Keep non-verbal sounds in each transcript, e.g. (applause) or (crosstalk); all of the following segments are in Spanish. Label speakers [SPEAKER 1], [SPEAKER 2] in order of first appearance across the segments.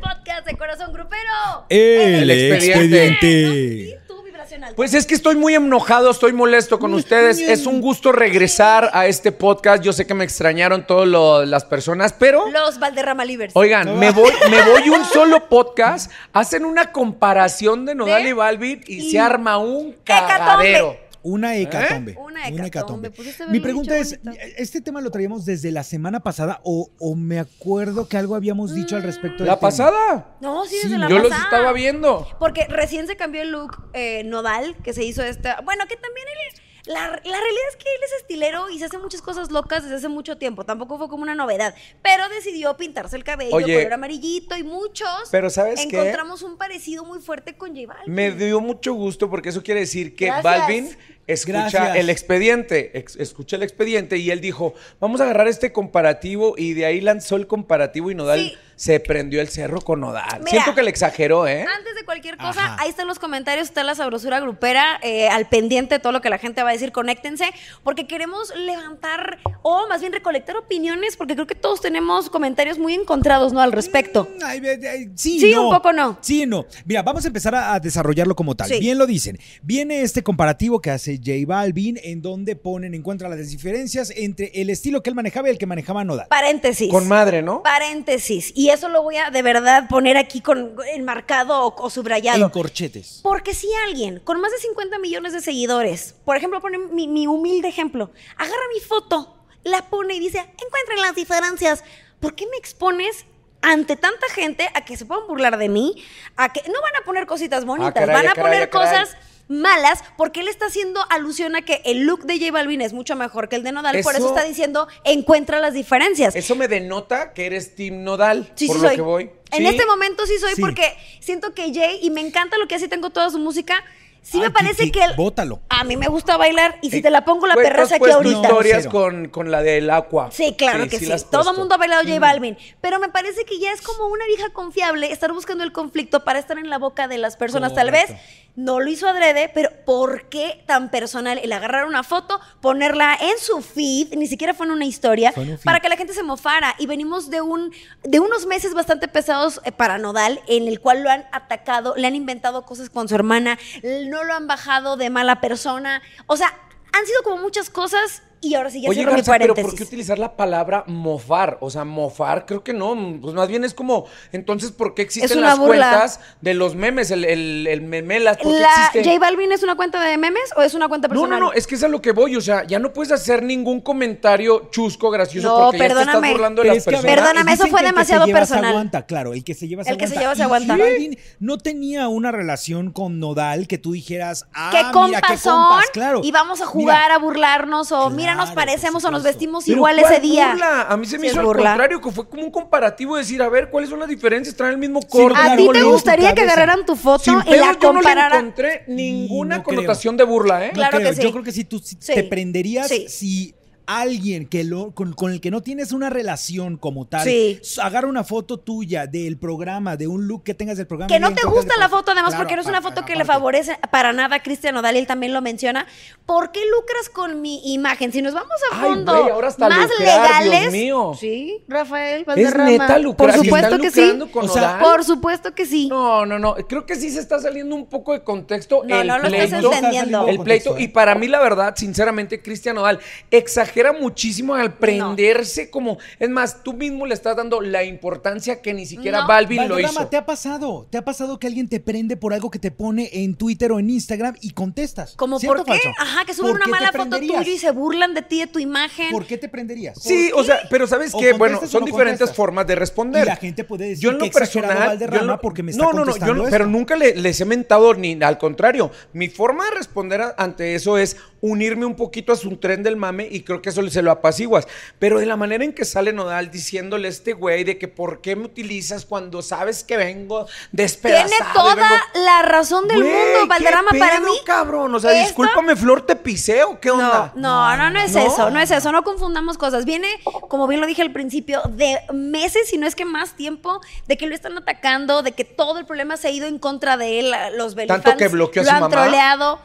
[SPEAKER 1] podcast de Corazón Grupero.
[SPEAKER 2] El,
[SPEAKER 3] El
[SPEAKER 2] expediente.
[SPEAKER 3] expediente.
[SPEAKER 1] ¿No? Sí, tú vibracional.
[SPEAKER 3] Pues es que estoy muy enojado, estoy molesto con ustedes. Es un gusto regresar a este podcast. Yo sé que me extrañaron todas las personas, pero
[SPEAKER 1] Los Valderrama Livers.
[SPEAKER 3] oigan, me voy, me
[SPEAKER 1] (laughs)
[SPEAKER 3] voy un solo podcast, hacen una comparación de Nodal
[SPEAKER 1] ¿Sí?
[SPEAKER 3] y Balbit y
[SPEAKER 1] Y-
[SPEAKER 3] se arma un
[SPEAKER 1] ¡Hecatombe!
[SPEAKER 3] cagadero.
[SPEAKER 2] Una
[SPEAKER 3] ¿Eh?
[SPEAKER 2] hecatombe.
[SPEAKER 1] Una hecatombe. Pues Pudiste haberlo
[SPEAKER 2] Mi pregunta
[SPEAKER 1] dicho
[SPEAKER 2] es,
[SPEAKER 1] bonito.
[SPEAKER 2] ¿este tema lo traíamos desde la semana pasada o, o me acuerdo que algo habíamos dicho al respecto? del
[SPEAKER 3] La
[SPEAKER 2] tema?
[SPEAKER 3] pasada.
[SPEAKER 1] No, sí,
[SPEAKER 2] Sí,
[SPEAKER 1] desde la
[SPEAKER 3] Yo los
[SPEAKER 1] pasada.
[SPEAKER 3] estaba viendo.
[SPEAKER 1] Porque recién se cambió el look eh, nodal, que se hizo esta. Bueno, que también él. La, la realidad es que él es estilero y se hace muchas cosas locas desde hace mucho tiempo. Tampoco fue como una novedad. Pero decidió pintarse el cabello
[SPEAKER 3] Oye,
[SPEAKER 1] color amarillito y muchos.
[SPEAKER 3] pero ¿sabes qué?
[SPEAKER 1] Encontramos un parecido muy fuerte con J Balvin.
[SPEAKER 3] Me dio mucho gusto porque eso quiere decir que
[SPEAKER 1] Gracias.
[SPEAKER 3] Balvin escucha
[SPEAKER 2] Gracias.
[SPEAKER 3] el expediente, ex- escucha el expediente y él dijo, vamos a agarrar este comparativo y de ahí lanzó el comparativo y Nodal
[SPEAKER 1] Sí.
[SPEAKER 3] se prendió el cerro con Nodal.
[SPEAKER 1] Mira.
[SPEAKER 3] Siento que le exageró, ¿eh?
[SPEAKER 1] Antes de cualquier cosa,
[SPEAKER 2] Ajá.
[SPEAKER 1] ahí están los comentarios, está la sabrosura grupera, eh, al pendiente de todo lo que la gente va a decir, conéctense, porque queremos levantar, o más bien recolectar opiniones, porque creo que todos tenemos comentarios muy encontrados, ¿no? Al respecto.
[SPEAKER 2] Mm, ay, ay, ay, sí,
[SPEAKER 1] Sí,
[SPEAKER 2] no.
[SPEAKER 1] un poco no.
[SPEAKER 2] Sí, no. Mira, vamos a empezar a, a desarrollarlo como tal.
[SPEAKER 1] Sí.
[SPEAKER 2] Bien lo dicen. Viene este comparativo que hace J Balvin en donde ponen en cuenta las diferencias entre el estilo que él manejaba y el que manejaba Nodal.
[SPEAKER 1] Paréntesis.
[SPEAKER 3] Con madre, ¿no?
[SPEAKER 1] Paréntesis. Y eso lo voy a de verdad poner aquí con enmarcado o, o subrayado.
[SPEAKER 2] En corchetes.
[SPEAKER 1] Porque si alguien con más de 50 millones de seguidores, por ejemplo, pone mi, mi humilde ejemplo, agarra mi foto, la pone y dice, encuentren las diferencias, ¿por qué me expones? Ante tanta gente a que se puedan burlar de mí, a que no van a poner cositas bonitas,
[SPEAKER 3] caray,
[SPEAKER 1] van a
[SPEAKER 3] ah, caray,
[SPEAKER 1] poner
[SPEAKER 3] ah, caray.
[SPEAKER 1] cosas malas, porque él está haciendo alusión a que el look de J Balvin es mucho mejor que el de Nodal, por eso
[SPEAKER 3] Eso-
[SPEAKER 1] está diciendo encuentra las diferencias.
[SPEAKER 3] Eso me denota que eres Team Nodal,
[SPEAKER 1] Sí,
[SPEAKER 3] por
[SPEAKER 1] sí
[SPEAKER 3] lo
[SPEAKER 1] soy.
[SPEAKER 3] que voy.
[SPEAKER 1] En
[SPEAKER 3] Sí.
[SPEAKER 1] este momento sí soy
[SPEAKER 2] Sí.
[SPEAKER 1] porque siento que Jay, y me encanta lo que hace, tengo toda su música, sí
[SPEAKER 2] Ay,
[SPEAKER 1] me parece
[SPEAKER 2] Kiki,
[SPEAKER 1] que él...
[SPEAKER 2] bótalo.
[SPEAKER 1] A mí me gusta bailar y si
[SPEAKER 3] Eh,
[SPEAKER 1] te la pongo la
[SPEAKER 3] güey, pues tú
[SPEAKER 1] perras
[SPEAKER 3] has
[SPEAKER 1] aquí
[SPEAKER 3] puesto
[SPEAKER 1] ahorita.
[SPEAKER 3] historias
[SPEAKER 2] Cero.
[SPEAKER 3] con, con la del agua.
[SPEAKER 1] Sí, claro que sí.
[SPEAKER 3] las has
[SPEAKER 1] Todo el
[SPEAKER 3] puesto.
[SPEAKER 1] mundo ha bailado J Balvin. Pero me parece que ya es como una vieja confiable estar buscando el conflicto para estar en la boca de las personas. Tal vez
[SPEAKER 2] Correcto.
[SPEAKER 1] no lo hizo adrede, pero ¿por qué tan personal el agarrar una foto, ponerla en su feed, ni siquiera fue en una historia,
[SPEAKER 2] Fue en un feed.
[SPEAKER 1] para que la gente se mofara? Y venimos de, un, de unos meses bastante pesados eh, para Nodal, en el cual lo han atacado, le han inventado cosas con su hermana, no lo han bajado de mala persona. O sea, han sido como muchas cosas y ahora sí ya
[SPEAKER 3] Oye,
[SPEAKER 1] cierro mi
[SPEAKER 3] Garza, pero ¿por
[SPEAKER 1] paréntesis.
[SPEAKER 3] qué utilizar la palabra mofar? O sea, mofar, creo que no. mm, Pues más bien es como, entonces, ¿por qué
[SPEAKER 1] Es
[SPEAKER 3] existen
[SPEAKER 1] una
[SPEAKER 3] las
[SPEAKER 1] burla.
[SPEAKER 3] cuentas de los memes, el, el, el memelas? ¿Por qué
[SPEAKER 1] La,
[SPEAKER 3] existe?
[SPEAKER 1] ¿J Balvin es una cuenta de memes o es una cuenta
[SPEAKER 3] No, no,
[SPEAKER 1] personal?
[SPEAKER 3] no, es que es a lo que voy, o sea, ya no puedes hacer ningún comentario chusco, gracioso,
[SPEAKER 1] No,
[SPEAKER 3] porque ya te
[SPEAKER 1] perdóname.
[SPEAKER 3] estás burlando de
[SPEAKER 2] Pero
[SPEAKER 3] las
[SPEAKER 2] es que, a ver,
[SPEAKER 3] personas.
[SPEAKER 1] Perdóname,
[SPEAKER 2] dicen
[SPEAKER 1] eso
[SPEAKER 2] que
[SPEAKER 1] fue
[SPEAKER 2] el que se
[SPEAKER 1] demasiado
[SPEAKER 2] lleva se
[SPEAKER 1] personal.
[SPEAKER 2] aguanta, claro, el que se lleva se
[SPEAKER 1] El que se
[SPEAKER 2] aguanta.
[SPEAKER 1] lleva se
[SPEAKER 2] Y
[SPEAKER 1] aguanta.
[SPEAKER 2] J Balvin no tenía una relación con Nodal que tú dijeras, ah,
[SPEAKER 1] ¿Qué
[SPEAKER 2] mira,
[SPEAKER 1] compas
[SPEAKER 2] qué
[SPEAKER 1] son?
[SPEAKER 2] compas, claro.
[SPEAKER 1] Y vamos a
[SPEAKER 2] Mira,
[SPEAKER 1] jugar a burlarnos o mira, nos
[SPEAKER 2] Claro, por
[SPEAKER 1] parecemos o nos
[SPEAKER 2] supuesto.
[SPEAKER 1] vestimos
[SPEAKER 3] Pero
[SPEAKER 1] igual
[SPEAKER 3] ¿cuál
[SPEAKER 1] ese día.
[SPEAKER 3] burla? A mí se me
[SPEAKER 1] Sí,
[SPEAKER 3] hizo
[SPEAKER 1] es
[SPEAKER 3] al
[SPEAKER 1] burla.
[SPEAKER 3] contrario, que fue como un comparativo de decir, a ver, ¿cuáles son las diferencias? Traen el mismo
[SPEAKER 2] Sí,
[SPEAKER 3] corte.
[SPEAKER 2] claro,
[SPEAKER 1] ¿A
[SPEAKER 3] el
[SPEAKER 1] ti
[SPEAKER 3] mismo
[SPEAKER 1] te
[SPEAKER 2] en tu
[SPEAKER 3] look.
[SPEAKER 1] gustaría que
[SPEAKER 2] cabeza.
[SPEAKER 1] agarraran tu
[SPEAKER 3] Sin
[SPEAKER 1] foto y
[SPEAKER 3] pedos,
[SPEAKER 1] la
[SPEAKER 3] yo no le
[SPEAKER 1] compararan?
[SPEAKER 3] encontré ninguna
[SPEAKER 2] No creo.
[SPEAKER 3] connotación de burla, ¿eh?
[SPEAKER 2] No
[SPEAKER 1] Claro que
[SPEAKER 2] creo,
[SPEAKER 1] sí.
[SPEAKER 2] Yo creo que si tú si
[SPEAKER 1] Sí.
[SPEAKER 2] te prenderías
[SPEAKER 1] Sí.
[SPEAKER 2] si alguien que lo, con, con el que no tienes una relación como tal,
[SPEAKER 1] Sí.
[SPEAKER 2] s- agarra una foto tuya del programa, de un look que tengas del programa.
[SPEAKER 1] Que
[SPEAKER 2] y
[SPEAKER 1] no
[SPEAKER 2] le
[SPEAKER 1] te
[SPEAKER 2] encuentras
[SPEAKER 1] gusta
[SPEAKER 2] de
[SPEAKER 1] la foto, además,
[SPEAKER 2] Claro,
[SPEAKER 1] porque no es una
[SPEAKER 2] aparte,
[SPEAKER 1] foto que le
[SPEAKER 2] aparte.
[SPEAKER 1] favorece para nada a Cristian Odal, él también lo menciona. ¿Por qué lucras con mi imagen? Si nos vamos a
[SPEAKER 3] Ay,
[SPEAKER 1] fondo
[SPEAKER 3] güey, ahora hasta
[SPEAKER 1] más
[SPEAKER 3] lucrar, Dios
[SPEAKER 1] legales.
[SPEAKER 3] mío.
[SPEAKER 1] Sí, Rafael
[SPEAKER 3] Es
[SPEAKER 1] Valderrama.
[SPEAKER 3] neta lucrar,
[SPEAKER 1] Por
[SPEAKER 3] si están
[SPEAKER 1] supuesto que sí.
[SPEAKER 3] lucrando con
[SPEAKER 2] O sea,
[SPEAKER 3] Nodal.
[SPEAKER 1] Por supuesto que sí.
[SPEAKER 3] No, no, no. Creo que sí se está saliendo un poco de contexto.
[SPEAKER 1] No,
[SPEAKER 3] el
[SPEAKER 1] no lo estás
[SPEAKER 3] pleito,
[SPEAKER 1] entendiendo.
[SPEAKER 3] El pleito.
[SPEAKER 2] Contexto,
[SPEAKER 3] Y
[SPEAKER 2] ¿eh?
[SPEAKER 3] para mí, la verdad, sinceramente, Cristian Nodal exagera muchísimo al prenderse como. Es más, tú mismo le estás dando la importancia que ni siquiera
[SPEAKER 1] No.
[SPEAKER 3] Balvin lo
[SPEAKER 2] Valderrama,
[SPEAKER 3] hizo.
[SPEAKER 2] ¿te ha pasado? ¿Te ha pasado que alguien te prende por algo que te pone en Twitter o en Instagram y contestas?
[SPEAKER 1] Como
[SPEAKER 2] ¿Cierto
[SPEAKER 1] por
[SPEAKER 2] o
[SPEAKER 1] qué?
[SPEAKER 2] falso?
[SPEAKER 1] Ajá, que suben
[SPEAKER 2] ¿Por
[SPEAKER 1] una
[SPEAKER 2] qué te
[SPEAKER 1] mala foto
[SPEAKER 2] prenderías?
[SPEAKER 1] tuya y se burlan de ti, de tu imagen.
[SPEAKER 2] ¿Por qué te prenderías?
[SPEAKER 3] Sí, o sea, pero ¿sabes
[SPEAKER 2] ¿O
[SPEAKER 3] qué? Bueno,
[SPEAKER 2] contestas o
[SPEAKER 3] son
[SPEAKER 2] no
[SPEAKER 3] diferentes
[SPEAKER 2] contestas?
[SPEAKER 3] formas de responder.
[SPEAKER 2] Y la gente puede decir
[SPEAKER 3] yo en lo
[SPEAKER 2] que exagerado
[SPEAKER 3] personal,
[SPEAKER 2] Valderrama
[SPEAKER 3] yo en lo-
[SPEAKER 2] porque me está
[SPEAKER 3] No, no, no, yo
[SPEAKER 2] contestando
[SPEAKER 3] no-
[SPEAKER 2] esto.
[SPEAKER 3] pero nunca le- les he mentado ni al contrario. Mi forma de responder a- ante eso es unirme un poquito a su tren del mame y creo que eso se lo apaciguas. Pero de la manera en que sale Nodal diciéndole a este güey de que por qué me utilizas cuando sabes que vengo despedazado.
[SPEAKER 1] Tiene
[SPEAKER 3] y vengo-
[SPEAKER 1] toda la razón del
[SPEAKER 3] Güey,
[SPEAKER 1] mundo, Valderrama.
[SPEAKER 3] ¿qué
[SPEAKER 1] Para
[SPEAKER 3] pedo,
[SPEAKER 1] mí.
[SPEAKER 3] cabrón, o sea,
[SPEAKER 1] esto-
[SPEAKER 3] discúlpame, Flor, te piseo, ¿qué
[SPEAKER 1] No,
[SPEAKER 3] onda?
[SPEAKER 1] no, no, no es
[SPEAKER 3] ¿No?
[SPEAKER 1] eso, no es eso, no confundamos cosas. Viene, como bien lo dije al principio, de meses, si no es que más tiempo, de que lo están atacando, de que todo el problema se ha ido en contra de él, a- los
[SPEAKER 3] Tanto
[SPEAKER 1] belifans
[SPEAKER 3] que bloqueó a
[SPEAKER 1] lo
[SPEAKER 3] su
[SPEAKER 1] han
[SPEAKER 3] mamá.
[SPEAKER 1] troleado.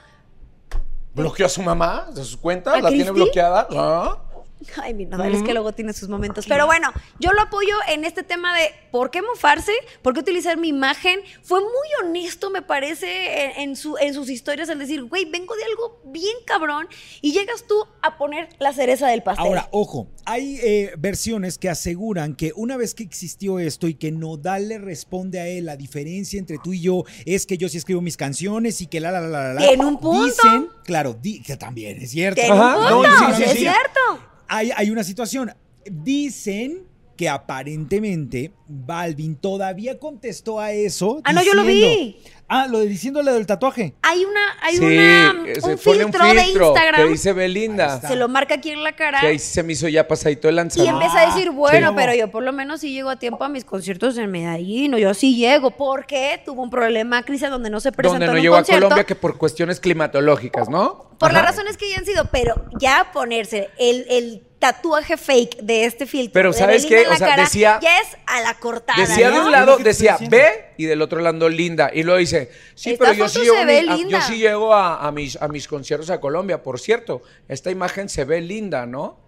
[SPEAKER 3] ¿Bloqueó a su mamá de sus cuentas?
[SPEAKER 1] ¿A
[SPEAKER 3] ¿La tiene
[SPEAKER 1] Cristi?
[SPEAKER 3] bloqueada? ¿Ah?
[SPEAKER 1] (laughs) Ay, mi Nadal, es que luego tiene sus momentos. Pero bueno, yo lo apoyo en este tema de por qué mofarse, por qué utilizar mi imagen. Fue muy honesto, me parece, en, en su, en sus historias, el decir, güey, vengo de algo bien cabrón y llegas tú a poner la cereza del pastel.
[SPEAKER 2] Ahora, ojo, hay eh, versiones que aseguran que una vez que existió esto y que Nodal le responde a él, la diferencia entre tú y yo es que yo sí escribo mis canciones y que la la la la la.
[SPEAKER 1] Que en un punto.
[SPEAKER 2] Dicen, claro, di- que también es cierto.
[SPEAKER 1] que en un
[SPEAKER 3] Ajá, no,
[SPEAKER 1] punto,
[SPEAKER 3] sí, sí,
[SPEAKER 1] es
[SPEAKER 3] sí.
[SPEAKER 1] cierto.
[SPEAKER 2] hay, hay una situación. Dicen que aparentemente Balvin todavía contestó a eso.
[SPEAKER 1] Ah, no, yo lo vi.
[SPEAKER 2] Ah, lo de diciéndole del tatuaje.
[SPEAKER 1] Hay una, hay
[SPEAKER 3] Sí,
[SPEAKER 1] una,
[SPEAKER 3] eh,
[SPEAKER 1] un,
[SPEAKER 3] se pone
[SPEAKER 1] filtro de Instagram.
[SPEAKER 3] que dice Belinda.
[SPEAKER 2] Ahí está.
[SPEAKER 1] se lo marca aquí en la cara.
[SPEAKER 3] Que ahí se me hizo ya pasadito
[SPEAKER 1] Y
[SPEAKER 3] el
[SPEAKER 2] Ah,
[SPEAKER 3] lanzamiento.
[SPEAKER 1] empieza a decir, bueno,
[SPEAKER 3] Sí.
[SPEAKER 1] pero yo por lo menos sí llego a tiempo a mis conciertos en Medellín, o yo sí llego, porque tuvo un problema, Crisa, donde no se presentó
[SPEAKER 3] donde no
[SPEAKER 1] en un
[SPEAKER 3] llegó a
[SPEAKER 1] concierto.
[SPEAKER 3] Colombia que por cuestiones climatológicas, ¿no?
[SPEAKER 1] Por las
[SPEAKER 3] Ajá.
[SPEAKER 1] razones que hayan sido, pero ya ponerse el, el tatuaje fake de este filtro.
[SPEAKER 3] Pero
[SPEAKER 1] de
[SPEAKER 3] ¿sabes
[SPEAKER 1] Belinda
[SPEAKER 3] qué?
[SPEAKER 1] en la
[SPEAKER 3] O sea,
[SPEAKER 1] cara,
[SPEAKER 3] decía-
[SPEAKER 1] Ya es a la cortada.
[SPEAKER 3] Decía
[SPEAKER 1] ¿no?
[SPEAKER 3] de
[SPEAKER 2] Es lo
[SPEAKER 3] un lado,
[SPEAKER 2] que te estoy
[SPEAKER 3] decía
[SPEAKER 2] diciendo.
[SPEAKER 3] B y del otro lado linda. Y lo dice, sí,
[SPEAKER 1] Esta
[SPEAKER 3] pero yo
[SPEAKER 1] foto
[SPEAKER 3] sí,
[SPEAKER 1] se
[SPEAKER 3] llego a
[SPEAKER 1] ve
[SPEAKER 3] mi- a-
[SPEAKER 1] linda.
[SPEAKER 3] yo sí llego a, a mis, a mis conciertos a Colombia. Por cierto, esta imagen se ve linda, ¿no?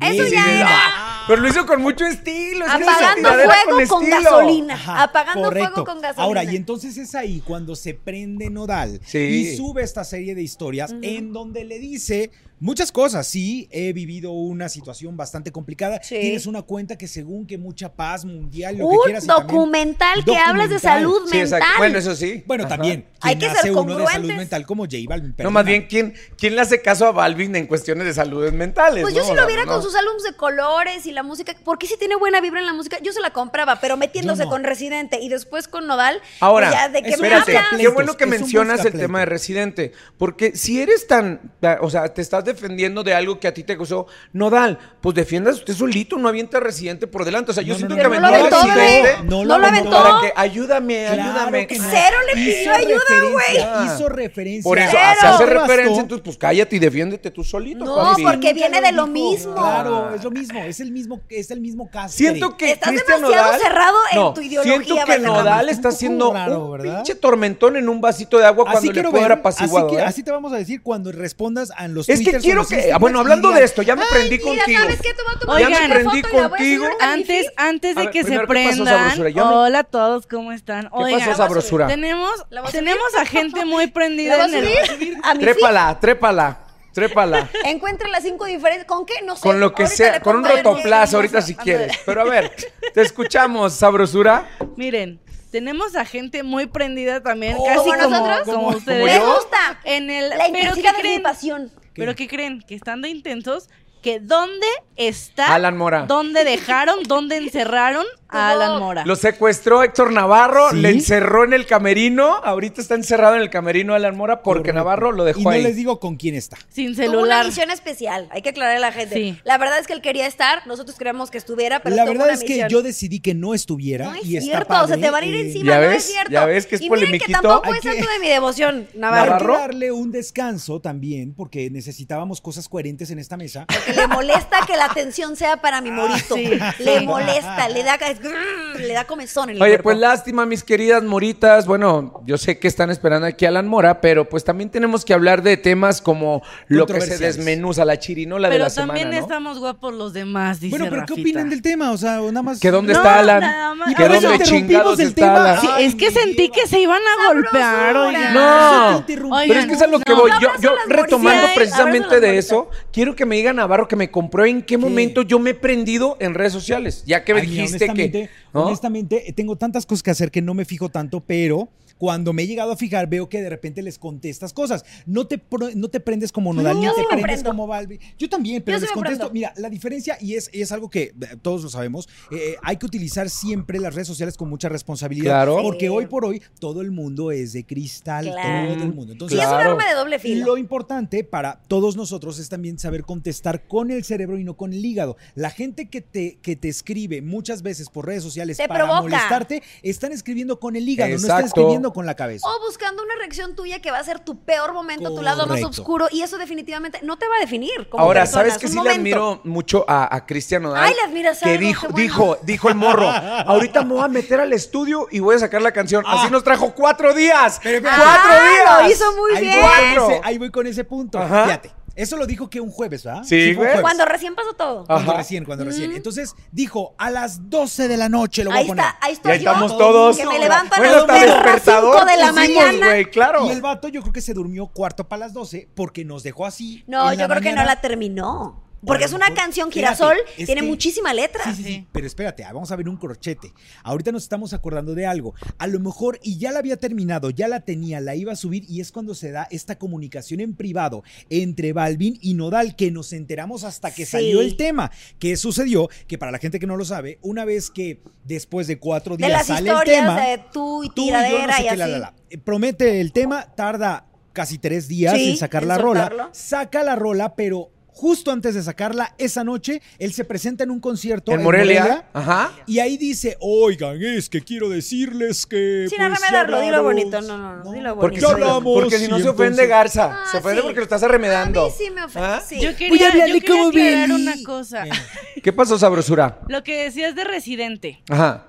[SPEAKER 1] Eso
[SPEAKER 3] Y
[SPEAKER 1] ya
[SPEAKER 3] dices,
[SPEAKER 1] era
[SPEAKER 3] "Ah, pero lo hizo con mucho estilo. es que hizo
[SPEAKER 1] apagando
[SPEAKER 3] tiradera
[SPEAKER 1] fuego con,
[SPEAKER 3] estilo".
[SPEAKER 1] gasolina.
[SPEAKER 2] Ajá,
[SPEAKER 1] apagando
[SPEAKER 2] correcto.
[SPEAKER 1] fuego con gasolina.
[SPEAKER 2] Ahora, y entonces es ahí cuando se prende Nodal
[SPEAKER 3] Sí.
[SPEAKER 2] y sube esta serie de historias en donde le dice muchas cosas. Sí, he vivido una situación bastante complicada.
[SPEAKER 1] Sí.
[SPEAKER 2] Tienes una cuenta que según que mucha paz mundial, lo que
[SPEAKER 1] un
[SPEAKER 2] quieras. y también-
[SPEAKER 1] documental que hablas de
[SPEAKER 2] Documental.
[SPEAKER 1] salud
[SPEAKER 3] Sí, exacto.
[SPEAKER 1] mental.
[SPEAKER 3] Bueno, eso sí.
[SPEAKER 2] Bueno,
[SPEAKER 3] Ajá.
[SPEAKER 2] también.
[SPEAKER 1] Hay
[SPEAKER 2] ¿quién
[SPEAKER 1] que ser
[SPEAKER 2] hace uno de salud
[SPEAKER 1] congruentes.
[SPEAKER 2] mental como J Balvin.
[SPEAKER 3] No, más
[SPEAKER 2] Perdóname.
[SPEAKER 3] bien, ¿quién, ¿quién le hace caso a Balvin en cuestiones de salud mentales?
[SPEAKER 1] Pues
[SPEAKER 3] no?
[SPEAKER 1] yo si
[SPEAKER 3] O sea,
[SPEAKER 1] lo viera
[SPEAKER 3] no.
[SPEAKER 1] con sus álbumes de colores y la música, porque si tiene buena vibra en la música, yo se la compraba, pero metiéndose
[SPEAKER 2] Yo no.
[SPEAKER 1] con Residente y después con Nodal,
[SPEAKER 3] Ahora,
[SPEAKER 1] pues ya de qué me
[SPEAKER 3] espérate,
[SPEAKER 1] hablan?
[SPEAKER 3] qué bueno que
[SPEAKER 2] Es un
[SPEAKER 3] mencionas el
[SPEAKER 2] buscapleito.
[SPEAKER 3] tema de residente, porque si eres tan, ta- o sea, te estás defendiendo de algo que a ti te causó Nodal, pues defiendas usted solito, no avienta a residente por delante. O sea, yo
[SPEAKER 2] No,
[SPEAKER 3] siento
[SPEAKER 2] no,
[SPEAKER 3] que
[SPEAKER 2] no,
[SPEAKER 1] Pero no
[SPEAKER 3] aventó
[SPEAKER 1] lo
[SPEAKER 3] a
[SPEAKER 2] aventó,
[SPEAKER 1] aventó,
[SPEAKER 2] bebé.
[SPEAKER 1] bebé.
[SPEAKER 3] residente
[SPEAKER 2] No
[SPEAKER 1] No
[SPEAKER 2] lo
[SPEAKER 1] lo
[SPEAKER 2] aventó.
[SPEAKER 1] aventó.
[SPEAKER 3] para que ayúdame,
[SPEAKER 2] Claro
[SPEAKER 3] ayúdame.
[SPEAKER 2] que no.
[SPEAKER 1] Cero le
[SPEAKER 2] Hizo
[SPEAKER 1] pidió ayuda,
[SPEAKER 2] referencia,
[SPEAKER 3] güey.
[SPEAKER 2] Hizo referencia.
[SPEAKER 3] Por eso,
[SPEAKER 1] Cero.
[SPEAKER 3] se hace
[SPEAKER 2] Bastó.
[SPEAKER 3] referencia, entonces pues cállate y defiéndete tú solito,
[SPEAKER 1] No,
[SPEAKER 3] papi.
[SPEAKER 1] porque
[SPEAKER 2] Nunca
[SPEAKER 1] viene de lo mismo.
[SPEAKER 2] Claro, es lo mismo, es el mismo, es el mismo caso.
[SPEAKER 3] Siento que
[SPEAKER 1] Estás
[SPEAKER 3] Cristian
[SPEAKER 1] demasiado
[SPEAKER 3] Nodal-
[SPEAKER 1] cerrado en tu ideología,
[SPEAKER 3] Siento que
[SPEAKER 1] Valderrama.
[SPEAKER 3] Nodal
[SPEAKER 2] Es un
[SPEAKER 3] está
[SPEAKER 2] poco
[SPEAKER 3] haciendo
[SPEAKER 2] raro,
[SPEAKER 3] un
[SPEAKER 2] ¿verdad?
[SPEAKER 3] pinche tormentón en un vasito de agua
[SPEAKER 2] así
[SPEAKER 3] cuando le
[SPEAKER 2] quiero
[SPEAKER 3] puede
[SPEAKER 2] ver,
[SPEAKER 3] haber
[SPEAKER 2] así,
[SPEAKER 3] apaciguado.
[SPEAKER 2] que-
[SPEAKER 3] ¿eh?
[SPEAKER 2] así te vamos a decir cuando respondas a los
[SPEAKER 3] Es que
[SPEAKER 2] twitters o
[SPEAKER 3] quiero
[SPEAKER 2] los
[SPEAKER 3] que, ah,
[SPEAKER 2] instagrams
[SPEAKER 3] bueno,
[SPEAKER 2] y
[SPEAKER 3] hablando de
[SPEAKER 2] digas,
[SPEAKER 3] esto, ya me prendí
[SPEAKER 1] Mira,
[SPEAKER 3] contigo.
[SPEAKER 1] ¿sabes qué? Te voy a tomar
[SPEAKER 3] Ya
[SPEAKER 1] una
[SPEAKER 3] me
[SPEAKER 4] Oigan,
[SPEAKER 3] prendí
[SPEAKER 1] foto y la voy a subir
[SPEAKER 3] contigo.
[SPEAKER 1] a mi
[SPEAKER 4] Antes,
[SPEAKER 1] feed.
[SPEAKER 4] antes
[SPEAKER 3] A
[SPEAKER 4] de
[SPEAKER 3] ver,
[SPEAKER 4] que se
[SPEAKER 3] primero, ¿qué pasó,
[SPEAKER 4] prendan.
[SPEAKER 3] sabrosura? Ya me-
[SPEAKER 4] Hola a todos, ¿cómo están?
[SPEAKER 3] ¿Qué
[SPEAKER 4] Oigan,
[SPEAKER 3] pasó, sabrosura?
[SPEAKER 4] tenemos,
[SPEAKER 1] ¿La vas a
[SPEAKER 4] tenemos
[SPEAKER 1] subir?
[SPEAKER 4] a gente
[SPEAKER 1] (laughs)
[SPEAKER 4] muy
[SPEAKER 1] ¿La
[SPEAKER 4] prendida
[SPEAKER 1] vas
[SPEAKER 4] en
[SPEAKER 1] a
[SPEAKER 4] el.
[SPEAKER 1] subir a mi feed?
[SPEAKER 3] Trépala, trépala,
[SPEAKER 1] (laughs)
[SPEAKER 3] trépala.
[SPEAKER 1] Encuentra las cinco diferencias. ¿Con qué? No sé.
[SPEAKER 3] Con lo que
[SPEAKER 1] Ahorita le
[SPEAKER 3] sea, con un
[SPEAKER 1] pongo el-
[SPEAKER 3] rotoplas ahorita
[SPEAKER 4] Ándale.
[SPEAKER 3] si quieres. Pero
[SPEAKER 1] (laughs)
[SPEAKER 3] a ver, te escuchamos, sabrosura.
[SPEAKER 4] Miren, tenemos a gente muy prendida también,
[SPEAKER 1] Oh,
[SPEAKER 4] casi
[SPEAKER 1] ¿como
[SPEAKER 4] como,
[SPEAKER 1] nosotros?
[SPEAKER 4] como
[SPEAKER 3] ¿Como-
[SPEAKER 4] ustedes.
[SPEAKER 3] como
[SPEAKER 1] Me
[SPEAKER 3] yo?
[SPEAKER 1] gusta.
[SPEAKER 4] En el,
[SPEAKER 1] La
[SPEAKER 4] pero ¿qué
[SPEAKER 1] intensidad de mi
[SPEAKER 4] creen?
[SPEAKER 1] pasión.
[SPEAKER 4] Pero ¿qué creen? Que estando intensos, que dónde está
[SPEAKER 3] Alan Mora.
[SPEAKER 4] dónde dejaron,
[SPEAKER 1] (laughs)
[SPEAKER 4] dónde encerraron a
[SPEAKER 1] Tuvo-
[SPEAKER 4] Alan Mora.
[SPEAKER 3] Lo secuestró Héctor Navarro,
[SPEAKER 2] ¿Sí?
[SPEAKER 3] le encerró en el camerino. Ahorita está encerrado en el camerino Alan Mora porque
[SPEAKER 2] Correcto.
[SPEAKER 3] Navarro lo dejó
[SPEAKER 2] Y no
[SPEAKER 3] ahí.
[SPEAKER 2] les digo con quién está.
[SPEAKER 4] Sin
[SPEAKER 1] Tuvo una
[SPEAKER 4] celular.
[SPEAKER 1] misión especial, hay que aclarar a la gente.
[SPEAKER 4] Sí.
[SPEAKER 1] La verdad es que él quería estar, nosotros creemos que estuviera, pero
[SPEAKER 2] la
[SPEAKER 1] tuvo
[SPEAKER 2] verdad
[SPEAKER 1] una
[SPEAKER 2] es que
[SPEAKER 1] misión.
[SPEAKER 2] yo decidí que no estuviera
[SPEAKER 1] No es
[SPEAKER 2] y está
[SPEAKER 1] cierto,
[SPEAKER 2] padre,
[SPEAKER 1] se te van a ir
[SPEAKER 2] eh,
[SPEAKER 1] encima,
[SPEAKER 3] ¿Ya
[SPEAKER 1] no
[SPEAKER 3] ves?
[SPEAKER 1] es cierto.
[SPEAKER 3] ¿Ya ves que es
[SPEAKER 1] y miren que
[SPEAKER 3] polemiquito?
[SPEAKER 1] tampoco
[SPEAKER 2] Hay
[SPEAKER 1] es
[SPEAKER 2] que-
[SPEAKER 1] santo de mi devoción,
[SPEAKER 2] Hay
[SPEAKER 1] Navarro.
[SPEAKER 3] Navarro.
[SPEAKER 2] que darle un descanso también porque necesitábamos cosas coherentes en esta mesa.
[SPEAKER 1] Que le molesta que la atención sea para
[SPEAKER 3] Ah,
[SPEAKER 1] mi morito.
[SPEAKER 4] sí,
[SPEAKER 1] le
[SPEAKER 4] sí.
[SPEAKER 1] molesta, le da
[SPEAKER 3] (laughs)
[SPEAKER 1] grrr, le da comezón en el
[SPEAKER 3] Oye,
[SPEAKER 1] cuerpo.
[SPEAKER 3] pues lástima, mis queridas moritas. Bueno, yo sé que están esperando aquí a Alan Mora, pero pues también tenemos que hablar de temas como lo que se
[SPEAKER 2] Controversiales.
[SPEAKER 3] desmenuza, la chirinola de
[SPEAKER 4] pero
[SPEAKER 3] la
[SPEAKER 4] también
[SPEAKER 3] semana, ¿no?
[SPEAKER 4] estamos guapos los demás, dice
[SPEAKER 2] Bueno, pero ¿qué
[SPEAKER 4] Rafita.
[SPEAKER 2] opinan del tema? O sea, o nada más.
[SPEAKER 3] ¿Que dónde
[SPEAKER 4] No,
[SPEAKER 3] está
[SPEAKER 4] nada
[SPEAKER 3] Alan?
[SPEAKER 4] más.
[SPEAKER 3] ¿Que
[SPEAKER 4] Y por eso
[SPEAKER 3] dónde
[SPEAKER 2] interrumpimos
[SPEAKER 3] chingados
[SPEAKER 2] el
[SPEAKER 3] está
[SPEAKER 2] tema.
[SPEAKER 3] Alan?
[SPEAKER 4] Sí,
[SPEAKER 2] Ay,
[SPEAKER 4] es que
[SPEAKER 2] mi
[SPEAKER 4] sentí
[SPEAKER 2] diva.
[SPEAKER 4] que se iban a golpear, oigan.
[SPEAKER 2] Eso te
[SPEAKER 3] No,
[SPEAKER 2] interrumpí.
[SPEAKER 3] pero es que es a lo que
[SPEAKER 4] Oigan,
[SPEAKER 3] voy.
[SPEAKER 4] no.
[SPEAKER 3] Yo,
[SPEAKER 1] Abrazo
[SPEAKER 3] yo
[SPEAKER 1] a las
[SPEAKER 3] retomando
[SPEAKER 4] moritas.
[SPEAKER 1] Abrazo a
[SPEAKER 3] precisamente
[SPEAKER 1] las
[SPEAKER 3] de eso, quiero que me diga Navarro que me compró en qué momento yo me he prendido en redes sociales, ya que me
[SPEAKER 2] Ay, mira,
[SPEAKER 3] dijiste que.
[SPEAKER 2] honestamente,
[SPEAKER 3] ¿no?
[SPEAKER 2] honestamente, eh, tengo tantas cosas que hacer que no me fijo tanto, pero cuando me he llegado a fijar, veo que de repente les contestas cosas. No te, pro- no te prendes como Nodal,
[SPEAKER 1] No,
[SPEAKER 2] no,
[SPEAKER 1] yo sí
[SPEAKER 2] te
[SPEAKER 1] me
[SPEAKER 2] prendes
[SPEAKER 1] prendo.
[SPEAKER 2] como Balbi. Yo también,
[SPEAKER 1] Yo
[SPEAKER 2] pero
[SPEAKER 1] sí
[SPEAKER 2] les
[SPEAKER 1] me
[SPEAKER 2] contesto.
[SPEAKER 1] prendo.
[SPEAKER 2] Mira, la diferencia, y es, es algo que eh, todos lo sabemos, eh, hay que utilizar siempre las redes sociales con mucha responsabilidad.
[SPEAKER 3] Claro.
[SPEAKER 2] Porque
[SPEAKER 1] Sí.
[SPEAKER 2] hoy por hoy todo el mundo es de cristal,
[SPEAKER 1] Claro.
[SPEAKER 2] todo el mundo. Entonces,
[SPEAKER 1] Sí, es un
[SPEAKER 3] Claro.
[SPEAKER 1] arma de doble
[SPEAKER 2] y
[SPEAKER 1] filo.
[SPEAKER 2] lo importante para todos nosotros es también saber contestar con el cerebro y no con el hígado. La gente que te, que te escribe muchas veces por redes sociales
[SPEAKER 1] Te
[SPEAKER 2] para
[SPEAKER 1] provoca.
[SPEAKER 2] molestarte, están escribiendo con el hígado, no están
[SPEAKER 3] Exacto.
[SPEAKER 2] escribiendo con la cabeza.
[SPEAKER 1] O buscando una reacción tuya que va a ser tu peor momento, tu lado más
[SPEAKER 2] Correcto.
[SPEAKER 1] oscuro, y eso definitivamente no te va a definir. Como
[SPEAKER 3] Ahora,
[SPEAKER 1] persona,
[SPEAKER 3] ¿sabes
[SPEAKER 1] es
[SPEAKER 3] que
[SPEAKER 1] un
[SPEAKER 3] sí le
[SPEAKER 1] momento.
[SPEAKER 3] admiro mucho a, a Cristian Nodal?
[SPEAKER 1] Ay, le admiras
[SPEAKER 3] Que
[SPEAKER 1] algo,
[SPEAKER 3] dijo,
[SPEAKER 1] qué bueno.
[SPEAKER 3] dijo, dijo el
[SPEAKER 1] (laughs)
[SPEAKER 3] morro, ahorita me voy a meter al estudio y voy a sacar la canción. Así nos trajo cuatro días.
[SPEAKER 1] pero-
[SPEAKER 3] ¡Cuatro
[SPEAKER 1] Ah, lo
[SPEAKER 3] días!
[SPEAKER 1] Ah. hizo muy
[SPEAKER 2] ahí
[SPEAKER 1] bien.
[SPEAKER 2] Voy con
[SPEAKER 3] Cuatro.
[SPEAKER 2] ese, ahí voy con ese punto.
[SPEAKER 3] Ajá.
[SPEAKER 2] Fíjate. Eso lo dijo que un jueves, ¿verdad?
[SPEAKER 3] Sí,
[SPEAKER 2] fue un
[SPEAKER 3] güey.
[SPEAKER 2] jueves.
[SPEAKER 1] Cuando recién pasó todo.
[SPEAKER 3] Ah,
[SPEAKER 2] Cuando
[SPEAKER 3] Ajá.
[SPEAKER 2] recién, cuando recién.
[SPEAKER 1] Mm.
[SPEAKER 2] Entonces dijo, a las 12 de la noche lo voy
[SPEAKER 1] Ahí
[SPEAKER 2] a poner.
[SPEAKER 1] está, ahí
[SPEAKER 3] Y
[SPEAKER 1] estoy
[SPEAKER 3] ahí
[SPEAKER 1] yo,
[SPEAKER 3] estamos todos.
[SPEAKER 1] Que me levantan
[SPEAKER 3] Bueno,
[SPEAKER 1] a
[SPEAKER 3] hasta
[SPEAKER 1] dormir a las
[SPEAKER 3] despertador
[SPEAKER 1] 5 de la
[SPEAKER 3] pusimos,
[SPEAKER 1] mañana.
[SPEAKER 3] güey, claro.
[SPEAKER 2] Y el vato yo creo que se durmió cuarto para las 12 porque nos dejó así.
[SPEAKER 1] No,
[SPEAKER 2] en
[SPEAKER 1] yo creo que no
[SPEAKER 2] mañana.
[SPEAKER 1] la terminó. Porque
[SPEAKER 2] a
[SPEAKER 1] es
[SPEAKER 2] lo
[SPEAKER 1] una
[SPEAKER 2] mejor-
[SPEAKER 1] canción
[SPEAKER 2] espérate,
[SPEAKER 1] girasol,
[SPEAKER 2] es
[SPEAKER 1] tiene
[SPEAKER 2] que-
[SPEAKER 1] muchísima letra.
[SPEAKER 2] Sí, sí, sí,
[SPEAKER 4] Sí.
[SPEAKER 2] Pero espérate, ah, vamos a ver un corchete. Ahorita nos estamos acordando de algo. A lo mejor, y ya la había terminado, ya la tenía, la iba a subir, y es cuando se da esta comunicación en privado entre Balvin y Nodal, que nos enteramos hasta que
[SPEAKER 1] Sí.
[SPEAKER 2] salió el tema. Que sucedió que, para la gente que no lo sabe, una vez que después de cuatro
[SPEAKER 1] De
[SPEAKER 2] días
[SPEAKER 1] las
[SPEAKER 2] sale el
[SPEAKER 1] historias
[SPEAKER 2] tema,
[SPEAKER 1] de tú y
[SPEAKER 2] tú y yo no
[SPEAKER 1] tiradera
[SPEAKER 2] sé
[SPEAKER 1] y,
[SPEAKER 2] qué,
[SPEAKER 1] así.
[SPEAKER 2] la, la, la. Eh, Promete el tema, tarda casi tres días
[SPEAKER 1] Sí,
[SPEAKER 2] en sacar
[SPEAKER 1] en
[SPEAKER 2] la rola.
[SPEAKER 1] soltarlo.
[SPEAKER 2] Saca la rola, pero justo antes de sacarla, esa noche, él se presenta en un concierto
[SPEAKER 3] En Morelia. Ajá.
[SPEAKER 2] y ahí dice, oigan, es que quiero decirles que...
[SPEAKER 1] Sin
[SPEAKER 2] pues,
[SPEAKER 1] arremedarlo,
[SPEAKER 2] ya
[SPEAKER 1] dilo
[SPEAKER 2] hablamos".
[SPEAKER 1] bonito. No, no, no, dilo bonito.
[SPEAKER 3] Porque,
[SPEAKER 2] Ya
[SPEAKER 3] si-
[SPEAKER 2] hablamos,
[SPEAKER 3] porque si no
[SPEAKER 2] y
[SPEAKER 3] se ofende
[SPEAKER 2] entonces-
[SPEAKER 3] Garza.
[SPEAKER 1] Ah,
[SPEAKER 3] se ofende
[SPEAKER 1] sí.
[SPEAKER 3] porque lo estás remedando.
[SPEAKER 1] A mí sí me ofende.
[SPEAKER 3] ¿Ah?
[SPEAKER 1] sí.
[SPEAKER 4] Yo quería,
[SPEAKER 2] Voy
[SPEAKER 4] pues
[SPEAKER 2] a hablarle
[SPEAKER 4] yo quería
[SPEAKER 2] como
[SPEAKER 4] aclarar
[SPEAKER 2] Billy.
[SPEAKER 4] una cosa.
[SPEAKER 2] Eh.
[SPEAKER 3] ¿Qué pasó, sabrosura?
[SPEAKER 4] Lo que decías de Residente.
[SPEAKER 3] Ajá.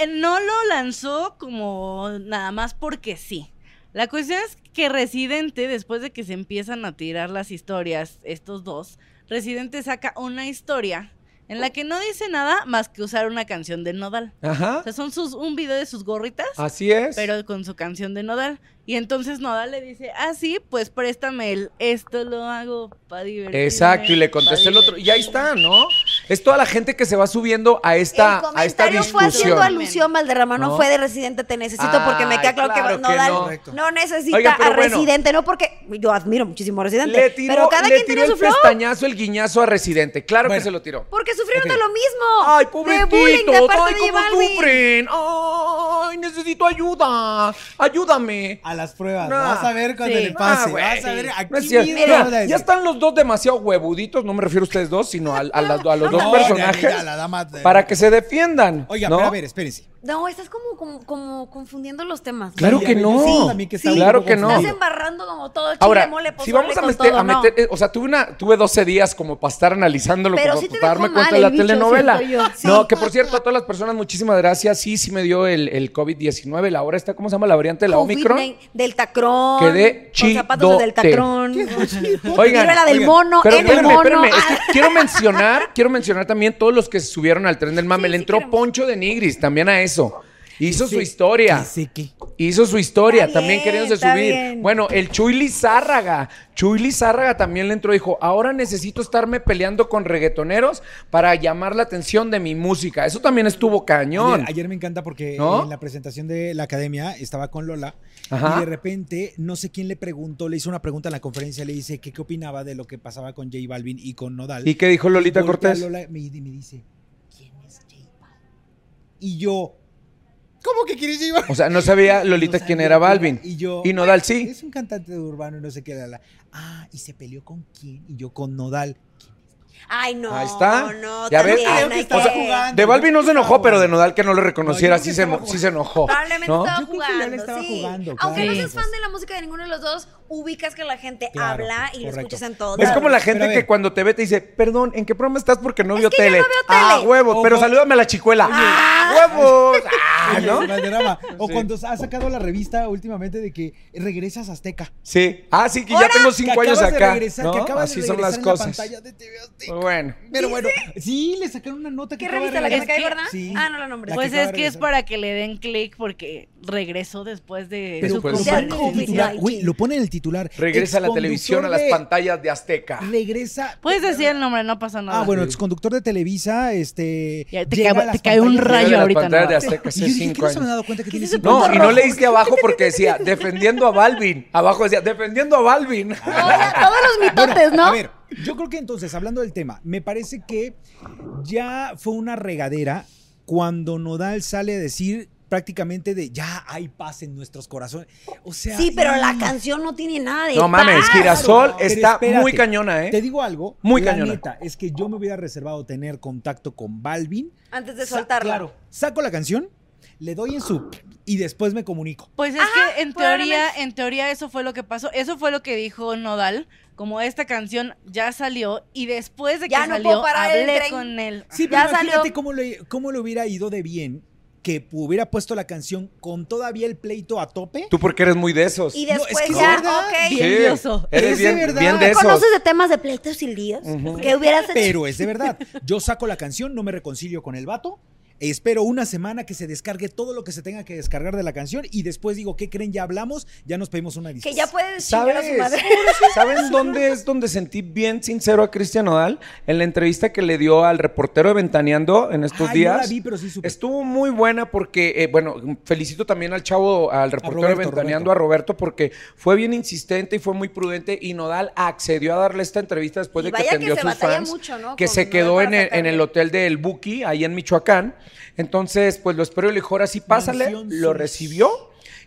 [SPEAKER 4] Eh, No lo lanzó como nada más porque sí. La cuestión es que Residente, después de que se empiezan a tirar las historias, estos dos, Residente saca una historia en la que no dice nada más que usar una canción de Nodal.
[SPEAKER 3] Ajá.
[SPEAKER 4] O sea, son sus, un video de sus gorritas,
[SPEAKER 3] Así es.
[SPEAKER 4] pero con su canción de Nodal. Y entonces Nodal le dice, ah, sí, pues préstame el esto lo hago para divertirme.
[SPEAKER 3] Exacto, y le contesté
[SPEAKER 4] pa'
[SPEAKER 3] el otro. Y ahí
[SPEAKER 4] divertirme".
[SPEAKER 3] está, ¿no? Es toda la gente que se va subiendo a
[SPEAKER 1] el
[SPEAKER 3] esta, a esta
[SPEAKER 1] comentario fue haciendo
[SPEAKER 3] Ah, discusión.
[SPEAKER 1] alusión, Valderrama, no,
[SPEAKER 3] No.
[SPEAKER 1] fue de Residente Te Necesito, porque me queda
[SPEAKER 3] Ay,
[SPEAKER 1] claro,
[SPEAKER 3] claro
[SPEAKER 1] que, no,
[SPEAKER 3] que
[SPEAKER 1] Dal-
[SPEAKER 3] no.
[SPEAKER 2] Correcto.
[SPEAKER 1] no necesita
[SPEAKER 3] Oiga, pero
[SPEAKER 1] a
[SPEAKER 3] bueno.
[SPEAKER 1] Residente, no porque yo admiro muchísimo a Residente,
[SPEAKER 3] Le tiró,
[SPEAKER 1] pero cada
[SPEAKER 3] le
[SPEAKER 1] quien
[SPEAKER 3] tiró
[SPEAKER 1] tiene su
[SPEAKER 3] el
[SPEAKER 1] flow,
[SPEAKER 3] pestañazo, el guiñazo a Residente. Claro
[SPEAKER 2] Bueno.
[SPEAKER 3] que se lo tiró.
[SPEAKER 1] porque sufrieron
[SPEAKER 2] Ok.
[SPEAKER 1] de lo mismo,
[SPEAKER 3] Ay,
[SPEAKER 1] de
[SPEAKER 3] pobrecito.
[SPEAKER 1] bullying de parte
[SPEAKER 3] Ay,
[SPEAKER 1] de J
[SPEAKER 3] cómo
[SPEAKER 1] Balvin.
[SPEAKER 3] sufren. Ay, necesito ayuda. Ayúdame.
[SPEAKER 2] A las pruebas,
[SPEAKER 3] No.
[SPEAKER 2] vas a ver cuando
[SPEAKER 4] Sí.
[SPEAKER 2] le pase,
[SPEAKER 3] Ah, güey.
[SPEAKER 2] vas a ver aquí
[SPEAKER 3] No es cierto.
[SPEAKER 2] mismo
[SPEAKER 3] Mira,
[SPEAKER 2] vas a decir,
[SPEAKER 3] ya están los dos demasiado huevuditos, no me refiero a ustedes dos, sino al- a, las- a los
[SPEAKER 2] "No,
[SPEAKER 3] dos
[SPEAKER 2] ya,
[SPEAKER 3] personajes,
[SPEAKER 2] ya, la dama de-
[SPEAKER 3] para que se defiendan.
[SPEAKER 2] Oiga,
[SPEAKER 3] ¿no?
[SPEAKER 2] pero a ver, espérense.
[SPEAKER 1] No, estás como, como, como confundiendo los temas.
[SPEAKER 3] Claro
[SPEAKER 2] Sí,
[SPEAKER 3] que
[SPEAKER 2] a ver,
[SPEAKER 3] no.
[SPEAKER 2] yo siento también que está
[SPEAKER 1] Sí.
[SPEAKER 2] un
[SPEAKER 3] Claro
[SPEAKER 2] poco
[SPEAKER 3] que no.
[SPEAKER 2] confundido.
[SPEAKER 1] Estás embarrando como todo chile,
[SPEAKER 3] Ahora,
[SPEAKER 1] mole, pozole
[SPEAKER 3] si vamos a
[SPEAKER 1] con
[SPEAKER 3] meter,
[SPEAKER 1] todo,
[SPEAKER 3] a meter-
[SPEAKER 1] no.
[SPEAKER 3] eh, o sea, tuve una, tuve 12 días como para estar analizándolo,
[SPEAKER 1] Pero
[SPEAKER 3] como
[SPEAKER 1] sí te
[SPEAKER 3] para darme
[SPEAKER 1] dejó
[SPEAKER 3] cuenta
[SPEAKER 1] mal
[SPEAKER 3] de
[SPEAKER 1] el
[SPEAKER 3] la
[SPEAKER 1] bicho,
[SPEAKER 3] telenovela.
[SPEAKER 1] siento yo. Sí.
[SPEAKER 3] No, que por cierto, a todas las personas, muchísimas gracias. Sí, sí me dio el, el COVID-19, la hora está, ¿cómo se llama? La variante de la
[SPEAKER 1] COVID,
[SPEAKER 3] Omicron.
[SPEAKER 1] nen- del tacrón.
[SPEAKER 3] Quedé
[SPEAKER 1] Con zapatos del
[SPEAKER 3] chidote.
[SPEAKER 1] tacrón.
[SPEAKER 3] Oigan,
[SPEAKER 1] Mira la del
[SPEAKER 2] oigan,
[SPEAKER 1] mono,
[SPEAKER 3] Pero
[SPEAKER 1] en el
[SPEAKER 3] espérenme,
[SPEAKER 1] mono.
[SPEAKER 3] espérenme, es
[SPEAKER 1] Ah, (laughs)
[SPEAKER 3] que quiero mencionar, quiero mencionar también todos los que se subieron al tren del mame.
[SPEAKER 1] Sí,
[SPEAKER 3] Le
[SPEAKER 1] sí
[SPEAKER 3] entró
[SPEAKER 1] queremos.
[SPEAKER 3] Poncho de Nigris también a eso. Hizo su
[SPEAKER 2] Sí,
[SPEAKER 3] historia.
[SPEAKER 2] que sé que-
[SPEAKER 3] Hizo su historia,
[SPEAKER 1] Está
[SPEAKER 3] también
[SPEAKER 1] bien,
[SPEAKER 3] queriéndose
[SPEAKER 1] está
[SPEAKER 3] subir.
[SPEAKER 1] bien.
[SPEAKER 3] Bueno, el Chuy Lizárraga. Chuy Lizárraga también le entró y dijo: Ahora necesito estarme peleando con reggaetoneros para llamar la atención de mi música. Eso también estuvo cañón.
[SPEAKER 2] Ayer, ayer me encanta porque
[SPEAKER 3] ¿No?
[SPEAKER 2] en la presentación de la academia estaba con Lola
[SPEAKER 3] Ajá.
[SPEAKER 2] y de repente no sé quién le preguntó, le hizo una pregunta en la conferencia, le dice que qué opinaba de lo que pasaba con J Balvin y con Nodal.
[SPEAKER 3] ¿Y qué dijo Lolita
[SPEAKER 2] Voltea
[SPEAKER 3] Cortés?
[SPEAKER 2] Lola y me, y me dice, ¿quién es J Balvin? Y yo, ¿cómo que quieres J Balvin?
[SPEAKER 3] O sea, no sabía (laughs) Lolita
[SPEAKER 2] No sabía
[SPEAKER 3] quién era
[SPEAKER 2] quién
[SPEAKER 3] Balvin.
[SPEAKER 2] Y yo,
[SPEAKER 3] Y Nodal sí.
[SPEAKER 2] es un cantante urbano y no sé qué. la, la. Ah, y se peleó con quién. Y yo con Nodal.
[SPEAKER 1] Ay, no.
[SPEAKER 3] Ahí está.
[SPEAKER 1] No,
[SPEAKER 3] Ya ves,
[SPEAKER 1] también,
[SPEAKER 3] creo
[SPEAKER 2] que
[SPEAKER 1] hay
[SPEAKER 2] estaba jugando.
[SPEAKER 3] De Balvin no se enojó,
[SPEAKER 2] Estaba
[SPEAKER 3] pero de
[SPEAKER 2] bueno.
[SPEAKER 3] Nodal que no le reconociera,
[SPEAKER 2] No, yo creo
[SPEAKER 3] sí,
[SPEAKER 2] que
[SPEAKER 3] se,
[SPEAKER 2] estaba
[SPEAKER 3] mo-
[SPEAKER 2] bueno.
[SPEAKER 3] sí se enojó.
[SPEAKER 1] Probablemente
[SPEAKER 3] ¿no?
[SPEAKER 1] estaba
[SPEAKER 2] Yo creo que Lola
[SPEAKER 1] jugando.
[SPEAKER 2] estaba
[SPEAKER 1] sí.
[SPEAKER 2] jugando,
[SPEAKER 1] Aunque
[SPEAKER 2] claro.
[SPEAKER 1] no seas fan de la música de ninguno de los dos, ubicas que la gente
[SPEAKER 2] Claro,
[SPEAKER 1] habla y lo
[SPEAKER 2] correcto.
[SPEAKER 1] escuchas en todo.
[SPEAKER 3] Es como la
[SPEAKER 2] Pero a
[SPEAKER 3] gente
[SPEAKER 2] ver.
[SPEAKER 3] que cuando te ve te dice, perdón, ¿en qué programa estás? Porque no
[SPEAKER 1] Es
[SPEAKER 3] vio
[SPEAKER 1] que yo
[SPEAKER 3] tele.
[SPEAKER 1] no veo
[SPEAKER 3] Ah,
[SPEAKER 1] tele.
[SPEAKER 3] huevos, pero
[SPEAKER 2] Ojo.
[SPEAKER 3] salúdame a la chicuela.
[SPEAKER 1] Ah. (laughs)
[SPEAKER 3] ¡Huevos! Ah,
[SPEAKER 2] Oye,
[SPEAKER 3] ¿no?
[SPEAKER 2] Valderrama, O
[SPEAKER 3] Sí.
[SPEAKER 2] cuando ha sacado la revista últimamente de que regresas a Azteca.
[SPEAKER 3] Sí. Ah, sí, que ya
[SPEAKER 1] Ahora,
[SPEAKER 3] tengo
[SPEAKER 2] Que
[SPEAKER 3] cinco años
[SPEAKER 2] acabas de
[SPEAKER 3] acá.
[SPEAKER 2] regresar,
[SPEAKER 3] ¿no?
[SPEAKER 2] que acabas
[SPEAKER 3] Así
[SPEAKER 2] de
[SPEAKER 3] son
[SPEAKER 2] regresar
[SPEAKER 3] las
[SPEAKER 2] en la
[SPEAKER 3] cosas. Pues
[SPEAKER 2] pantalla de TV Azteca.
[SPEAKER 3] Bueno.
[SPEAKER 2] Pero bueno, sí, le sacaron una nota que
[SPEAKER 1] ¿Qué
[SPEAKER 2] acaba de
[SPEAKER 1] revista? ¿La que me
[SPEAKER 2] regresar.
[SPEAKER 1] cae gorda?
[SPEAKER 2] Sí.
[SPEAKER 1] Ah, no la nombré.
[SPEAKER 2] La
[SPEAKER 4] Pues
[SPEAKER 2] acaba
[SPEAKER 4] es
[SPEAKER 2] de
[SPEAKER 4] que es
[SPEAKER 2] regresar.
[SPEAKER 4] para que le den clic porque regresó después de
[SPEAKER 2] Pero
[SPEAKER 4] su
[SPEAKER 3] Después
[SPEAKER 2] lo
[SPEAKER 3] de-
[SPEAKER 2] pone en
[SPEAKER 4] compañía.
[SPEAKER 2] el
[SPEAKER 1] COVID-19.
[SPEAKER 2] titular, güey, lo pone en el titular.
[SPEAKER 3] Regresa a la televisión, a las
[SPEAKER 2] Exconductor
[SPEAKER 3] pantallas de Azteca.
[SPEAKER 2] de- Regresa.
[SPEAKER 4] Puedes decir el nombre, Pues, no pasa nada.
[SPEAKER 2] Ah, bueno, exconductor de Televisa, este.
[SPEAKER 4] Ya te
[SPEAKER 2] llega a
[SPEAKER 4] cae-
[SPEAKER 2] las
[SPEAKER 4] te cae un
[SPEAKER 2] pantallas de-
[SPEAKER 4] rayo
[SPEAKER 3] Regresa a
[SPEAKER 4] ahorita,
[SPEAKER 3] Las pantallas
[SPEAKER 4] no.
[SPEAKER 3] de Azteca
[SPEAKER 2] Y yo
[SPEAKER 3] hace
[SPEAKER 2] dije, ¿qué
[SPEAKER 3] cinco
[SPEAKER 2] no se me han
[SPEAKER 3] años.
[SPEAKER 2] dado cuenta que
[SPEAKER 4] ¿Qué
[SPEAKER 2] tiene
[SPEAKER 4] es ese
[SPEAKER 2] cinco
[SPEAKER 3] No,
[SPEAKER 2] años?
[SPEAKER 3] y no le diste abajo porque decía, defendiendo a Balvin. Abajo decía, defendiendo a Balvin.
[SPEAKER 1] O sea, todos los mitotes,
[SPEAKER 2] A
[SPEAKER 1] ¿no?
[SPEAKER 2] ver, yo creo que entonces, hablando del tema, me parece que ya fue una regadera cuando Nodal sale a decir prácticamente de ya hay paz en nuestros corazones. O sea,
[SPEAKER 1] Sí, pero la
[SPEAKER 2] y-
[SPEAKER 1] canción no tiene nada de
[SPEAKER 3] Ah. No mames,
[SPEAKER 1] paz.
[SPEAKER 3] Girasol
[SPEAKER 2] Pero
[SPEAKER 3] está
[SPEAKER 2] espérate,
[SPEAKER 3] muy cañona,
[SPEAKER 2] Te
[SPEAKER 3] ¿eh?
[SPEAKER 2] digo algo,
[SPEAKER 3] Muy
[SPEAKER 2] la
[SPEAKER 3] cañona.
[SPEAKER 2] neta es que yo me hubiera reservado tener contacto con Balvin.
[SPEAKER 1] Antes de
[SPEAKER 2] Sa-
[SPEAKER 1] soltarla.
[SPEAKER 2] Claro, saco la canción, le doy en su y después me comunico.
[SPEAKER 4] Pues es que en teoría, en teoría eso fue lo que pasó. Eso fue lo que dijo Nodal. Como esta canción ya salió y después de que
[SPEAKER 1] Ya no
[SPEAKER 4] salió
[SPEAKER 1] puedo parar el
[SPEAKER 4] hablé
[SPEAKER 1] tren.
[SPEAKER 4] con él.
[SPEAKER 2] Sí, pero
[SPEAKER 1] Ya
[SPEAKER 2] imagínate
[SPEAKER 1] salió.
[SPEAKER 2] cómo le, cómo le hubiera ido de bien que hubiera puesto la canción con todavía el pleito a tope.
[SPEAKER 3] Tú porque eres muy de esos.
[SPEAKER 1] Y
[SPEAKER 2] No, es
[SPEAKER 1] después
[SPEAKER 2] que es
[SPEAKER 1] ya,
[SPEAKER 2] verdad,
[SPEAKER 1] ok.
[SPEAKER 4] bien dioso.
[SPEAKER 3] Eres
[SPEAKER 2] Es de
[SPEAKER 3] bien,
[SPEAKER 2] verdad.
[SPEAKER 3] bien de
[SPEAKER 2] ¿Me
[SPEAKER 3] esos. Mm.
[SPEAKER 1] ¿Conoces de temas de pleitos y líos?
[SPEAKER 3] Ujú.
[SPEAKER 1] Que hubieras hecho.
[SPEAKER 2] Pero es de verdad. Yo saco la canción, no me reconcilio con el vato. Espero una semana que se descargue todo lo que se tenga que descargar de la canción y después digo, ¿qué creen? Ya hablamos, ya nos pedimos una
[SPEAKER 1] que
[SPEAKER 2] disculpa.
[SPEAKER 1] ya puedes chingar a su
[SPEAKER 3] (laughs) ¿Sabes?
[SPEAKER 1] madre. (laughs)
[SPEAKER 3] ¿Saben dónde es donde sentí bien sincero a Cristian Odal? En la entrevista que le dio al reportero de Ventaneando en estos
[SPEAKER 2] Ay,
[SPEAKER 3] días.
[SPEAKER 2] No la vi, pero sí supe.
[SPEAKER 3] Estuvo muy buena porque, eh, bueno, felicito también al chavo, al reportero de
[SPEAKER 2] Roberto,
[SPEAKER 3] Ventaneando, a Roberto, porque fue bien insistente y fue muy prudente y Nodal accedió a darle esta entrevista después
[SPEAKER 1] Y
[SPEAKER 3] de que
[SPEAKER 1] vaya que
[SPEAKER 3] atendió
[SPEAKER 1] se
[SPEAKER 3] a sus
[SPEAKER 1] batalla
[SPEAKER 3] fans,
[SPEAKER 1] mucho, ¿no?
[SPEAKER 3] que
[SPEAKER 1] Con
[SPEAKER 3] se
[SPEAKER 1] Nodal
[SPEAKER 3] quedó
[SPEAKER 1] para
[SPEAKER 3] en el, en
[SPEAKER 1] sacarle.
[SPEAKER 3] el hotel del Buki, ahí en Michoacán. Entonces, pues lo espero y le dijo, ahora sí, pásale,
[SPEAKER 2] Mansión
[SPEAKER 3] lo
[SPEAKER 2] Sur.
[SPEAKER 3] recibió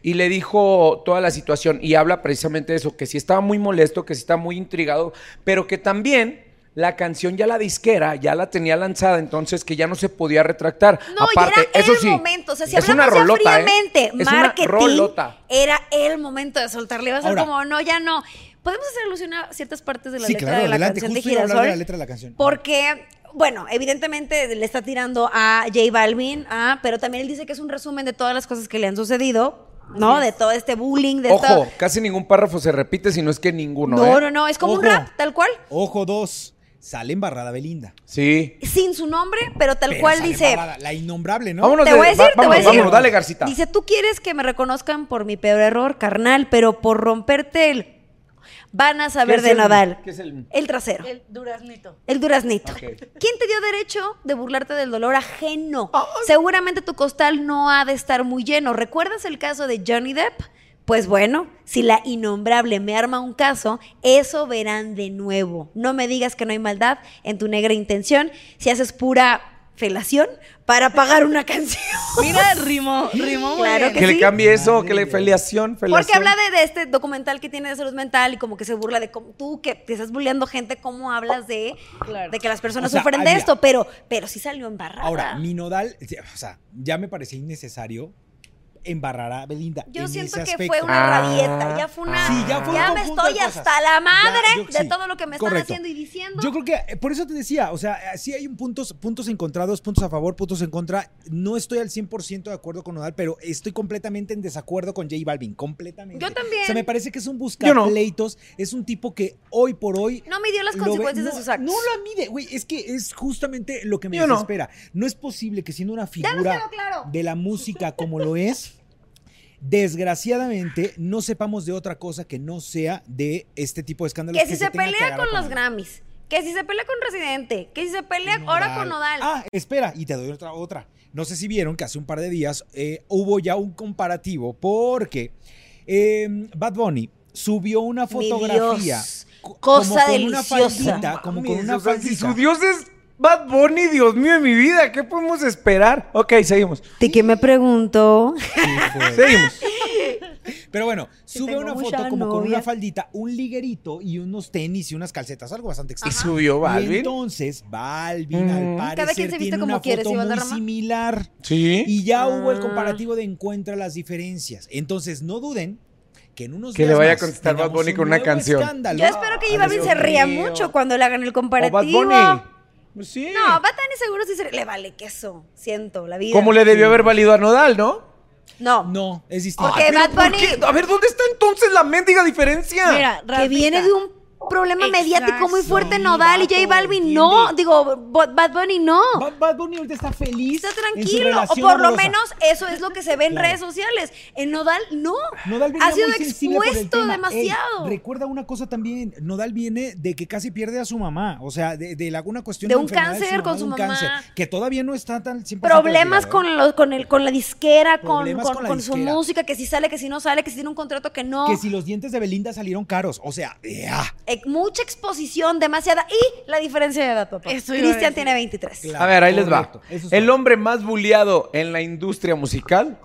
[SPEAKER 3] y le dijo toda la situación y habla precisamente de eso, que sí estaba muy molesto, que sí estaba muy intrigado, pero que también la canción ya la disquera ya la tenía lanzada, entonces que ya no se podía retractar.
[SPEAKER 1] No,
[SPEAKER 3] Aparte,
[SPEAKER 1] y era
[SPEAKER 3] eso
[SPEAKER 1] el
[SPEAKER 3] sí,
[SPEAKER 1] momento. O sea, si
[SPEAKER 3] es una
[SPEAKER 1] hablamos ya
[SPEAKER 3] rolota, ¿eh?
[SPEAKER 1] fríamente,
[SPEAKER 3] Es una
[SPEAKER 1] marketing,
[SPEAKER 3] rolota.
[SPEAKER 1] era el momento de soltarle. Iba a ser
[SPEAKER 2] Ahora.
[SPEAKER 1] como, no, ya no. Podemos hacer alusión a ciertas partes de la
[SPEAKER 2] sí,
[SPEAKER 1] letra
[SPEAKER 2] claro,
[SPEAKER 1] de la
[SPEAKER 2] adelante.
[SPEAKER 1] canción de
[SPEAKER 2] Justo iba a hablar de la
[SPEAKER 1] Girasol.
[SPEAKER 2] letra de la canción.
[SPEAKER 1] Porque, bueno, evidentemente le está tirando a J Balvin, ah, pero también él dice que es un resumen de todas las cosas que le han sucedido, ¿no? De todo este bullying, de
[SPEAKER 3] Ojo,
[SPEAKER 1] todo.
[SPEAKER 3] casi ningún párrafo se repite, si no es que ninguno.
[SPEAKER 1] No,
[SPEAKER 3] ¿eh?
[SPEAKER 1] no, no, es como un
[SPEAKER 2] Ojo.
[SPEAKER 1] rap, tal cual.
[SPEAKER 2] Ojo dos, sale embarrada Belinda.
[SPEAKER 3] Sí.
[SPEAKER 1] Sin su nombre, pero tal
[SPEAKER 2] Pero
[SPEAKER 1] cual
[SPEAKER 2] sale
[SPEAKER 1] dice.
[SPEAKER 2] embarrada, La innombrable, ¿no?
[SPEAKER 3] Vámonos,
[SPEAKER 1] Te
[SPEAKER 3] de-
[SPEAKER 1] voy a decir,
[SPEAKER 3] va-
[SPEAKER 1] te voy a
[SPEAKER 3] vámonos,
[SPEAKER 1] decir.
[SPEAKER 3] vámonos, dale, Garcita.
[SPEAKER 1] Dice, tú quieres que me reconozcan por mi peor error, carnal, pero por romperte el... Van a
[SPEAKER 3] ¿Qué
[SPEAKER 1] saber
[SPEAKER 3] es
[SPEAKER 1] de
[SPEAKER 3] el-
[SPEAKER 1] Nadal.
[SPEAKER 3] qué es el-
[SPEAKER 1] trasero. El,
[SPEAKER 4] El duraznito.
[SPEAKER 1] duraznito.
[SPEAKER 3] Ok.
[SPEAKER 1] ¿Quién te dio derecho de burlarte del dolor ajeno? Seguramente tu costal no ha de estar muy lleno. ¿Recuerdas el caso de Johnny Depp? Pues bueno, si la innombrable me arma un caso, eso verán de nuevo. No me digas que no hay maldad en tu negra intención si haces pura felación para pagar una canción.
[SPEAKER 4] Mira, rimó, rimó muy
[SPEAKER 1] Claro
[SPEAKER 4] bien.
[SPEAKER 1] que
[SPEAKER 3] Que le
[SPEAKER 1] sí.
[SPEAKER 3] cambie eso, que le
[SPEAKER 2] Madre.
[SPEAKER 3] filiación,
[SPEAKER 1] Porque
[SPEAKER 3] filiación.
[SPEAKER 1] habla de, de este documental que tiene de salud mental y como que se burla de cómo tú que te estás bulleando gente, cómo hablas de,
[SPEAKER 4] Claro.
[SPEAKER 1] de que las personas
[SPEAKER 2] O sea,
[SPEAKER 1] sufren
[SPEAKER 2] ah,
[SPEAKER 1] de
[SPEAKER 2] mira.
[SPEAKER 1] esto, pero, pero sí salió embarrada.
[SPEAKER 2] Ahora, mi nodal, o sea, ya me parecía innecesario embarrar a Belinda.
[SPEAKER 1] yo
[SPEAKER 2] en
[SPEAKER 1] siento que
[SPEAKER 2] ese
[SPEAKER 1] fue
[SPEAKER 2] aspecto.
[SPEAKER 1] una
[SPEAKER 3] Ah,
[SPEAKER 1] rabieta, ya fue una.
[SPEAKER 2] Sí, ya fue un
[SPEAKER 1] me
[SPEAKER 2] conjunto de
[SPEAKER 1] estoy
[SPEAKER 2] cosas.
[SPEAKER 1] hasta la madre
[SPEAKER 2] Ya, yo-
[SPEAKER 1] de
[SPEAKER 2] sí,
[SPEAKER 1] todo lo que me
[SPEAKER 2] correcto.
[SPEAKER 1] están haciendo y diciendo.
[SPEAKER 2] Yo creo que eh, por eso te decía, o sea, eh, sí hay un puntos, puntos encontrados, puntos a favor, puntos en contra. No estoy al 100% de acuerdo con Nodal, pero estoy completamente en desacuerdo con J Balvin, completamente.
[SPEAKER 1] Yo también.
[SPEAKER 2] O sea, me parece que es un
[SPEAKER 3] Yo no.
[SPEAKER 2] buscapleitos, es un tipo que hoy por hoy
[SPEAKER 1] no me dio las
[SPEAKER 2] lo
[SPEAKER 1] consecuencias
[SPEAKER 2] ve-
[SPEAKER 1] de
[SPEAKER 2] no,
[SPEAKER 1] sus actos.
[SPEAKER 2] No la mide, güey. Es que es justamente lo que me
[SPEAKER 3] Yo no.
[SPEAKER 2] desespera. No. es posible que siendo una
[SPEAKER 1] Ya nos
[SPEAKER 2] figura
[SPEAKER 1] quedó claro.
[SPEAKER 2] de la música como lo es, desgraciadamente no sepamos de otra cosa que no sea de este tipo de escándalos.
[SPEAKER 1] que si se,
[SPEAKER 2] tenga que
[SPEAKER 1] pelea
[SPEAKER 2] agarrar
[SPEAKER 1] con los
[SPEAKER 2] él.
[SPEAKER 1] Grammys, que si se pelea con Residente, que si se pelea
[SPEAKER 2] Nodal.
[SPEAKER 1] ahora con Nodal.
[SPEAKER 2] Ah, espera, y te doy otra, otra. No sé si vieron que hace un par de días eh, hubo ya un comparativo porque eh, Bad Bunny subió una
[SPEAKER 1] Mi
[SPEAKER 2] fotografía.
[SPEAKER 1] Dios,
[SPEAKER 2] co-
[SPEAKER 1] cosa
[SPEAKER 2] como con una
[SPEAKER 1] deliciosa.
[SPEAKER 2] faldita, Ah, como con
[SPEAKER 3] Mames,
[SPEAKER 2] una
[SPEAKER 3] o sea, si
[SPEAKER 2] faldita.
[SPEAKER 3] su dios es Bad Bunny, Dios mío, en mi vida, ¿qué podemos esperar? Ok, seguimos.
[SPEAKER 1] ¿De qué me pregunto?
[SPEAKER 3] Seguimos.
[SPEAKER 2] Pero bueno,
[SPEAKER 1] Que
[SPEAKER 2] sube
[SPEAKER 1] tengo
[SPEAKER 2] una
[SPEAKER 1] mucha
[SPEAKER 2] foto como con
[SPEAKER 1] novia.
[SPEAKER 2] una faldita, un liguerito y unos tenis y unas calcetas, algo bastante
[SPEAKER 3] Y
[SPEAKER 2] extraño.
[SPEAKER 3] subió
[SPEAKER 2] Y
[SPEAKER 3] Balvin.
[SPEAKER 2] entonces, Balvin,
[SPEAKER 3] Ujú.
[SPEAKER 2] al
[SPEAKER 1] Cada
[SPEAKER 2] parecer,
[SPEAKER 1] quien se viste
[SPEAKER 2] tiene
[SPEAKER 1] como
[SPEAKER 2] una
[SPEAKER 1] quiere,
[SPEAKER 2] foto
[SPEAKER 1] ¿sí,
[SPEAKER 2] muy
[SPEAKER 1] Valderrama?
[SPEAKER 2] similar.
[SPEAKER 3] Sí.
[SPEAKER 2] Y ya hubo el
[SPEAKER 1] Ah.
[SPEAKER 2] comparativo de encuentra las diferencias. Entonces, no duden que en unos
[SPEAKER 3] Que le
[SPEAKER 2] días
[SPEAKER 3] vaya a
[SPEAKER 2] más
[SPEAKER 3] contestar Bad
[SPEAKER 2] tengamos
[SPEAKER 3] Bunny
[SPEAKER 2] un
[SPEAKER 3] con una
[SPEAKER 2] nuevo
[SPEAKER 3] canción.
[SPEAKER 2] escándalo.
[SPEAKER 1] Yo espero que J Balvin
[SPEAKER 3] Dios
[SPEAKER 1] se ría
[SPEAKER 3] mío.
[SPEAKER 1] mucho cuando le hagan el
[SPEAKER 3] O
[SPEAKER 1] comparativo.
[SPEAKER 3] Bad Bunny. Pues sí.
[SPEAKER 1] No, Bad Bunny seguro sí se le vale queso. Siento, la vida.
[SPEAKER 3] Como le debió haber valido a Nodal, ¿no?
[SPEAKER 1] No.
[SPEAKER 2] No, es distinto.
[SPEAKER 1] Porque
[SPEAKER 3] Pero,
[SPEAKER 1] Bad
[SPEAKER 3] ¿por
[SPEAKER 1] Bunny
[SPEAKER 3] qué? A ver, ¿dónde está entonces la mendiga diferencia?
[SPEAKER 4] Mira,
[SPEAKER 1] que
[SPEAKER 4] rapita.
[SPEAKER 1] viene de un problema
[SPEAKER 4] Exacto.
[SPEAKER 1] mediático muy fuerte
[SPEAKER 2] Sí,
[SPEAKER 1] Nodal y J
[SPEAKER 2] vato,
[SPEAKER 1] Balvin
[SPEAKER 2] entiende.
[SPEAKER 1] no, digo Bo- Bad Bunny no.
[SPEAKER 3] Ah.
[SPEAKER 2] Ba- Bad Bunny ahorita está feliz.
[SPEAKER 1] Está
[SPEAKER 2] en su
[SPEAKER 1] tranquilo, o
[SPEAKER 2] relación
[SPEAKER 1] por lo
[SPEAKER 2] amorosa.
[SPEAKER 1] menos eso es lo que se ve en
[SPEAKER 2] Claro.
[SPEAKER 1] redes sociales. En Nodal no.
[SPEAKER 2] Nodal venía
[SPEAKER 1] ha sido
[SPEAKER 2] muy sensible por el
[SPEAKER 1] expuesto
[SPEAKER 2] tema. Ey,
[SPEAKER 1] demasiado.
[SPEAKER 2] recuerda una cosa también, Nodal viene de que casi pierde a su mamá, o sea, de, de alguna cuestión
[SPEAKER 1] De un
[SPEAKER 2] enfermedad
[SPEAKER 1] cáncer con
[SPEAKER 2] de
[SPEAKER 1] su
[SPEAKER 2] un
[SPEAKER 1] mamá.
[SPEAKER 2] que todavía no está tan 100%
[SPEAKER 1] problemas
[SPEAKER 2] retirado, ¿eh?
[SPEAKER 1] con, lo- con, el, con la disquera, con,
[SPEAKER 2] Problemas
[SPEAKER 1] con-
[SPEAKER 2] con la
[SPEAKER 1] con su
[SPEAKER 2] disquera.
[SPEAKER 1] música, que si sale, que si no sale, que si tiene un contrato que no.
[SPEAKER 2] que si los dientes de Belinda salieron caros, o sea, ¡ea!
[SPEAKER 1] Eh, mucha exposición, demasiada. Y la diferencia de edad, papá.
[SPEAKER 4] Eso iba a
[SPEAKER 1] Cristian
[SPEAKER 4] decir.
[SPEAKER 1] tiene 23.
[SPEAKER 2] Claro.
[SPEAKER 3] A ver, ahí
[SPEAKER 2] Correcto,
[SPEAKER 3] les
[SPEAKER 2] eso
[SPEAKER 3] va.
[SPEAKER 2] es
[SPEAKER 3] El
[SPEAKER 2] todo.
[SPEAKER 3] hombre más buleado en la industria musical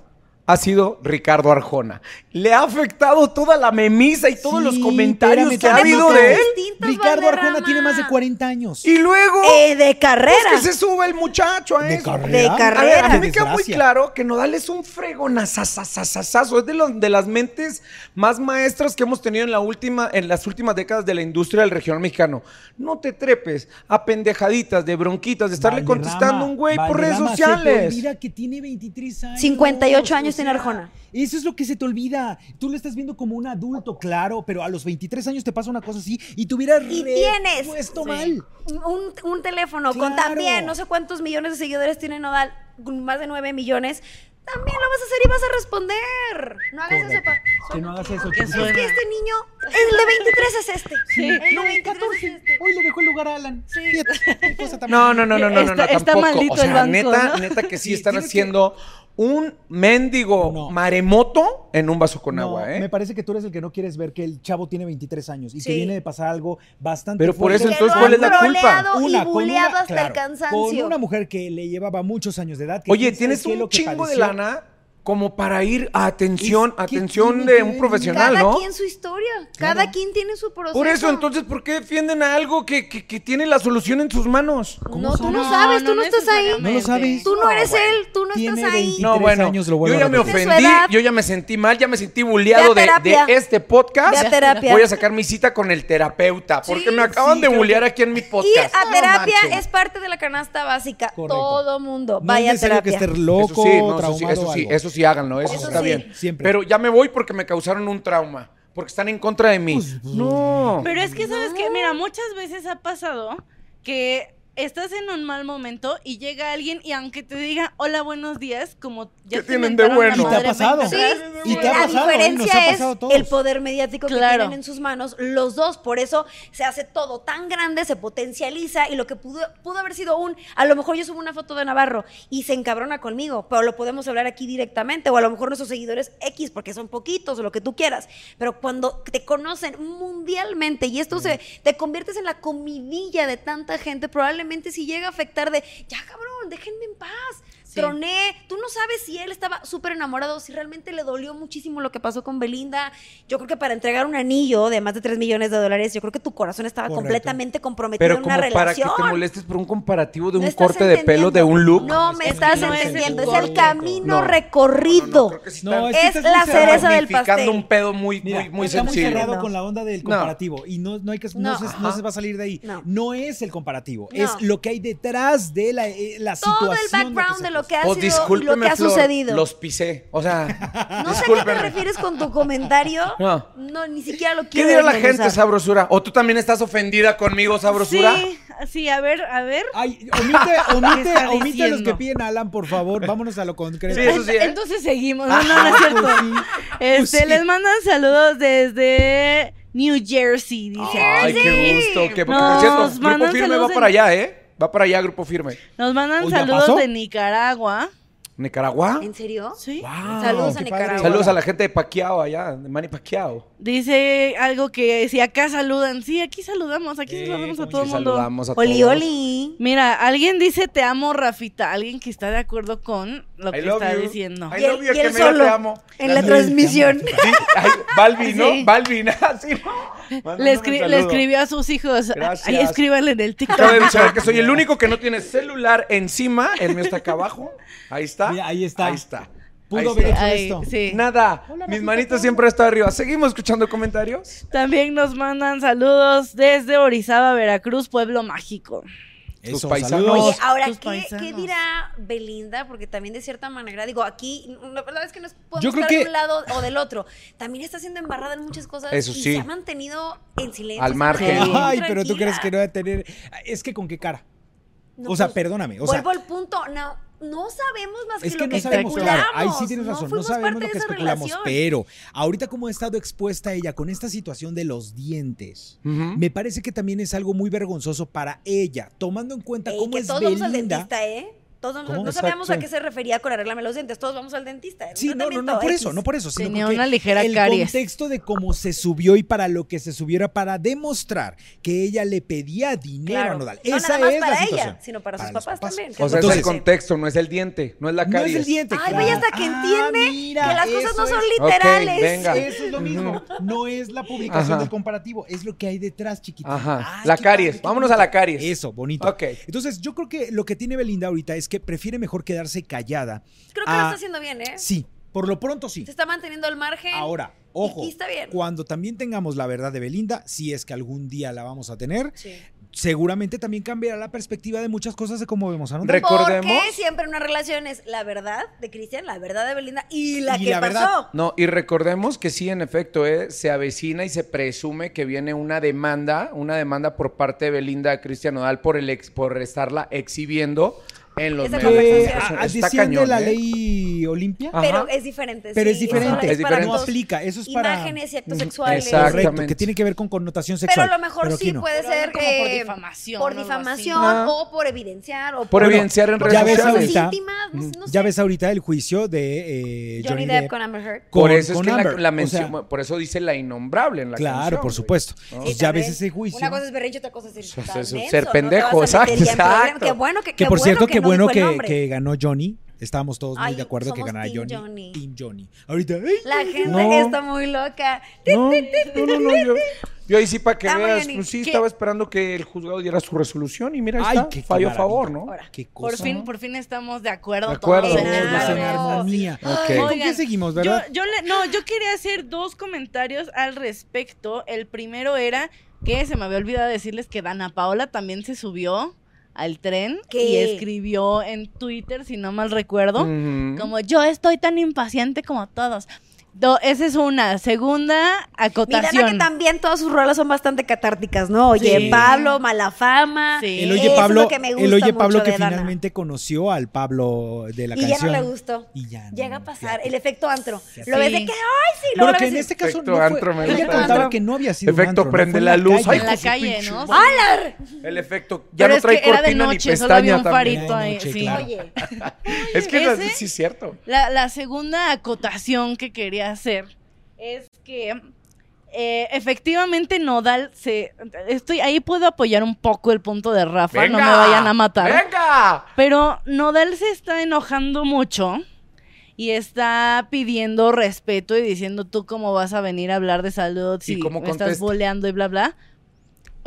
[SPEAKER 3] ha sido Ricardo Arjona. Le ha afectado toda la memisa y todos
[SPEAKER 2] Sí,
[SPEAKER 3] los comentarios
[SPEAKER 2] espérame
[SPEAKER 3] que ha
[SPEAKER 2] tantito.
[SPEAKER 3] habido de él.
[SPEAKER 1] Distintos,
[SPEAKER 2] Ricardo
[SPEAKER 1] Valderrama.
[SPEAKER 2] Arjona tiene más de 40 años.
[SPEAKER 3] Y luego
[SPEAKER 1] Eh, de
[SPEAKER 3] pues,
[SPEAKER 1] carrera.
[SPEAKER 3] que se sube el muchacho a
[SPEAKER 2] de
[SPEAKER 3] eso.
[SPEAKER 2] carrera.
[SPEAKER 1] de carrera.
[SPEAKER 3] A ver, a mí
[SPEAKER 2] Qué
[SPEAKER 3] me queda muy
[SPEAKER 2] desgracia.
[SPEAKER 3] claro que Nodal es un fregonazazazazazazo. Es de, los, de las mentes más maestras que hemos tenido en, la última, en las últimas décadas de la industria del regional mexicano. No te trepes a pendejaditas, de bronquitas, de estarle
[SPEAKER 2] Valderrama,
[SPEAKER 3] contestando a un güey por redes
[SPEAKER 2] Valderrama, se te
[SPEAKER 3] sociales.
[SPEAKER 2] olvida que tiene 23 años.
[SPEAKER 1] 58 años tiene Arjona.
[SPEAKER 2] Eso es lo que se te olvida. Tú lo estás viendo como un adulto, claro, pero a los 23 años te pasa una cosa así y te hubieras
[SPEAKER 1] Y
[SPEAKER 2] re-
[SPEAKER 1] tienes.
[SPEAKER 2] puesto
[SPEAKER 1] Sí.
[SPEAKER 2] mal.
[SPEAKER 1] Un, un teléfono con
[SPEAKER 2] Claro.
[SPEAKER 1] también no sé cuántos millones de seguidores tiene Nodal, con más de 9 millones. También lo vas a hacer y vas a responder. No hagas eso,
[SPEAKER 2] Correcto.
[SPEAKER 1] pa.
[SPEAKER 2] Que no hagas eso.
[SPEAKER 4] Que
[SPEAKER 2] chiquito.
[SPEAKER 1] Es
[SPEAKER 4] suena.
[SPEAKER 1] que este niño, el de 23 es este.
[SPEAKER 4] Sí.
[SPEAKER 1] El de
[SPEAKER 2] No,
[SPEAKER 1] 23 es
[SPEAKER 2] 14.
[SPEAKER 1] este.
[SPEAKER 2] Hoy le dejó el lugar a Alan.
[SPEAKER 1] Sí.
[SPEAKER 2] Fíjate, qué cosa tan-
[SPEAKER 3] No, no, no, no, no, no, no,
[SPEAKER 4] Está- está
[SPEAKER 3] tampoco.
[SPEAKER 4] maldito
[SPEAKER 3] o sea,
[SPEAKER 4] el banco,
[SPEAKER 3] neta,
[SPEAKER 4] ¿no?
[SPEAKER 3] neta que sí
[SPEAKER 2] Sí,
[SPEAKER 3] están
[SPEAKER 2] tiene que-
[SPEAKER 3] haciendo un mendigo
[SPEAKER 2] No.
[SPEAKER 3] maremoto en un vaso con
[SPEAKER 2] No,
[SPEAKER 3] agua, ¿eh?
[SPEAKER 2] Me parece que tú eres el que no quieres ver que el chavo tiene 23 años y
[SPEAKER 1] Sí.
[SPEAKER 2] que viene de pasar algo bastante
[SPEAKER 3] Pero por
[SPEAKER 2] fuerte.
[SPEAKER 3] eso
[SPEAKER 1] Que
[SPEAKER 3] entonces,
[SPEAKER 1] lo han
[SPEAKER 3] ¿cuál es la culpa?
[SPEAKER 1] troleado y
[SPEAKER 2] con
[SPEAKER 1] buleado hasta el
[SPEAKER 2] claro,
[SPEAKER 1] cansancio.
[SPEAKER 2] Con una mujer que le llevaba muchos años de edad. que
[SPEAKER 3] Oye,
[SPEAKER 2] quién sabe
[SPEAKER 3] tienes
[SPEAKER 2] qué es
[SPEAKER 3] un
[SPEAKER 2] lo que
[SPEAKER 3] chingo de
[SPEAKER 2] padeció.
[SPEAKER 3] lana como para ir a atención,
[SPEAKER 2] Es- ¿qué
[SPEAKER 3] atención
[SPEAKER 2] tiene
[SPEAKER 3] de
[SPEAKER 2] que
[SPEAKER 3] un
[SPEAKER 2] ver?
[SPEAKER 3] profesional,
[SPEAKER 1] Cada
[SPEAKER 3] ¿no?
[SPEAKER 1] quien su historia.
[SPEAKER 2] Claro.
[SPEAKER 1] Cada quien tiene su proceso.
[SPEAKER 3] Por eso, entonces, ¿por qué defienden a algo que, que- que tiene la solución en sus manos?
[SPEAKER 1] No, tú no sabes, tú no estás ahí.
[SPEAKER 4] necesariamente.
[SPEAKER 2] No lo sabes.
[SPEAKER 1] Tú no
[SPEAKER 3] No,
[SPEAKER 1] eres
[SPEAKER 3] güey.
[SPEAKER 1] él, tú no
[SPEAKER 2] Tiene
[SPEAKER 1] estás ahí.
[SPEAKER 2] 23
[SPEAKER 3] No, bueno,
[SPEAKER 2] años, lo
[SPEAKER 3] yo
[SPEAKER 2] vuelvo
[SPEAKER 3] ya
[SPEAKER 2] a
[SPEAKER 3] me
[SPEAKER 2] repetir.
[SPEAKER 1] De su
[SPEAKER 3] ofendí,
[SPEAKER 1] edad.
[SPEAKER 3] yo ya me sentí mal, ya me sentí bulleado
[SPEAKER 1] Ve a
[SPEAKER 3] de, de
[SPEAKER 1] terapia.
[SPEAKER 3] este podcast.
[SPEAKER 1] Ve a terapia.
[SPEAKER 3] Voy a sacar mi cita con el terapeuta, porque
[SPEAKER 1] Sí,
[SPEAKER 3] me acaban
[SPEAKER 2] sí,
[SPEAKER 3] de
[SPEAKER 2] creo
[SPEAKER 3] bullear aquí en mi podcast.
[SPEAKER 1] Ir a
[SPEAKER 3] No
[SPEAKER 1] terapia
[SPEAKER 3] manchen.
[SPEAKER 1] es parte de la canasta básica.
[SPEAKER 2] Correcto.
[SPEAKER 1] Todo mundo.
[SPEAKER 2] No
[SPEAKER 1] Vaya
[SPEAKER 2] es
[SPEAKER 1] a
[SPEAKER 2] necesario
[SPEAKER 1] terapia.
[SPEAKER 2] que estés
[SPEAKER 3] Eso
[SPEAKER 2] loco,
[SPEAKER 3] sí, no, eso sí,
[SPEAKER 2] traumado
[SPEAKER 3] eso sí,
[SPEAKER 2] algo.
[SPEAKER 3] eso sí, háganlo, eso,
[SPEAKER 1] Eso
[SPEAKER 3] está
[SPEAKER 1] sí.
[SPEAKER 3] bien.
[SPEAKER 2] Siempre.
[SPEAKER 3] Pero ya me voy porque me causaron un trauma, porque están en contra de mí.
[SPEAKER 2] Pues, pues,
[SPEAKER 3] no.
[SPEAKER 4] Pero es que, ¿sabes qué? Mira, muchas veces ha pasado que estás en un mal momento y llega alguien y aunque te diga hola, buenos días, como ya
[SPEAKER 3] ¿Qué
[SPEAKER 4] te
[SPEAKER 3] tienen de
[SPEAKER 4] mentaron
[SPEAKER 3] bueno?
[SPEAKER 4] la
[SPEAKER 3] Y te ha
[SPEAKER 4] madre
[SPEAKER 2] pasado.
[SPEAKER 4] veinte
[SPEAKER 1] Sí,
[SPEAKER 4] veces.
[SPEAKER 2] Y te ha
[SPEAKER 1] la
[SPEAKER 2] pasado, ¿eh?
[SPEAKER 1] diferencia
[SPEAKER 2] Nos ha
[SPEAKER 1] es
[SPEAKER 2] pasado a todos.
[SPEAKER 1] el poder mediático que
[SPEAKER 4] Claro.
[SPEAKER 1] tienen en sus manos los dos. Por eso se hace todo tan grande, se potencializa y lo que pudo, pudo haber sido un, a lo mejor yo subo una foto de Navarro y se encabrona conmigo, pero lo podemos hablar aquí directamente o a lo mejor nuestros seguidores X porque son poquitos o lo que tú quieras. Pero cuando te conocen mundialmente y esto se,
[SPEAKER 2] Mm.
[SPEAKER 1] te conviertes en la comidilla de tanta gente, probablemente si llega a afectar de, ya cabrón, déjenme en paz.
[SPEAKER 4] Sí.
[SPEAKER 1] Troné René, Tú no sabes si él estaba súper enamorado, si realmente le dolió muchísimo lo que pasó con Belinda. Yo creo que para entregar un anillo de más de 3 millones de dólares, yo creo que tu corazón estaba
[SPEAKER 2] Correcto.
[SPEAKER 1] completamente comprometido
[SPEAKER 3] Pero
[SPEAKER 1] en
[SPEAKER 3] como
[SPEAKER 1] una
[SPEAKER 3] para que
[SPEAKER 1] relación.
[SPEAKER 3] te molestes por un comparativo de
[SPEAKER 1] No
[SPEAKER 3] un
[SPEAKER 1] estás
[SPEAKER 3] corte de pelo, de
[SPEAKER 1] entendiendo.
[SPEAKER 3] un look.
[SPEAKER 1] No me estás
[SPEAKER 4] no es el
[SPEAKER 1] entendiendo. Es el
[SPEAKER 4] corte.
[SPEAKER 1] camino
[SPEAKER 3] No.
[SPEAKER 1] recorrido.
[SPEAKER 2] No,
[SPEAKER 1] Es
[SPEAKER 2] estás muy
[SPEAKER 1] la
[SPEAKER 2] cerrado.
[SPEAKER 1] cereza del
[SPEAKER 3] magnificando
[SPEAKER 1] pastel.
[SPEAKER 3] un pedo muy,
[SPEAKER 2] Mira,
[SPEAKER 3] muy, muy
[SPEAKER 2] está muy
[SPEAKER 3] sencillo.
[SPEAKER 2] cerrado
[SPEAKER 1] No.
[SPEAKER 2] con la onda del
[SPEAKER 3] No.
[SPEAKER 2] comparativo y no, no hay que no,
[SPEAKER 1] No.
[SPEAKER 2] se, no
[SPEAKER 3] Ajá.
[SPEAKER 2] se va a salir de ahí.
[SPEAKER 1] No.
[SPEAKER 2] No, es el comparativo,
[SPEAKER 1] No.
[SPEAKER 2] es lo que hay detrás de la, eh, la
[SPEAKER 1] Todo el
[SPEAKER 2] situación.
[SPEAKER 1] background de lo que ha
[SPEAKER 3] O
[SPEAKER 1] sido y lo que
[SPEAKER 3] Oh, discúlpeme,
[SPEAKER 1] ha
[SPEAKER 3] Flor,
[SPEAKER 1] sucedido.
[SPEAKER 3] los pisé.
[SPEAKER 1] (laughs)
[SPEAKER 3] O sea,
[SPEAKER 1] No sé a qué te
[SPEAKER 3] discúlpeme.
[SPEAKER 1] refieres con tu comentario.
[SPEAKER 3] No.
[SPEAKER 1] No, ni siquiera lo
[SPEAKER 3] ¿Qué
[SPEAKER 1] quiero
[SPEAKER 3] dirá la
[SPEAKER 1] desmenuzar.
[SPEAKER 3] gente, sabrosura? ¿O tú también estás ofendida conmigo, sabrosura?
[SPEAKER 4] Sí, sí, a ver, a ver.
[SPEAKER 2] (laughs) Ay, omite,
[SPEAKER 4] ¿Qué
[SPEAKER 2] omite,
[SPEAKER 4] está
[SPEAKER 2] omite los que
[SPEAKER 4] diciendo?
[SPEAKER 2] piden a Alan, por favor. Vámonos a lo concreto.
[SPEAKER 3] Sí, eso sí, ¿eh? Ah,
[SPEAKER 4] Entonces seguimos. No, no, no es cierto.
[SPEAKER 2] Pues (laughs) sí, pues
[SPEAKER 4] Este,
[SPEAKER 2] sí.
[SPEAKER 4] les mandan saludos desde New Jersey, dice.
[SPEAKER 3] Ay, qué gusto. Que, porque, por
[SPEAKER 4] Nos
[SPEAKER 3] cierto, Grupo
[SPEAKER 4] mandan
[SPEAKER 3] Firme va
[SPEAKER 4] saludos en-
[SPEAKER 3] para allá, ¿eh? Va para allá, Grupo Firme.
[SPEAKER 4] Nos mandan
[SPEAKER 2] Oye, ¿ya pasó?
[SPEAKER 4] saludos de Nicaragua.
[SPEAKER 3] ¿Nicaragua?
[SPEAKER 1] ¿En serio?
[SPEAKER 4] Sí.
[SPEAKER 3] Wow.
[SPEAKER 1] Saludos a
[SPEAKER 2] qué padre.
[SPEAKER 1] Nicaragua.
[SPEAKER 3] Saludos a la gente de Paquiao allá, de Manny Paquiao.
[SPEAKER 4] Dice algo que si acá saludan. Sí, aquí saludamos, aquí
[SPEAKER 2] Sí,
[SPEAKER 4] saludamos a
[SPEAKER 2] como
[SPEAKER 4] todo el
[SPEAKER 3] Sí,
[SPEAKER 4] mundo.
[SPEAKER 3] saludamos a
[SPEAKER 1] Oli,
[SPEAKER 3] todos.
[SPEAKER 1] oli.
[SPEAKER 4] Mira, alguien dice te amo, Rafita. Alguien que está de acuerdo con lo
[SPEAKER 3] I
[SPEAKER 4] que
[SPEAKER 3] love
[SPEAKER 4] está
[SPEAKER 3] you.
[SPEAKER 4] diciendo.
[SPEAKER 3] I
[SPEAKER 1] Y él,
[SPEAKER 3] love you,
[SPEAKER 1] y él
[SPEAKER 3] que mira,
[SPEAKER 1] solo
[SPEAKER 3] te amo.
[SPEAKER 1] en la
[SPEAKER 2] Te amo,
[SPEAKER 1] transmisión.
[SPEAKER 3] Sí, ay, Balvin, ¿no? ah, (laughs)
[SPEAKER 4] Sí.
[SPEAKER 3] Balvin, así. Mándame
[SPEAKER 4] Le,
[SPEAKER 3] un
[SPEAKER 4] escri-
[SPEAKER 3] saludo.
[SPEAKER 4] le escribió a sus hijos.
[SPEAKER 3] Gracias.
[SPEAKER 4] Ahí escríbanle en el
[SPEAKER 3] Acabo de
[SPEAKER 4] TikTok.
[SPEAKER 3] saber que soy el único que no tiene celular encima. El mío está acá abajo. Ahí está.
[SPEAKER 2] Mira, ahí está.
[SPEAKER 3] Ahí está.
[SPEAKER 2] Pudo
[SPEAKER 3] Ahí
[SPEAKER 2] haber
[SPEAKER 3] está.
[SPEAKER 2] hecho
[SPEAKER 4] Ay,
[SPEAKER 2] esto.
[SPEAKER 4] sí.
[SPEAKER 3] Nada.
[SPEAKER 2] Hola,
[SPEAKER 3] Mis
[SPEAKER 2] Rafita,
[SPEAKER 3] manitas
[SPEAKER 2] ¿cómo?
[SPEAKER 3] siempre están arriba. Seguimos escuchando comentarios.
[SPEAKER 4] También nos mandan saludos desde Orizaba, Veracruz, Pueblo Mágico.
[SPEAKER 3] Tus
[SPEAKER 2] Eso,
[SPEAKER 3] paisanos.
[SPEAKER 2] saludos.
[SPEAKER 1] Oye, ahora,
[SPEAKER 4] tus
[SPEAKER 1] ¿qué,
[SPEAKER 4] paisanos.
[SPEAKER 1] qué dirá Belinda? Porque también de cierta manera, digo, aquí, la verdad es que no es- podemos
[SPEAKER 2] Yo creo
[SPEAKER 1] estar de
[SPEAKER 2] que-
[SPEAKER 1] un lado o del otro. También está siendo embarrada en muchas cosas
[SPEAKER 3] Eso
[SPEAKER 1] y
[SPEAKER 3] sí.
[SPEAKER 1] se ha mantenido en silencio.
[SPEAKER 3] Al
[SPEAKER 1] se ha
[SPEAKER 3] margen.
[SPEAKER 1] mantenido muy
[SPEAKER 2] Ay, pero tú
[SPEAKER 1] tranquila.
[SPEAKER 2] crees que no va a tener. Es que con qué cara.
[SPEAKER 1] No,
[SPEAKER 2] o sea,
[SPEAKER 1] pues,
[SPEAKER 2] perdóname. O sea,
[SPEAKER 1] Vuelvo al punto, no, no sabemos más
[SPEAKER 2] Es
[SPEAKER 1] que,
[SPEAKER 2] que
[SPEAKER 1] lo
[SPEAKER 2] no
[SPEAKER 1] que
[SPEAKER 2] sabemos,
[SPEAKER 1] especulamos.
[SPEAKER 2] claro, ahí sí tienes razón, no,
[SPEAKER 1] fuimos
[SPEAKER 2] sabemos
[SPEAKER 1] parte
[SPEAKER 2] lo que
[SPEAKER 1] de esa
[SPEAKER 2] especulamos,
[SPEAKER 1] relación.
[SPEAKER 2] pero ahorita como ha estado expuesta ella con esta situación de los dientes,
[SPEAKER 3] Ujú.
[SPEAKER 2] me parece que también es algo muy vergonzoso para ella, tomando en cuenta
[SPEAKER 1] Ey,
[SPEAKER 2] cómo
[SPEAKER 1] que
[SPEAKER 2] es
[SPEAKER 1] todos vamos al
[SPEAKER 2] Belinda.
[SPEAKER 1] dentista, ¿eh? Todos vamos-
[SPEAKER 2] ¿Cómo?
[SPEAKER 1] no sabíamos a
[SPEAKER 2] Exacto.
[SPEAKER 1] qué se refería con arreglarme los dientes. Todos vamos al dentista. era un
[SPEAKER 2] Sí, no, no, no
[SPEAKER 1] tratamiento
[SPEAKER 2] por
[SPEAKER 1] X.
[SPEAKER 2] eso, no por eso. Sino
[SPEAKER 4] Tenía
[SPEAKER 2] porque
[SPEAKER 4] una ligera
[SPEAKER 2] el
[SPEAKER 4] caries.
[SPEAKER 2] contexto de cómo se subió y para lo que se subiera para demostrar que ella le pedía dinero
[SPEAKER 1] Claro.
[SPEAKER 2] a Nodal.
[SPEAKER 1] No
[SPEAKER 2] Esa
[SPEAKER 1] nada más
[SPEAKER 2] es
[SPEAKER 1] para
[SPEAKER 2] la
[SPEAKER 1] ella,
[SPEAKER 2] situación.
[SPEAKER 1] sino para sus
[SPEAKER 2] los
[SPEAKER 1] papás también, que
[SPEAKER 3] O sea, es
[SPEAKER 2] Entonces,
[SPEAKER 3] el contexto, no es el diente, no es la
[SPEAKER 2] no
[SPEAKER 3] caries.
[SPEAKER 2] es el diente.
[SPEAKER 1] Ay,
[SPEAKER 2] claro.
[SPEAKER 1] güey, hasta que
[SPEAKER 2] Ah,
[SPEAKER 1] entiende
[SPEAKER 2] mira,
[SPEAKER 1] que las cosas no
[SPEAKER 2] eso
[SPEAKER 1] son
[SPEAKER 2] es.
[SPEAKER 3] Ok,
[SPEAKER 1] literales.
[SPEAKER 3] venga.
[SPEAKER 2] Eso es lo mismo. No es la publicación
[SPEAKER 3] Ajá.
[SPEAKER 2] del comparativo, es lo que hay detrás, chiquitito.
[SPEAKER 3] Ajá.
[SPEAKER 2] Ay,
[SPEAKER 3] La
[SPEAKER 2] qué
[SPEAKER 3] caries.
[SPEAKER 2] padre, qué
[SPEAKER 3] Vámonos a
[SPEAKER 2] bonito.
[SPEAKER 3] la caries.
[SPEAKER 2] Eso, bonito.
[SPEAKER 3] Ok.
[SPEAKER 2] Entonces, yo creo que lo que tiene Belinda ahorita es que prefiere mejor quedarse callada.
[SPEAKER 1] Creo que
[SPEAKER 2] Ah,
[SPEAKER 1] lo está haciendo bien, ¿eh?
[SPEAKER 2] Sí, por lo pronto sí.
[SPEAKER 1] Se está manteniendo al margen.
[SPEAKER 2] Ahora, ojo,
[SPEAKER 1] Y está bien.
[SPEAKER 2] cuando también tengamos la verdad de Belinda, si es que algún día la vamos a tener,
[SPEAKER 1] Sí.
[SPEAKER 2] seguramente también cambiará la perspectiva de muchas cosas de cómo vemos a Nodal.
[SPEAKER 3] Rec- Recordemos-
[SPEAKER 1] Porque siempre en una relación es la verdad de Cristian, la verdad de Belinda y la
[SPEAKER 2] Y
[SPEAKER 1] que
[SPEAKER 2] la
[SPEAKER 1] pasó.
[SPEAKER 2] verdad.
[SPEAKER 3] No, y recordemos que sí, en efecto, ¿eh? se avecina y se presume que viene una demanda, una demanda por parte de Belinda a Cristian Nodal por, el ex- por estarla exhibiendo en los
[SPEAKER 1] Esa
[SPEAKER 3] medios.
[SPEAKER 2] Que
[SPEAKER 1] conversación.
[SPEAKER 2] a- a-
[SPEAKER 3] Eso está
[SPEAKER 2] desciende
[SPEAKER 3] cañón,
[SPEAKER 2] la
[SPEAKER 3] ¿eh?
[SPEAKER 2] ley Olimpia,
[SPEAKER 3] Ah,
[SPEAKER 1] Pero
[SPEAKER 3] Ajá.
[SPEAKER 1] es diferente. sí,
[SPEAKER 2] pero es
[SPEAKER 1] solo
[SPEAKER 2] diferente,
[SPEAKER 3] es
[SPEAKER 1] para
[SPEAKER 3] diferente.
[SPEAKER 2] no
[SPEAKER 1] actos-
[SPEAKER 2] aplica, eso es para...
[SPEAKER 1] Imágenes y actos sexuales.
[SPEAKER 3] Exacto.
[SPEAKER 2] Correcto, que
[SPEAKER 3] Exactamente.
[SPEAKER 2] tiene que ver con connotación
[SPEAKER 1] Pero
[SPEAKER 2] sexual.
[SPEAKER 1] a lo mejor
[SPEAKER 2] pero
[SPEAKER 1] sí
[SPEAKER 2] aquí no.
[SPEAKER 1] puede
[SPEAKER 4] Pero
[SPEAKER 1] ser
[SPEAKER 4] como por
[SPEAKER 1] eh,
[SPEAKER 4] difamación
[SPEAKER 1] Por
[SPEAKER 4] o algo así.
[SPEAKER 1] difamación
[SPEAKER 3] Ah.
[SPEAKER 1] o por evidenciar o
[SPEAKER 3] Por
[SPEAKER 1] por
[SPEAKER 3] evidenciar en
[SPEAKER 1] por
[SPEAKER 3] redes
[SPEAKER 2] ya ves
[SPEAKER 1] cosas
[SPEAKER 3] sociales.
[SPEAKER 2] ahorita- Mm,
[SPEAKER 1] íntimas, no sé, no
[SPEAKER 2] Ya
[SPEAKER 1] sé.
[SPEAKER 2] ves ahorita el juicio de eh,
[SPEAKER 1] Johnny Depp con Amber Heard.
[SPEAKER 3] Por
[SPEAKER 2] con-
[SPEAKER 3] eso es
[SPEAKER 2] con
[SPEAKER 3] que la,
[SPEAKER 2] Amber. O
[SPEAKER 3] la
[SPEAKER 2] sea,
[SPEAKER 3] mención- por eso dice la innombrable en la
[SPEAKER 2] Claro,
[SPEAKER 3] canción,
[SPEAKER 2] por
[SPEAKER 3] güey.
[SPEAKER 2] supuesto.
[SPEAKER 3] ¿no?
[SPEAKER 2] Pues
[SPEAKER 1] Sí,
[SPEAKER 2] ya
[SPEAKER 1] también.
[SPEAKER 2] ves ese juicio.
[SPEAKER 1] Una cosa es berrinche, otra cosa es ser,
[SPEAKER 3] sea,
[SPEAKER 1] tan
[SPEAKER 3] es un
[SPEAKER 1] menso,
[SPEAKER 3] ser
[SPEAKER 1] no te
[SPEAKER 3] pendejo,
[SPEAKER 1] vas a meter
[SPEAKER 3] exacto,
[SPEAKER 1] ya en problemas.
[SPEAKER 3] exacto.
[SPEAKER 1] Qué bueno que,
[SPEAKER 2] Que por cierto, qué bueno
[SPEAKER 1] no dijo el
[SPEAKER 2] que,
[SPEAKER 1] nombre.
[SPEAKER 2] que ganó Johnny. Estábamos todos muy
[SPEAKER 1] Ay,
[SPEAKER 2] de acuerdo que
[SPEAKER 1] somos
[SPEAKER 2] ganara
[SPEAKER 1] team
[SPEAKER 2] Johnny.
[SPEAKER 1] Johnny.
[SPEAKER 2] Team Johnny. Ahorita. ¡ay!
[SPEAKER 1] La gente
[SPEAKER 3] No.
[SPEAKER 1] está muy loca.
[SPEAKER 3] No, no, no, no, yo, yo ahí sí para que
[SPEAKER 1] Ah, muy
[SPEAKER 3] veas,
[SPEAKER 1] bien, ¿y
[SPEAKER 3] pues sí,
[SPEAKER 1] qué?
[SPEAKER 3] estaba esperando que el juzgado diera su resolución y mira, ahí
[SPEAKER 2] Ay,
[SPEAKER 3] está,
[SPEAKER 2] qué- qué
[SPEAKER 3] fallo a favor,
[SPEAKER 2] maravilla.
[SPEAKER 3] ¿no?
[SPEAKER 1] Ahora,
[SPEAKER 2] Qué cosa.
[SPEAKER 4] Por fin, por fin estamos de acuerdo,
[SPEAKER 3] De acuerdo,
[SPEAKER 4] todos.
[SPEAKER 2] Todos
[SPEAKER 1] Claro.
[SPEAKER 2] en armonía.
[SPEAKER 3] Ok.
[SPEAKER 2] Ay, ¿Con
[SPEAKER 4] Oigan,
[SPEAKER 2] qué seguimos,
[SPEAKER 4] Yo,
[SPEAKER 2] verdad?
[SPEAKER 4] yo le- no, yo quería hacer dos comentarios al respecto. El primero era que se me había olvidado decirles que Dana Paola también se subió al tren
[SPEAKER 1] ¿Qué?
[SPEAKER 4] y escribió en Twitter, si no mal recuerdo,
[SPEAKER 3] Mm. Ujú.
[SPEAKER 4] como yo estoy tan impaciente como todos. Do- esa es una. Segunda
[SPEAKER 1] Mira que
[SPEAKER 4] acotación.
[SPEAKER 1] también todas sus rolas son bastante catárticas, ¿no? Oye,
[SPEAKER 4] Sí.
[SPEAKER 1] Pablo, Malafama.
[SPEAKER 4] Sí.
[SPEAKER 2] el
[SPEAKER 4] Eso
[SPEAKER 2] oye
[SPEAKER 1] es lo
[SPEAKER 2] Pablo,
[SPEAKER 1] que me
[SPEAKER 2] el
[SPEAKER 1] gusta
[SPEAKER 2] oye
[SPEAKER 1] mucho
[SPEAKER 2] Pablo que
[SPEAKER 1] de Dana.
[SPEAKER 2] finalmente conoció al Pablo de la
[SPEAKER 1] Y ya
[SPEAKER 2] canción.
[SPEAKER 1] no le gustó.
[SPEAKER 2] Y ya no,
[SPEAKER 1] Llega a pasar
[SPEAKER 2] fíjate.
[SPEAKER 1] el efecto antro.
[SPEAKER 2] Fíjate.
[SPEAKER 1] Lo ves de
[SPEAKER 4] Sí.
[SPEAKER 1] que, ay, sí, luego
[SPEAKER 2] Pero
[SPEAKER 1] lo
[SPEAKER 2] que
[SPEAKER 1] ves
[SPEAKER 2] en
[SPEAKER 1] de-
[SPEAKER 2] este caso
[SPEAKER 3] Efecto
[SPEAKER 2] no
[SPEAKER 3] antro, me
[SPEAKER 2] fue, ella
[SPEAKER 3] gusta.
[SPEAKER 2] contaba
[SPEAKER 3] Antro.
[SPEAKER 2] que no había sido un
[SPEAKER 3] Efecto
[SPEAKER 2] antro, no fue
[SPEAKER 3] prende
[SPEAKER 2] en
[SPEAKER 3] la luz.
[SPEAKER 2] calle.
[SPEAKER 3] Ay,
[SPEAKER 4] en la
[SPEAKER 3] hijo, su
[SPEAKER 4] calle,
[SPEAKER 3] pinche
[SPEAKER 4] ¿no?
[SPEAKER 3] madre.
[SPEAKER 1] ¡Alar!
[SPEAKER 3] El efecto, ya
[SPEAKER 4] Pero
[SPEAKER 3] no
[SPEAKER 4] es
[SPEAKER 3] trae
[SPEAKER 4] que era de
[SPEAKER 3] cortina
[SPEAKER 4] noche,
[SPEAKER 3] ni
[SPEAKER 4] solo había
[SPEAKER 3] pestaña
[SPEAKER 4] un
[SPEAKER 3] también.
[SPEAKER 4] farito ahí.
[SPEAKER 2] Noche,
[SPEAKER 4] sí.
[SPEAKER 2] claro.
[SPEAKER 1] Oye,
[SPEAKER 3] Es que la-
[SPEAKER 4] Ese-
[SPEAKER 3] sí es cierto.
[SPEAKER 4] La, la segunda acotación que quería hacer es que eh, efectivamente Nodal se. Estoy, ahí puedo apoyar un poco el punto de Rafa, no me vayan a matar.
[SPEAKER 3] ¡Venga!
[SPEAKER 4] Pero Nodal se está enojando mucho y está pidiendo respeto y diciendo tú cómo vas a venir a hablar de salud si
[SPEAKER 3] ¿Y cómo
[SPEAKER 4] me estás
[SPEAKER 3] contesta?
[SPEAKER 4] boleando y bla bla.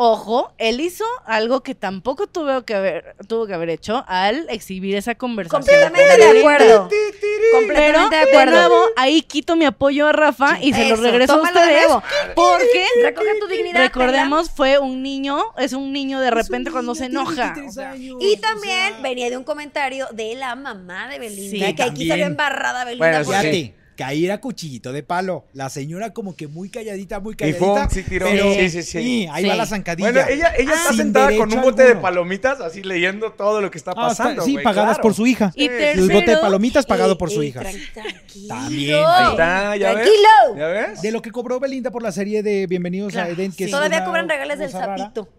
[SPEAKER 4] Ojo, él hizo algo que tampoco tuvo que haber, tuvo que haber hecho al exhibir esa conversación.
[SPEAKER 1] completamente de acuerdo.
[SPEAKER 3] Ti, ti, ti.
[SPEAKER 4] Pero
[SPEAKER 1] Completamente de
[SPEAKER 4] de,
[SPEAKER 1] acuerdo.
[SPEAKER 4] nuevo, ahí quito mi apoyo a Rafa y se lo
[SPEAKER 1] Eso,
[SPEAKER 4] regreso a
[SPEAKER 1] tómalo de
[SPEAKER 4] ustedes.
[SPEAKER 1] nuevo.
[SPEAKER 4] Porque
[SPEAKER 1] (laughs) Recoge tu dignidad.
[SPEAKER 4] recordemos, fue un niño, es un niño de
[SPEAKER 2] Es un
[SPEAKER 4] repente cuando
[SPEAKER 2] niño,
[SPEAKER 4] se
[SPEAKER 2] tiene
[SPEAKER 4] enoja.
[SPEAKER 2] 23
[SPEAKER 4] O sea,
[SPEAKER 2] años,
[SPEAKER 1] Y
[SPEAKER 2] o
[SPEAKER 1] también
[SPEAKER 2] sea,
[SPEAKER 1] venía de un comentario de la mamá de
[SPEAKER 4] Sí,
[SPEAKER 1] Belinda, que aquí
[SPEAKER 2] también.
[SPEAKER 1] salió embarrada Belinda.
[SPEAKER 3] Bueno,
[SPEAKER 1] porque-
[SPEAKER 2] Fíjate,
[SPEAKER 3] Sí.
[SPEAKER 2] caer a cuchillito de palo. La señora como que muy calladita, muy
[SPEAKER 3] Y fue un
[SPEAKER 2] calladita.
[SPEAKER 3] sí tiró.
[SPEAKER 2] pero-
[SPEAKER 3] Sí, sí, sí.
[SPEAKER 2] y ahí
[SPEAKER 4] Sí.
[SPEAKER 2] va la zancadilla. Ah,
[SPEAKER 3] Bueno, ella, ella está
[SPEAKER 2] Sin
[SPEAKER 3] sentada con
[SPEAKER 2] derecho
[SPEAKER 3] un bote de
[SPEAKER 2] alguno.
[SPEAKER 3] palomitas, así leyendo todo lo que está
[SPEAKER 2] Ah, está-
[SPEAKER 3] pasando.
[SPEAKER 2] sí,
[SPEAKER 3] güey,
[SPEAKER 2] pagadas
[SPEAKER 3] claro.
[SPEAKER 2] por su hija.
[SPEAKER 3] Sí,
[SPEAKER 4] Y
[SPEAKER 2] El bote de
[SPEAKER 4] tercero,
[SPEAKER 2] palomitas pagado
[SPEAKER 1] Eh,
[SPEAKER 2] por su
[SPEAKER 1] eh,
[SPEAKER 2] hija.
[SPEAKER 1] tran- tranquilo.
[SPEAKER 2] También,
[SPEAKER 3] Ahí está, ¿ya ves?
[SPEAKER 1] Tranquilo.
[SPEAKER 3] ¿Ya ves?
[SPEAKER 2] De lo que cobró Belinda por la serie de Bienvenidos a
[SPEAKER 4] Claro,
[SPEAKER 2] Eden. Que
[SPEAKER 4] sí.
[SPEAKER 2] es
[SPEAKER 1] Todavía
[SPEAKER 2] una
[SPEAKER 1] cobran regales del
[SPEAKER 2] cosa rara.
[SPEAKER 1] sapito.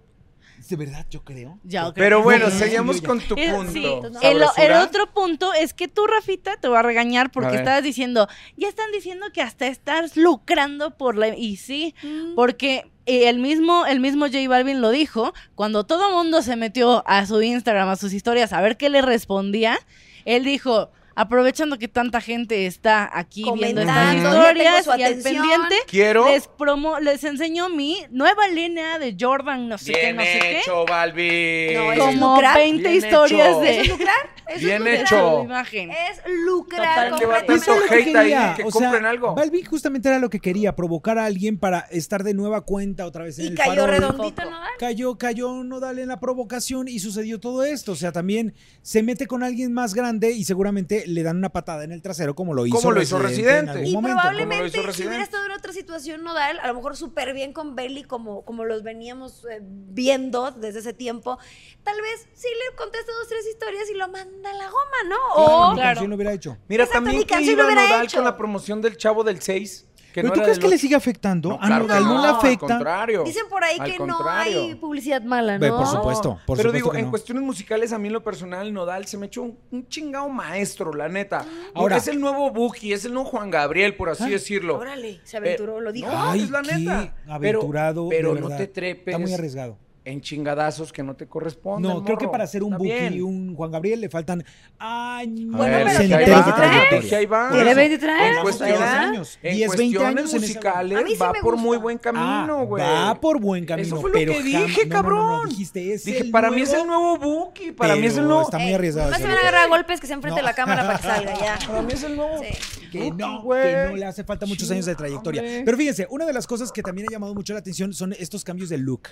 [SPEAKER 2] De verdad, yo creo.
[SPEAKER 4] Ya, ok.
[SPEAKER 3] Pero bueno,
[SPEAKER 2] Sí,
[SPEAKER 3] seguimos
[SPEAKER 2] sí,
[SPEAKER 3] con tu
[SPEAKER 4] Eh,
[SPEAKER 3] punto.
[SPEAKER 4] sí. El, el
[SPEAKER 3] sabrosura.
[SPEAKER 4] otro punto es que tú, Rafita, te va a regañar porque
[SPEAKER 3] A ver.
[SPEAKER 4] estabas diciendo, ya están diciendo que hasta estás lucrando por la... Y sí, porque eh, el mismo, el mismo J Balvin lo dijo, cuando todo el mundo se metió a su Instagram, a sus historias, a ver qué le respondía, él dijo... Aprovechando que tanta gente está aquí viendo estas
[SPEAKER 1] Comentando, ya tengo
[SPEAKER 4] historias
[SPEAKER 1] su
[SPEAKER 4] y al
[SPEAKER 1] atención".
[SPEAKER 4] pendiente,
[SPEAKER 3] Quiero.
[SPEAKER 4] les promo, les enseño mi nueva línea de Jordan, no sé qué,
[SPEAKER 3] Bien
[SPEAKER 4] no sé qué.
[SPEAKER 3] hecho, Balbi.
[SPEAKER 1] No, eso es
[SPEAKER 4] Como
[SPEAKER 1] lucrar.
[SPEAKER 4] 20
[SPEAKER 3] Bien
[SPEAKER 4] historias
[SPEAKER 3] hecho.
[SPEAKER 4] de...
[SPEAKER 1] ¿Eso es lucrar? ¿Eso es
[SPEAKER 3] Bien
[SPEAKER 1] lucrar?
[SPEAKER 3] hecho.
[SPEAKER 4] su imagen.
[SPEAKER 1] Es lucrar
[SPEAKER 4] Totalmente.
[SPEAKER 1] completamente.
[SPEAKER 3] Eso es lo que hate ahí, que
[SPEAKER 2] o
[SPEAKER 3] compren algo.
[SPEAKER 2] Balvin justamente era lo que quería, provocar a alguien para estar de nueva cuenta otra vez en
[SPEAKER 1] Y
[SPEAKER 2] el
[SPEAKER 1] cayó
[SPEAKER 2] farol.
[SPEAKER 1] redondito, ¿no?
[SPEAKER 2] Cayó, cayó Nodal en la provocación y sucedió todo esto. O sea, también se mete con alguien más grande y seguramente le dan una patada en el trasero como lo hizo
[SPEAKER 3] Como lo hizo
[SPEAKER 2] en
[SPEAKER 3] Residente.
[SPEAKER 2] algún
[SPEAKER 1] Y
[SPEAKER 2] momento.
[SPEAKER 3] como lo hizo
[SPEAKER 1] probablemente si
[SPEAKER 3] Residente.
[SPEAKER 1] hubiera estado en otra situación nodal, a lo mejor súper bien con Belly, como, como los veníamos eh, viendo desde ese tiempo, tal vez sí le contesta dos, tres historias y lo manda a la goma, ¿no?
[SPEAKER 2] Claro,
[SPEAKER 1] o
[SPEAKER 2] ni
[SPEAKER 4] Claro.
[SPEAKER 2] canción lo hubiera hecho.
[SPEAKER 3] Mira,
[SPEAKER 1] Exacto,
[SPEAKER 3] también
[SPEAKER 1] ni
[SPEAKER 3] que
[SPEAKER 1] canción
[SPEAKER 3] iba
[SPEAKER 1] lo hubiera
[SPEAKER 3] Nodal
[SPEAKER 1] hecho.
[SPEAKER 3] con la promoción del Chavo del 6. Que
[SPEAKER 5] ¿Pero
[SPEAKER 3] no
[SPEAKER 5] tú
[SPEAKER 3] era
[SPEAKER 5] crees
[SPEAKER 3] del
[SPEAKER 5] que le
[SPEAKER 3] ocho.
[SPEAKER 5] sigue afectando?
[SPEAKER 2] Ah,
[SPEAKER 3] No,
[SPEAKER 5] a
[SPEAKER 3] claro
[SPEAKER 5] Nodal
[SPEAKER 3] que
[SPEAKER 5] no,
[SPEAKER 1] no,
[SPEAKER 5] le
[SPEAKER 1] al
[SPEAKER 3] Al
[SPEAKER 5] afecta.
[SPEAKER 3] contrario.
[SPEAKER 1] Dicen por ahí
[SPEAKER 3] al
[SPEAKER 1] que
[SPEAKER 3] contrario.
[SPEAKER 1] no hay publicidad mala,
[SPEAKER 2] Ve,
[SPEAKER 1] ¿no?
[SPEAKER 2] por supuesto, por
[SPEAKER 3] Pero
[SPEAKER 2] supuesto
[SPEAKER 3] digo,
[SPEAKER 2] que
[SPEAKER 3] en
[SPEAKER 2] no.
[SPEAKER 3] cuestiones musicales, a mí en lo personal, Nodal se me echó un, un chingado maestro, la neta.
[SPEAKER 2] Ah. Ahora-
[SPEAKER 3] Ahora, es el nuevo Buki, es el nuevo Juan Gabriel, por así
[SPEAKER 2] Ah.
[SPEAKER 3] decirlo.
[SPEAKER 1] Órale, se aventuró, lo dijo.
[SPEAKER 3] no, es la
[SPEAKER 2] qué
[SPEAKER 3] neta. Pero-
[SPEAKER 2] aventurado. de
[SPEAKER 3] pero no
[SPEAKER 2] verdad.
[SPEAKER 3] te trepes.
[SPEAKER 2] Está muy arriesgado.
[SPEAKER 3] En chingadazos que no te corresponden.
[SPEAKER 2] No, creo que
[SPEAKER 3] morro.
[SPEAKER 2] para ser un
[SPEAKER 3] Está
[SPEAKER 2] Buki
[SPEAKER 3] bien.
[SPEAKER 2] y un Juan Gabriel le faltan años.
[SPEAKER 1] Bueno,
[SPEAKER 3] A ver,
[SPEAKER 1] pero
[SPEAKER 3] si
[SPEAKER 1] tiene
[SPEAKER 3] ahí
[SPEAKER 2] Centenares de
[SPEAKER 3] va,
[SPEAKER 2] trayectoria.
[SPEAKER 3] si ahí va.
[SPEAKER 1] Tiene
[SPEAKER 3] Por eso,
[SPEAKER 1] 23,
[SPEAKER 3] en
[SPEAKER 1] pues ahí
[SPEAKER 3] cuestiones-
[SPEAKER 1] va.
[SPEAKER 2] años.
[SPEAKER 3] En
[SPEAKER 2] 10, 20
[SPEAKER 3] cuestiones
[SPEAKER 2] años en ese-
[SPEAKER 1] A mí sí
[SPEAKER 3] musicales va
[SPEAKER 1] me
[SPEAKER 3] por
[SPEAKER 1] gusta.
[SPEAKER 3] muy buen camino,
[SPEAKER 2] Ah,
[SPEAKER 3] güey.
[SPEAKER 2] va por buen camino.
[SPEAKER 3] Eso fue lo
[SPEAKER 2] pero
[SPEAKER 3] que
[SPEAKER 2] jam-
[SPEAKER 3] dije,
[SPEAKER 2] no, no, no, no,
[SPEAKER 3] cabrón.
[SPEAKER 2] dijiste, es
[SPEAKER 3] Dije,
[SPEAKER 2] el
[SPEAKER 3] para mí es
[SPEAKER 2] nuevo-
[SPEAKER 3] el nuevo Buki, para mí es el
[SPEAKER 2] Pero
[SPEAKER 3] nuevo...
[SPEAKER 2] está muy arriesgado
[SPEAKER 1] Más
[SPEAKER 2] ese
[SPEAKER 1] Eh, se van a
[SPEAKER 2] loco.
[SPEAKER 1] agarrar a golpes que se enfrente
[SPEAKER 2] No.
[SPEAKER 1] de la cámara para que salga ya.
[SPEAKER 2] (laughs)
[SPEAKER 3] Para mí es el nuevo...
[SPEAKER 1] Sí.
[SPEAKER 2] que no,
[SPEAKER 3] güey.
[SPEAKER 2] que no le hace falta muchos años de trayectoria.
[SPEAKER 3] hombre.
[SPEAKER 2] Pero fíjense, una de las cosas que también ha llamado mucho la atención son estos cambios de look.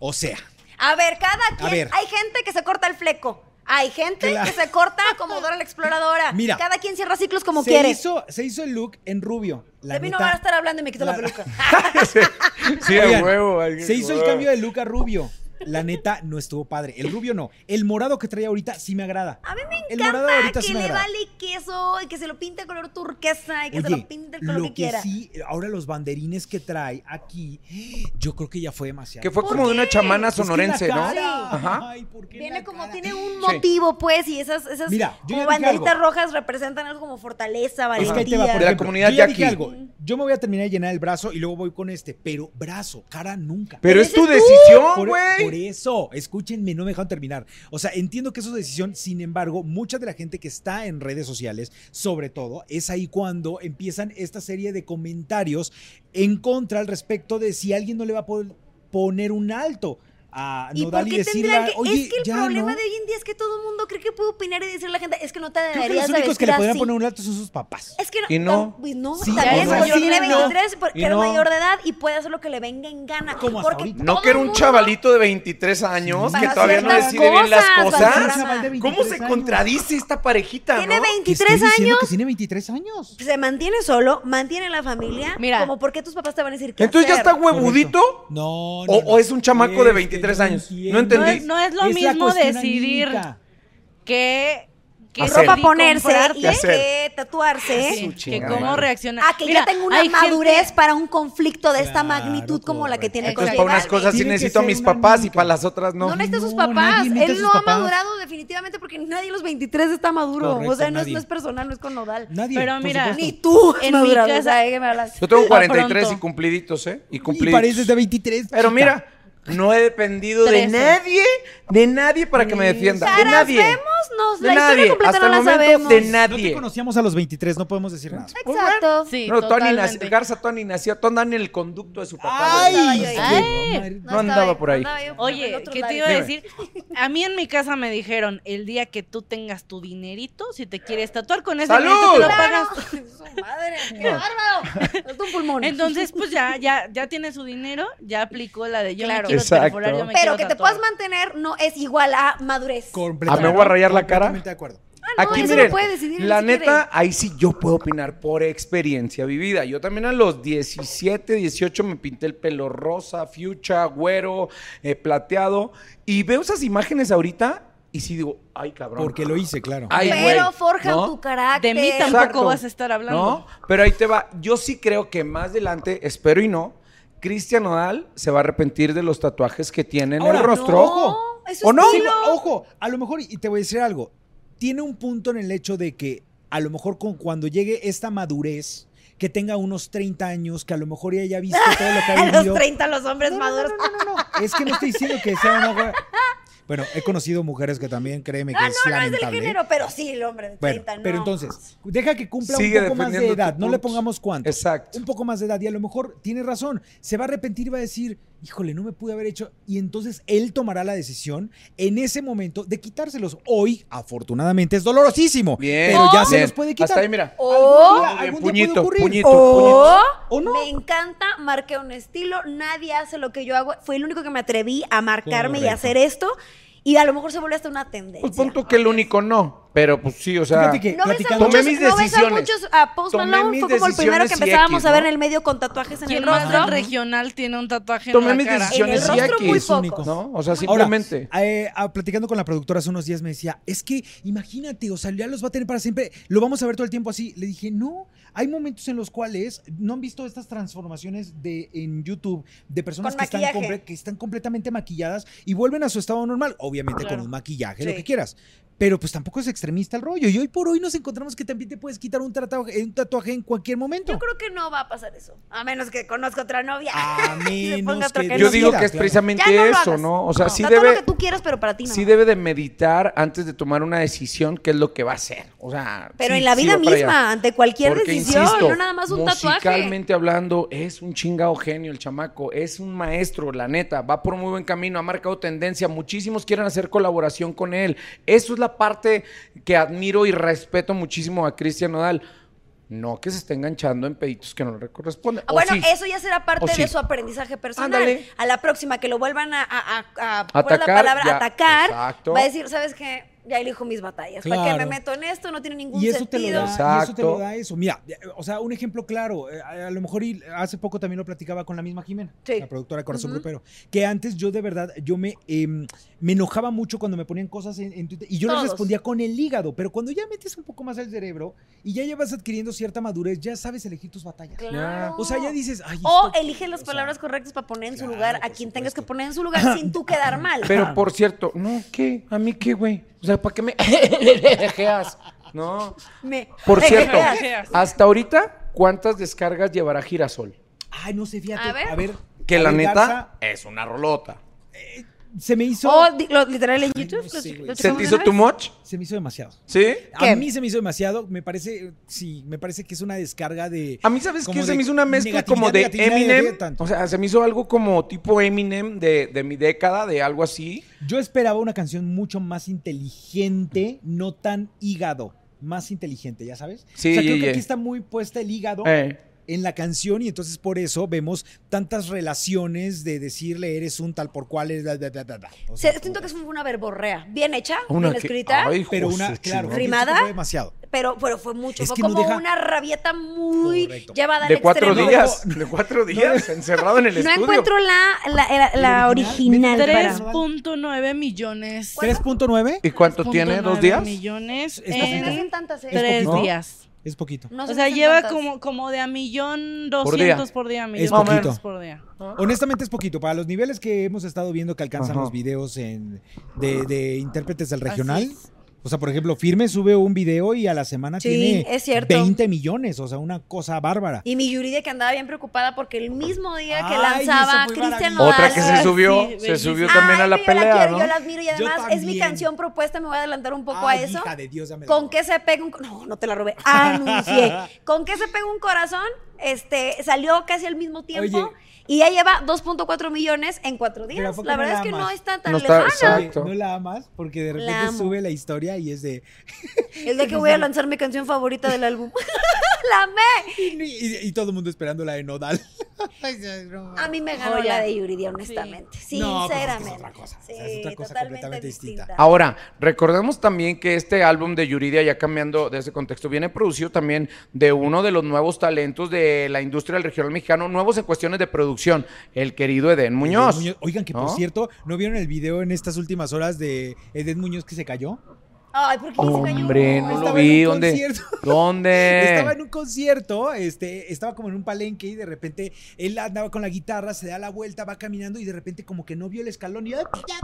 [SPEAKER 2] O sea,
[SPEAKER 1] A ver, cada quien.
[SPEAKER 2] ver.
[SPEAKER 1] Hay gente que se corta el fleco. Hay gente
[SPEAKER 2] Claro.
[SPEAKER 1] que se corta como Dora la exploradora.
[SPEAKER 2] (laughs) Mira.
[SPEAKER 1] Cada quien cierra ciclos como
[SPEAKER 2] se,
[SPEAKER 1] quiere.
[SPEAKER 2] hizo, se hizo el look en rubio. La
[SPEAKER 1] de mí no
[SPEAKER 2] neta-
[SPEAKER 1] van a estar hablando y me quito la,
[SPEAKER 2] la- (laughs)
[SPEAKER 1] peluca.
[SPEAKER 3] Sí, a
[SPEAKER 2] Oigan,
[SPEAKER 3] huevo. hay que-
[SPEAKER 2] Se hizo el
[SPEAKER 3] huevo.
[SPEAKER 2] cambio de look a rubio. La neta no estuvo padre. El rubio no. El morado que trae ahorita sí me agrada.
[SPEAKER 1] A mí me
[SPEAKER 2] El morado
[SPEAKER 1] encanta
[SPEAKER 2] ahorita
[SPEAKER 1] que
[SPEAKER 2] sí me
[SPEAKER 1] le
[SPEAKER 2] agrada.
[SPEAKER 1] vale queso y que se lo pinte de color turquesa y que se
[SPEAKER 2] Oye,
[SPEAKER 1] lo pinte el color
[SPEAKER 2] lo
[SPEAKER 1] que,
[SPEAKER 2] que,
[SPEAKER 1] quiera.
[SPEAKER 2] sí, ahora los banderines que trae aquí, yo creo que ya fue demasiado.
[SPEAKER 3] Que fue
[SPEAKER 1] ¿Por
[SPEAKER 3] como de una
[SPEAKER 1] qué?
[SPEAKER 3] chamana
[SPEAKER 2] Pues Es que la
[SPEAKER 3] sonorense, ¿no?
[SPEAKER 2] cara.
[SPEAKER 3] Ajá.
[SPEAKER 2] Ay, ¿por qué
[SPEAKER 1] Tiene
[SPEAKER 2] la
[SPEAKER 1] como,
[SPEAKER 2] cara?
[SPEAKER 1] tiene un
[SPEAKER 3] Sí.
[SPEAKER 1] motivo, pues, y esas, esas
[SPEAKER 2] Mira,
[SPEAKER 1] como
[SPEAKER 2] yo ya dije
[SPEAKER 1] banderitas
[SPEAKER 2] algo.
[SPEAKER 1] rojas representan algo como fortaleza,
[SPEAKER 2] Es
[SPEAKER 1] valentía.
[SPEAKER 2] que ahí te va, por
[SPEAKER 3] De la
[SPEAKER 2] ejemplo,
[SPEAKER 3] comunidad
[SPEAKER 2] yo ya dije
[SPEAKER 3] yaqui.
[SPEAKER 2] algo. Yo me voy a terminar de llenar el brazo y luego voy con este, pero brazo, cara nunca.
[SPEAKER 3] Pero es
[SPEAKER 1] ese
[SPEAKER 3] tu
[SPEAKER 1] es tú.
[SPEAKER 3] decisión,
[SPEAKER 2] por, e- por
[SPEAKER 3] güey.
[SPEAKER 2] eso, escúchenme, no me dejaron terminar. O sea, entiendo que eso es decisión, sin embargo, mucha de la gente que está en redes sociales, sobre todo, es ahí cuando empiezan esta serie de comentarios en contra al respecto de si alguien no le va a poder poner un alto a
[SPEAKER 1] ¿Y
[SPEAKER 2] Nodal
[SPEAKER 1] por
[SPEAKER 2] y,
[SPEAKER 1] qué
[SPEAKER 2] decirle,
[SPEAKER 1] tendrían que.?
[SPEAKER 2] oye,
[SPEAKER 1] es que el
[SPEAKER 2] ya
[SPEAKER 1] problema
[SPEAKER 2] no.
[SPEAKER 1] de hoy en día es que todo el mundo cree que puede opinar y decirle a la gente, es que no te
[SPEAKER 2] Creo que los
[SPEAKER 1] deberías de
[SPEAKER 2] únicos que
[SPEAKER 1] vestir
[SPEAKER 2] le podrían
[SPEAKER 1] así.
[SPEAKER 2] poner un alto son sus papás.
[SPEAKER 1] Es que no.
[SPEAKER 3] Y no.
[SPEAKER 1] tam- pues no,
[SPEAKER 2] Sí,
[SPEAKER 1] también
[SPEAKER 3] no.
[SPEAKER 1] porque
[SPEAKER 3] Sí,
[SPEAKER 1] tiene
[SPEAKER 3] no.
[SPEAKER 1] 23, porque
[SPEAKER 3] Y
[SPEAKER 1] es
[SPEAKER 3] no.
[SPEAKER 1] mayor de edad y puede hacer lo que le venga en gana.
[SPEAKER 2] Como hasta
[SPEAKER 1] porque
[SPEAKER 2] ahorita.
[SPEAKER 3] No
[SPEAKER 1] todo
[SPEAKER 3] que era
[SPEAKER 1] el
[SPEAKER 3] un
[SPEAKER 1] mundo-
[SPEAKER 3] chavalito de 23 años
[SPEAKER 2] Sí,
[SPEAKER 3] que
[SPEAKER 2] para
[SPEAKER 3] todavía no
[SPEAKER 2] ciertas
[SPEAKER 3] decide bien las
[SPEAKER 1] cosas,
[SPEAKER 3] cosas.
[SPEAKER 1] Valderrama.
[SPEAKER 3] ¿Cómo se contradice esta parejita,
[SPEAKER 1] Tiene
[SPEAKER 3] no?
[SPEAKER 1] 23 años,
[SPEAKER 2] tiene 23 años.
[SPEAKER 1] se mantiene solo, mantiene la familia.
[SPEAKER 4] Mira.
[SPEAKER 1] Como porque tus papás te van a decir que.
[SPEAKER 3] Entonces ya está huevudito.
[SPEAKER 2] No, no,
[SPEAKER 3] O-
[SPEAKER 2] no.
[SPEAKER 3] o es un chamaco
[SPEAKER 2] que
[SPEAKER 3] de 23
[SPEAKER 2] no
[SPEAKER 3] años.
[SPEAKER 2] entiendo.
[SPEAKER 3] No entendí.
[SPEAKER 4] No es- no es lo
[SPEAKER 2] la
[SPEAKER 4] mismo
[SPEAKER 2] cuestión
[SPEAKER 4] decidir.
[SPEAKER 2] anímica.
[SPEAKER 4] ¿Qué, qué
[SPEAKER 3] Hacer.
[SPEAKER 1] ropa
[SPEAKER 4] decidí
[SPEAKER 1] ponerse
[SPEAKER 4] comprarte?
[SPEAKER 1] y
[SPEAKER 3] ¿Qué hacer?
[SPEAKER 1] qué tatuarse. ¿eh?
[SPEAKER 4] Sí,
[SPEAKER 3] Su
[SPEAKER 4] que
[SPEAKER 3] chingada
[SPEAKER 4] cómo
[SPEAKER 3] madre.
[SPEAKER 4] reacciona.
[SPEAKER 1] A Ah, que
[SPEAKER 4] Mira,
[SPEAKER 1] ya tengo una
[SPEAKER 4] hay gente-
[SPEAKER 1] madurez para un conflicto de esta
[SPEAKER 2] Claro,
[SPEAKER 1] magnitud como la que
[SPEAKER 2] correcto.
[SPEAKER 1] tiene con
[SPEAKER 3] Entonces,
[SPEAKER 4] Exacto.
[SPEAKER 3] para unas
[SPEAKER 1] J Balvin.
[SPEAKER 3] cosas sí
[SPEAKER 2] Tiene que
[SPEAKER 3] necesito a
[SPEAKER 2] ser
[SPEAKER 3] mis
[SPEAKER 2] una
[SPEAKER 3] papás y
[SPEAKER 2] nunca.
[SPEAKER 3] para las otras no.
[SPEAKER 1] No, necesita a sus
[SPEAKER 2] No,
[SPEAKER 1] papás.
[SPEAKER 2] nadie necesita a
[SPEAKER 1] Él
[SPEAKER 2] sus
[SPEAKER 1] no ha
[SPEAKER 2] papás.
[SPEAKER 1] madurado definitivamente porque nadie de los 23 está maduro.
[SPEAKER 2] Correcto,
[SPEAKER 1] o sea, no es,
[SPEAKER 2] nadie.
[SPEAKER 1] no es personal, no es con Nodal.
[SPEAKER 2] Nadie.
[SPEAKER 4] Pero
[SPEAKER 2] por
[SPEAKER 4] mira,
[SPEAKER 2] supuesto.
[SPEAKER 1] Ni tú
[SPEAKER 4] En
[SPEAKER 1] en
[SPEAKER 4] mi
[SPEAKER 1] madurado.
[SPEAKER 4] casa-
[SPEAKER 1] o sea, ¿de qué me hablas?
[SPEAKER 3] Yo tengo
[SPEAKER 4] Ah,
[SPEAKER 3] 43 y
[SPEAKER 4] pronto.
[SPEAKER 3] cumpliditos, ¿eh? Y
[SPEAKER 2] Y
[SPEAKER 3] cumpliditos.
[SPEAKER 2] pareces de 23.
[SPEAKER 3] Pero
[SPEAKER 2] chica.
[SPEAKER 3] mira, no he dependido de
[SPEAKER 4] Trece.
[SPEAKER 3] nadie, de nadie para que me defienda. De
[SPEAKER 1] Caras
[SPEAKER 3] nadie.
[SPEAKER 1] vemos, nos-
[SPEAKER 3] De
[SPEAKER 1] la historia
[SPEAKER 3] nadie.
[SPEAKER 1] completa
[SPEAKER 3] Hasta
[SPEAKER 1] no
[SPEAKER 3] el
[SPEAKER 1] la
[SPEAKER 3] momento,
[SPEAKER 1] sabemos.
[SPEAKER 3] De
[SPEAKER 2] no te
[SPEAKER 3] nadie.
[SPEAKER 2] conocíamos a los 23, no podemos decir nada.
[SPEAKER 1] Exacto.
[SPEAKER 4] Sí,
[SPEAKER 3] no, Tony
[SPEAKER 4] totalmente.
[SPEAKER 3] nació, Garza Tony nació, Tony en el conducto de su papá.
[SPEAKER 2] Ay,
[SPEAKER 1] estaba yo ahí.
[SPEAKER 2] Ay.
[SPEAKER 3] No andaba
[SPEAKER 1] estaba-
[SPEAKER 3] por ahí.
[SPEAKER 1] andaba yo por el
[SPEAKER 4] Oye,
[SPEAKER 1] otro
[SPEAKER 4] ¿qué
[SPEAKER 1] lado.
[SPEAKER 4] te iba a
[SPEAKER 3] Dime.
[SPEAKER 4] decir? A mí en mi casa me dijeron, el día que tú tengas tu dinerito, si te quieres tatuar con ese
[SPEAKER 3] ¡Salud!
[SPEAKER 4] dinerito, te lo
[SPEAKER 1] Claro. (laughs)
[SPEAKER 4] pagas.
[SPEAKER 1] Su madre, qué bárbaro. Es un pulmón.
[SPEAKER 4] Entonces, pues ya, ya, ya tiene su dinero, ya aplicó la de yo
[SPEAKER 1] Claro.
[SPEAKER 4] me quiero
[SPEAKER 3] Exacto.
[SPEAKER 4] perforar, yo me
[SPEAKER 1] pero
[SPEAKER 4] quiero
[SPEAKER 1] que te
[SPEAKER 4] tatuar.
[SPEAKER 1] puedas mantener no es igual a madurez.
[SPEAKER 2] Completamente.
[SPEAKER 3] Ah, ¿me voy a rayar la cara?
[SPEAKER 2] Completamente de acuerdo.
[SPEAKER 1] Ah, no,
[SPEAKER 3] Aquí
[SPEAKER 1] eso lo
[SPEAKER 3] miren,
[SPEAKER 1] puede decidir él
[SPEAKER 3] la
[SPEAKER 1] si
[SPEAKER 3] neta,
[SPEAKER 1] quiere.
[SPEAKER 3] ahí sí yo puedo opinar por experiencia vivida. Yo también a los 17, 18 me pinté el pelo rosa, fucha, güero, eh, plateado. Y veo esas imágenes ahorita y sí digo, ay cabrón.
[SPEAKER 2] Porque lo hice, claro.
[SPEAKER 3] Ay,
[SPEAKER 1] pero
[SPEAKER 3] güey,
[SPEAKER 1] forjan
[SPEAKER 3] ¿no?
[SPEAKER 1] tu carácter.
[SPEAKER 4] De mí tampoco vas a estar hablando.
[SPEAKER 3] No, pero ahí te va. Yo sí creo que más adelante, espero y no, Cristian Nodal se va a arrepentir de los tatuajes que tiene en
[SPEAKER 2] Ahora,
[SPEAKER 3] el rostro.
[SPEAKER 1] no, es su
[SPEAKER 3] ¿O no?
[SPEAKER 2] Sí,
[SPEAKER 1] estilo.
[SPEAKER 2] ojo, a lo mejor, y te voy a decir algo, tiene un punto en el hecho de que a lo mejor con, cuando llegue esta madurez, que tenga unos 30 años, que a lo mejor ya haya visto todo lo que ha
[SPEAKER 1] (laughs) A
[SPEAKER 2] vivido.
[SPEAKER 1] los 30 los hombres
[SPEAKER 2] No, no,
[SPEAKER 1] maduros.
[SPEAKER 2] No, no, no, no. Es que no estoy diciendo que sea una güey. Bueno, he conocido mujeres que también, créeme que
[SPEAKER 1] Ah,
[SPEAKER 2] es
[SPEAKER 1] no, no es
[SPEAKER 2] lamentable.
[SPEAKER 1] del
[SPEAKER 2] ¿eh?
[SPEAKER 1] género, pero sí, el hombre de
[SPEAKER 2] Bueno,
[SPEAKER 1] 30, no.
[SPEAKER 2] pero entonces, deja que cumpla
[SPEAKER 3] Sigue
[SPEAKER 2] un poco más de
[SPEAKER 3] defendiendo tu
[SPEAKER 2] edad, no le
[SPEAKER 3] punto.
[SPEAKER 2] pongamos cuánto.
[SPEAKER 3] Exacto.
[SPEAKER 2] Un poco más de edad y a lo mejor tiene razón, se va a arrepentir, va a decir, híjole, no me pude haber hecho. Y entonces él tomará la decisión en ese momento de quitárselos. Hoy, afortunadamente, es dolorosísimo,
[SPEAKER 3] Bien.
[SPEAKER 2] pero ya se
[SPEAKER 3] bien.
[SPEAKER 2] los puede quitar.
[SPEAKER 3] Hasta ahí, mira.
[SPEAKER 1] O,
[SPEAKER 2] Algún día- algún día
[SPEAKER 3] Puñito,
[SPEAKER 2] puede ocurrir.
[SPEAKER 3] puñito.
[SPEAKER 1] o,
[SPEAKER 2] ¿O no?
[SPEAKER 1] me encanta, marqué un estilo, nadie hace lo que yo hago. Fue el único que me atreví a marcarme y a
[SPEAKER 2] Correcto.
[SPEAKER 1] hacer esto. Y a lo mejor se vuelve hasta una tendencia.
[SPEAKER 3] Pues punto Pues que el único no. Pero pues sí, o sea.
[SPEAKER 2] Fíjate que-
[SPEAKER 1] ¿No ves a
[SPEAKER 2] platicando-
[SPEAKER 1] muchos,
[SPEAKER 3] Tomé mis
[SPEAKER 1] ¿no ves a
[SPEAKER 3] decisiones.
[SPEAKER 1] muchos a Post
[SPEAKER 3] Tomé
[SPEAKER 1] Malone?
[SPEAKER 3] mis
[SPEAKER 1] Fue como el primero
[SPEAKER 3] decisiones
[SPEAKER 1] que
[SPEAKER 3] y
[SPEAKER 1] empezábamos
[SPEAKER 3] X,
[SPEAKER 1] a ver en
[SPEAKER 3] ¿no?
[SPEAKER 1] el medio con tatuajes en
[SPEAKER 4] ¿Quién
[SPEAKER 1] el
[SPEAKER 4] más
[SPEAKER 1] rostro.
[SPEAKER 4] del regional tiene un tatuaje
[SPEAKER 3] Tomé
[SPEAKER 4] en la
[SPEAKER 3] mis
[SPEAKER 4] cara?
[SPEAKER 1] En el
[SPEAKER 3] decisiones y
[SPEAKER 1] rostro
[SPEAKER 3] aquí.
[SPEAKER 1] muy
[SPEAKER 2] Es único.
[SPEAKER 1] pocos.
[SPEAKER 3] ¿No? O sea,
[SPEAKER 2] Ahora,
[SPEAKER 3] simplemente.
[SPEAKER 2] eh, ah, platicando con la productora hace unos días me decía, es que imagínate, o sea, ya los va a tener para siempre, lo vamos a ver todo el tiempo así. Le dije, no, hay momentos en los cuales no han visto estas transformaciones de en YouTube de personas
[SPEAKER 1] Con
[SPEAKER 2] que están,
[SPEAKER 1] maquillaje.
[SPEAKER 2] comple- que están completamente maquilladas y vuelven a su estado normal, obviamente
[SPEAKER 4] Claro.
[SPEAKER 2] con un maquillaje,
[SPEAKER 1] Sí.
[SPEAKER 2] lo que quieras. Pero pues tampoco es extremista el rollo. Y hoy por hoy nos encontramos que también te puedes quitar un tatuaje, un tatuaje en cualquier momento.
[SPEAKER 1] Yo creo que no va a pasar eso. A menos que conozca otra novia.
[SPEAKER 2] A menos
[SPEAKER 1] otro
[SPEAKER 2] que
[SPEAKER 1] que
[SPEAKER 3] Yo
[SPEAKER 1] no
[SPEAKER 3] digo
[SPEAKER 2] quiera,
[SPEAKER 3] que es
[SPEAKER 2] claro.
[SPEAKER 3] precisamente
[SPEAKER 1] (laughs) Ya no lo
[SPEAKER 3] Ah, eso,
[SPEAKER 1] hagas.
[SPEAKER 3] ¿no? O sea, sí
[SPEAKER 1] Tatúa
[SPEAKER 3] debe.
[SPEAKER 1] lo que tú quieras, pero para ti no.
[SPEAKER 3] sí debe de meditar antes de tomar una decisión qué es lo que va a hacer. O sea,
[SPEAKER 1] pero
[SPEAKER 3] sí,
[SPEAKER 1] en la
[SPEAKER 3] sí
[SPEAKER 1] vida
[SPEAKER 3] va para allá.
[SPEAKER 1] misma, ante cualquier
[SPEAKER 3] Porque,
[SPEAKER 1] decisión,
[SPEAKER 3] insisto,
[SPEAKER 1] no nada más un tatuaje.
[SPEAKER 3] Musicalmente hablando, es un chingado genio el chamaco, es un maestro, la neta, va por muy buen camino, ha marcado tendencia, muchísimos quieren hacer colaboración con él. Eso es la parte que admiro y respeto muchísimo a Cristian Nodal. No que se esté enganchando en peditos que no le corresponden.
[SPEAKER 1] Ah,
[SPEAKER 3] O
[SPEAKER 1] Bueno,
[SPEAKER 3] sí.
[SPEAKER 1] eso ya será parte
[SPEAKER 3] O sí.
[SPEAKER 1] de su aprendizaje personal.
[SPEAKER 3] Ándale.
[SPEAKER 1] A la próxima que lo vuelvan a, a- a- a-
[SPEAKER 3] Atacar,
[SPEAKER 1] ¿cuál es la palabra?
[SPEAKER 3] ya,
[SPEAKER 1] atacar,
[SPEAKER 3] exacto.
[SPEAKER 1] va a decir, ¿sabes qué? Ya elijo mis batallas. ¿Para qué
[SPEAKER 2] Claro.
[SPEAKER 1] me meto en esto? No tiene ningún
[SPEAKER 2] Y eso, te
[SPEAKER 1] sentido.
[SPEAKER 2] lo da, y eso te
[SPEAKER 3] Exacto.
[SPEAKER 2] lo da eso. Mira, eh, o sea, un ejemplo claro. eh, A a lo mejor y hace poco también lo platicaba con la misma Jimena,
[SPEAKER 1] Sí.
[SPEAKER 2] la productora de Corazón
[SPEAKER 1] Ujú.
[SPEAKER 2] Grupero. Que antes yo de verdad, yo me, em, me enojaba mucho cuando me ponían cosas en, en Twitter y yo les
[SPEAKER 1] Todos.
[SPEAKER 2] respondía con el hígado. Pero cuando ya metes un poco más el cerebro y ya llevas adquiriendo cierta madurez, ya sabes elegir tus batallas.
[SPEAKER 1] Claro.
[SPEAKER 2] O sea, ya dices, ay,
[SPEAKER 1] O
[SPEAKER 2] esto-
[SPEAKER 1] elige las
[SPEAKER 2] o sea,
[SPEAKER 1] palabras correctas para poner en su
[SPEAKER 2] claro,
[SPEAKER 1] lugar a
[SPEAKER 2] por
[SPEAKER 1] quien tengas que
[SPEAKER 2] supuesto.
[SPEAKER 1] poner en su lugar sin tú quedar mal. Ah,
[SPEAKER 3] Pero por cierto, no, ¿qué? ¿A mí qué, güey? O sea, ¿para qué me (laughs) dejeas? No.
[SPEAKER 1] Me- (laughs)
[SPEAKER 3] Por
[SPEAKER 1] me
[SPEAKER 3] cierto,
[SPEAKER 1] creas.
[SPEAKER 3] hasta ahorita, ¿cuántas descargas llevará Girasol?
[SPEAKER 2] Ay, no sé, fíjate.
[SPEAKER 1] A
[SPEAKER 2] A
[SPEAKER 1] ver.
[SPEAKER 2] ver.
[SPEAKER 3] Que la
[SPEAKER 2] a ver, Garza,
[SPEAKER 3] neta es una rolota.
[SPEAKER 2] se me hizo.
[SPEAKER 1] O di- lo- literal en YouTube.
[SPEAKER 2] no
[SPEAKER 1] lo-
[SPEAKER 2] sé, güey.
[SPEAKER 1] lo
[SPEAKER 3] ¿Se
[SPEAKER 1] checamos
[SPEAKER 3] te
[SPEAKER 1] de
[SPEAKER 3] hizo
[SPEAKER 1] una
[SPEAKER 3] too
[SPEAKER 1] vez.
[SPEAKER 3] much?
[SPEAKER 2] Se me hizo demasiado.
[SPEAKER 3] ¿Sí.
[SPEAKER 1] ¿Qué?
[SPEAKER 2] A mí se me hizo demasiado, me parece, sí, me parece que es una descarga de...
[SPEAKER 3] A mí, ¿sabes
[SPEAKER 2] como
[SPEAKER 3] qué? Se
[SPEAKER 2] de
[SPEAKER 3] me hizo una mezcla
[SPEAKER 2] negatividad,
[SPEAKER 3] como de
[SPEAKER 2] negatividad,
[SPEAKER 3] Eminem.
[SPEAKER 2] negatividad, tanto.
[SPEAKER 3] O sea, se me hizo algo como tipo Eminem de, de mi década, de algo así.
[SPEAKER 2] Yo esperaba una canción mucho más inteligente, no tan hígado, más inteligente, ¿ya sabes?
[SPEAKER 3] Sí,
[SPEAKER 2] o sea, creo
[SPEAKER 3] ye,
[SPEAKER 2] que
[SPEAKER 3] ye.
[SPEAKER 2] aquí está muy puesta el hígado
[SPEAKER 3] Eh.
[SPEAKER 2] en la canción y entonces por eso vemos tantas relaciones de decirle eres un tal por cual, es da, da, da, da, da. O sea,
[SPEAKER 1] Se- siento que es una verborrea. Bien hecha,
[SPEAKER 3] Una
[SPEAKER 1] bien
[SPEAKER 3] que-
[SPEAKER 1] escrita.
[SPEAKER 3] ay,
[SPEAKER 2] Pero
[SPEAKER 3] José,
[SPEAKER 2] una, claro,
[SPEAKER 3] chingón.
[SPEAKER 1] Rimada.
[SPEAKER 2] esto fue demasiado.
[SPEAKER 1] Pero, pero fue mucho.
[SPEAKER 2] Es
[SPEAKER 1] fue
[SPEAKER 2] que no
[SPEAKER 1] como
[SPEAKER 2] deja-
[SPEAKER 1] una rabieta muy
[SPEAKER 2] Correcto.
[SPEAKER 1] llevada al
[SPEAKER 3] De cuatro
[SPEAKER 1] extremo.
[SPEAKER 3] días. (laughs) De cuatro días. encerrado en el
[SPEAKER 1] No
[SPEAKER 3] estudio.
[SPEAKER 1] encuentro la, la, la- la
[SPEAKER 2] ¿El
[SPEAKER 1] original.
[SPEAKER 2] original?
[SPEAKER 1] para-
[SPEAKER 2] Tres.
[SPEAKER 4] 3.9 millones.
[SPEAKER 2] 3.9
[SPEAKER 3] ¿Y cuánto tiene? ¿Dos días?
[SPEAKER 4] 3.9 millones
[SPEAKER 2] Es
[SPEAKER 1] No se me hacen
[SPEAKER 4] en
[SPEAKER 1] tantas, ¿eh?
[SPEAKER 4] tres
[SPEAKER 2] poquito.
[SPEAKER 4] días.
[SPEAKER 2] es poquito.
[SPEAKER 1] No se me
[SPEAKER 4] o sea,
[SPEAKER 1] hacen
[SPEAKER 4] lleva
[SPEAKER 1] tantas.
[SPEAKER 4] como, como de a millón
[SPEAKER 3] Por día.
[SPEAKER 4] doscientos por día, a
[SPEAKER 2] Es
[SPEAKER 4] millón doscientos
[SPEAKER 2] poquito.
[SPEAKER 4] por día.
[SPEAKER 2] Honestamente es poquito. Para los niveles que hemos estado viendo que alcanzan
[SPEAKER 3] Ajá.
[SPEAKER 2] los videos en, de, de intérpretes del
[SPEAKER 4] Así
[SPEAKER 2] regional.
[SPEAKER 4] es.
[SPEAKER 2] O sea, por ejemplo, Firme sube un video y a la semana
[SPEAKER 1] Sí,
[SPEAKER 2] tiene
[SPEAKER 1] es cierto.
[SPEAKER 2] 20 millones. O sea, una cosa bárbara.
[SPEAKER 1] Y mi Yuridia que andaba bien preocupada porque el mismo día que
[SPEAKER 2] Ay,
[SPEAKER 1] lanzaba
[SPEAKER 2] eso fue
[SPEAKER 1] Cristian
[SPEAKER 2] maravilloso.
[SPEAKER 1] Nodal.
[SPEAKER 3] Otra que se
[SPEAKER 4] Ay,
[SPEAKER 3] subió.
[SPEAKER 4] sí,
[SPEAKER 3] se
[SPEAKER 4] bellísima.
[SPEAKER 3] subió también a
[SPEAKER 1] Ay,
[SPEAKER 3] la
[SPEAKER 1] yo
[SPEAKER 3] pelea,
[SPEAKER 1] quiero,
[SPEAKER 3] ¿no?
[SPEAKER 1] Yo la admiro y además es mi
[SPEAKER 2] también.
[SPEAKER 1] canción propuesta, me voy a adelantar un poco
[SPEAKER 2] Ay,
[SPEAKER 1] a eso.
[SPEAKER 2] hija de Dios, ya me
[SPEAKER 1] ¿Con
[SPEAKER 2] dejó.
[SPEAKER 1] qué se pega un co- No, no te la robé. (laughs) Anuncié. ¿Con qué se pega un corazón? Este, salió casi al mismo tiempo
[SPEAKER 2] Oye.
[SPEAKER 1] y ya lleva 2.4 millones en cuatro días.
[SPEAKER 2] poco
[SPEAKER 1] La
[SPEAKER 2] no
[SPEAKER 1] verdad
[SPEAKER 2] la
[SPEAKER 1] es que no
[SPEAKER 2] amas?
[SPEAKER 1] está tan
[SPEAKER 3] No está-
[SPEAKER 1] lejana.
[SPEAKER 3] exacto.
[SPEAKER 2] Oye, no la amas porque de repente
[SPEAKER 1] La amo.
[SPEAKER 2] sube la historia y es de.
[SPEAKER 1] El día que voy a lanzar mi canción favorita del álbum. (laughs) la amé.
[SPEAKER 2] Y, y- y todo el mundo esperando la
[SPEAKER 1] (laughs)
[SPEAKER 2] de Nodal. Ay, ya, no.
[SPEAKER 1] A mí me ganó
[SPEAKER 4] Joya.
[SPEAKER 1] la de Yuridia, honestamente.
[SPEAKER 2] No, pues es que es
[SPEAKER 1] Sinceramente.
[SPEAKER 2] otra cosa. O sea,
[SPEAKER 1] Sí,
[SPEAKER 2] es otra cosa
[SPEAKER 1] totalmente
[SPEAKER 2] completamente distinta.
[SPEAKER 3] Ahora, recordemos también que este álbum de Yuridia, ya cambiando de ese contexto, viene producido también de uno de los nuevos talentos de la industria del regional mexicano, nuevos en cuestiones de producción, el querido Edén Muñoz.
[SPEAKER 2] Oigan, que por
[SPEAKER 3] ¿No?
[SPEAKER 2] cierto, ¿no vieron el video en estas últimas horas de Edén Muñoz que se cayó?
[SPEAKER 1] Ay, ¿por qué se cayó?
[SPEAKER 3] Hombre, no lo
[SPEAKER 2] Estaba en
[SPEAKER 3] vi.
[SPEAKER 2] un
[SPEAKER 3] ¿Dónde?
[SPEAKER 2] concierto. (laughs) Estaba en
[SPEAKER 3] ¿Dónde?
[SPEAKER 2] un concierto, este, estaba como en un palenque y de repente él andaba con la guitarra, se da la vuelta, va caminando y de repente como que no vio el escalón y ¡ay, ya!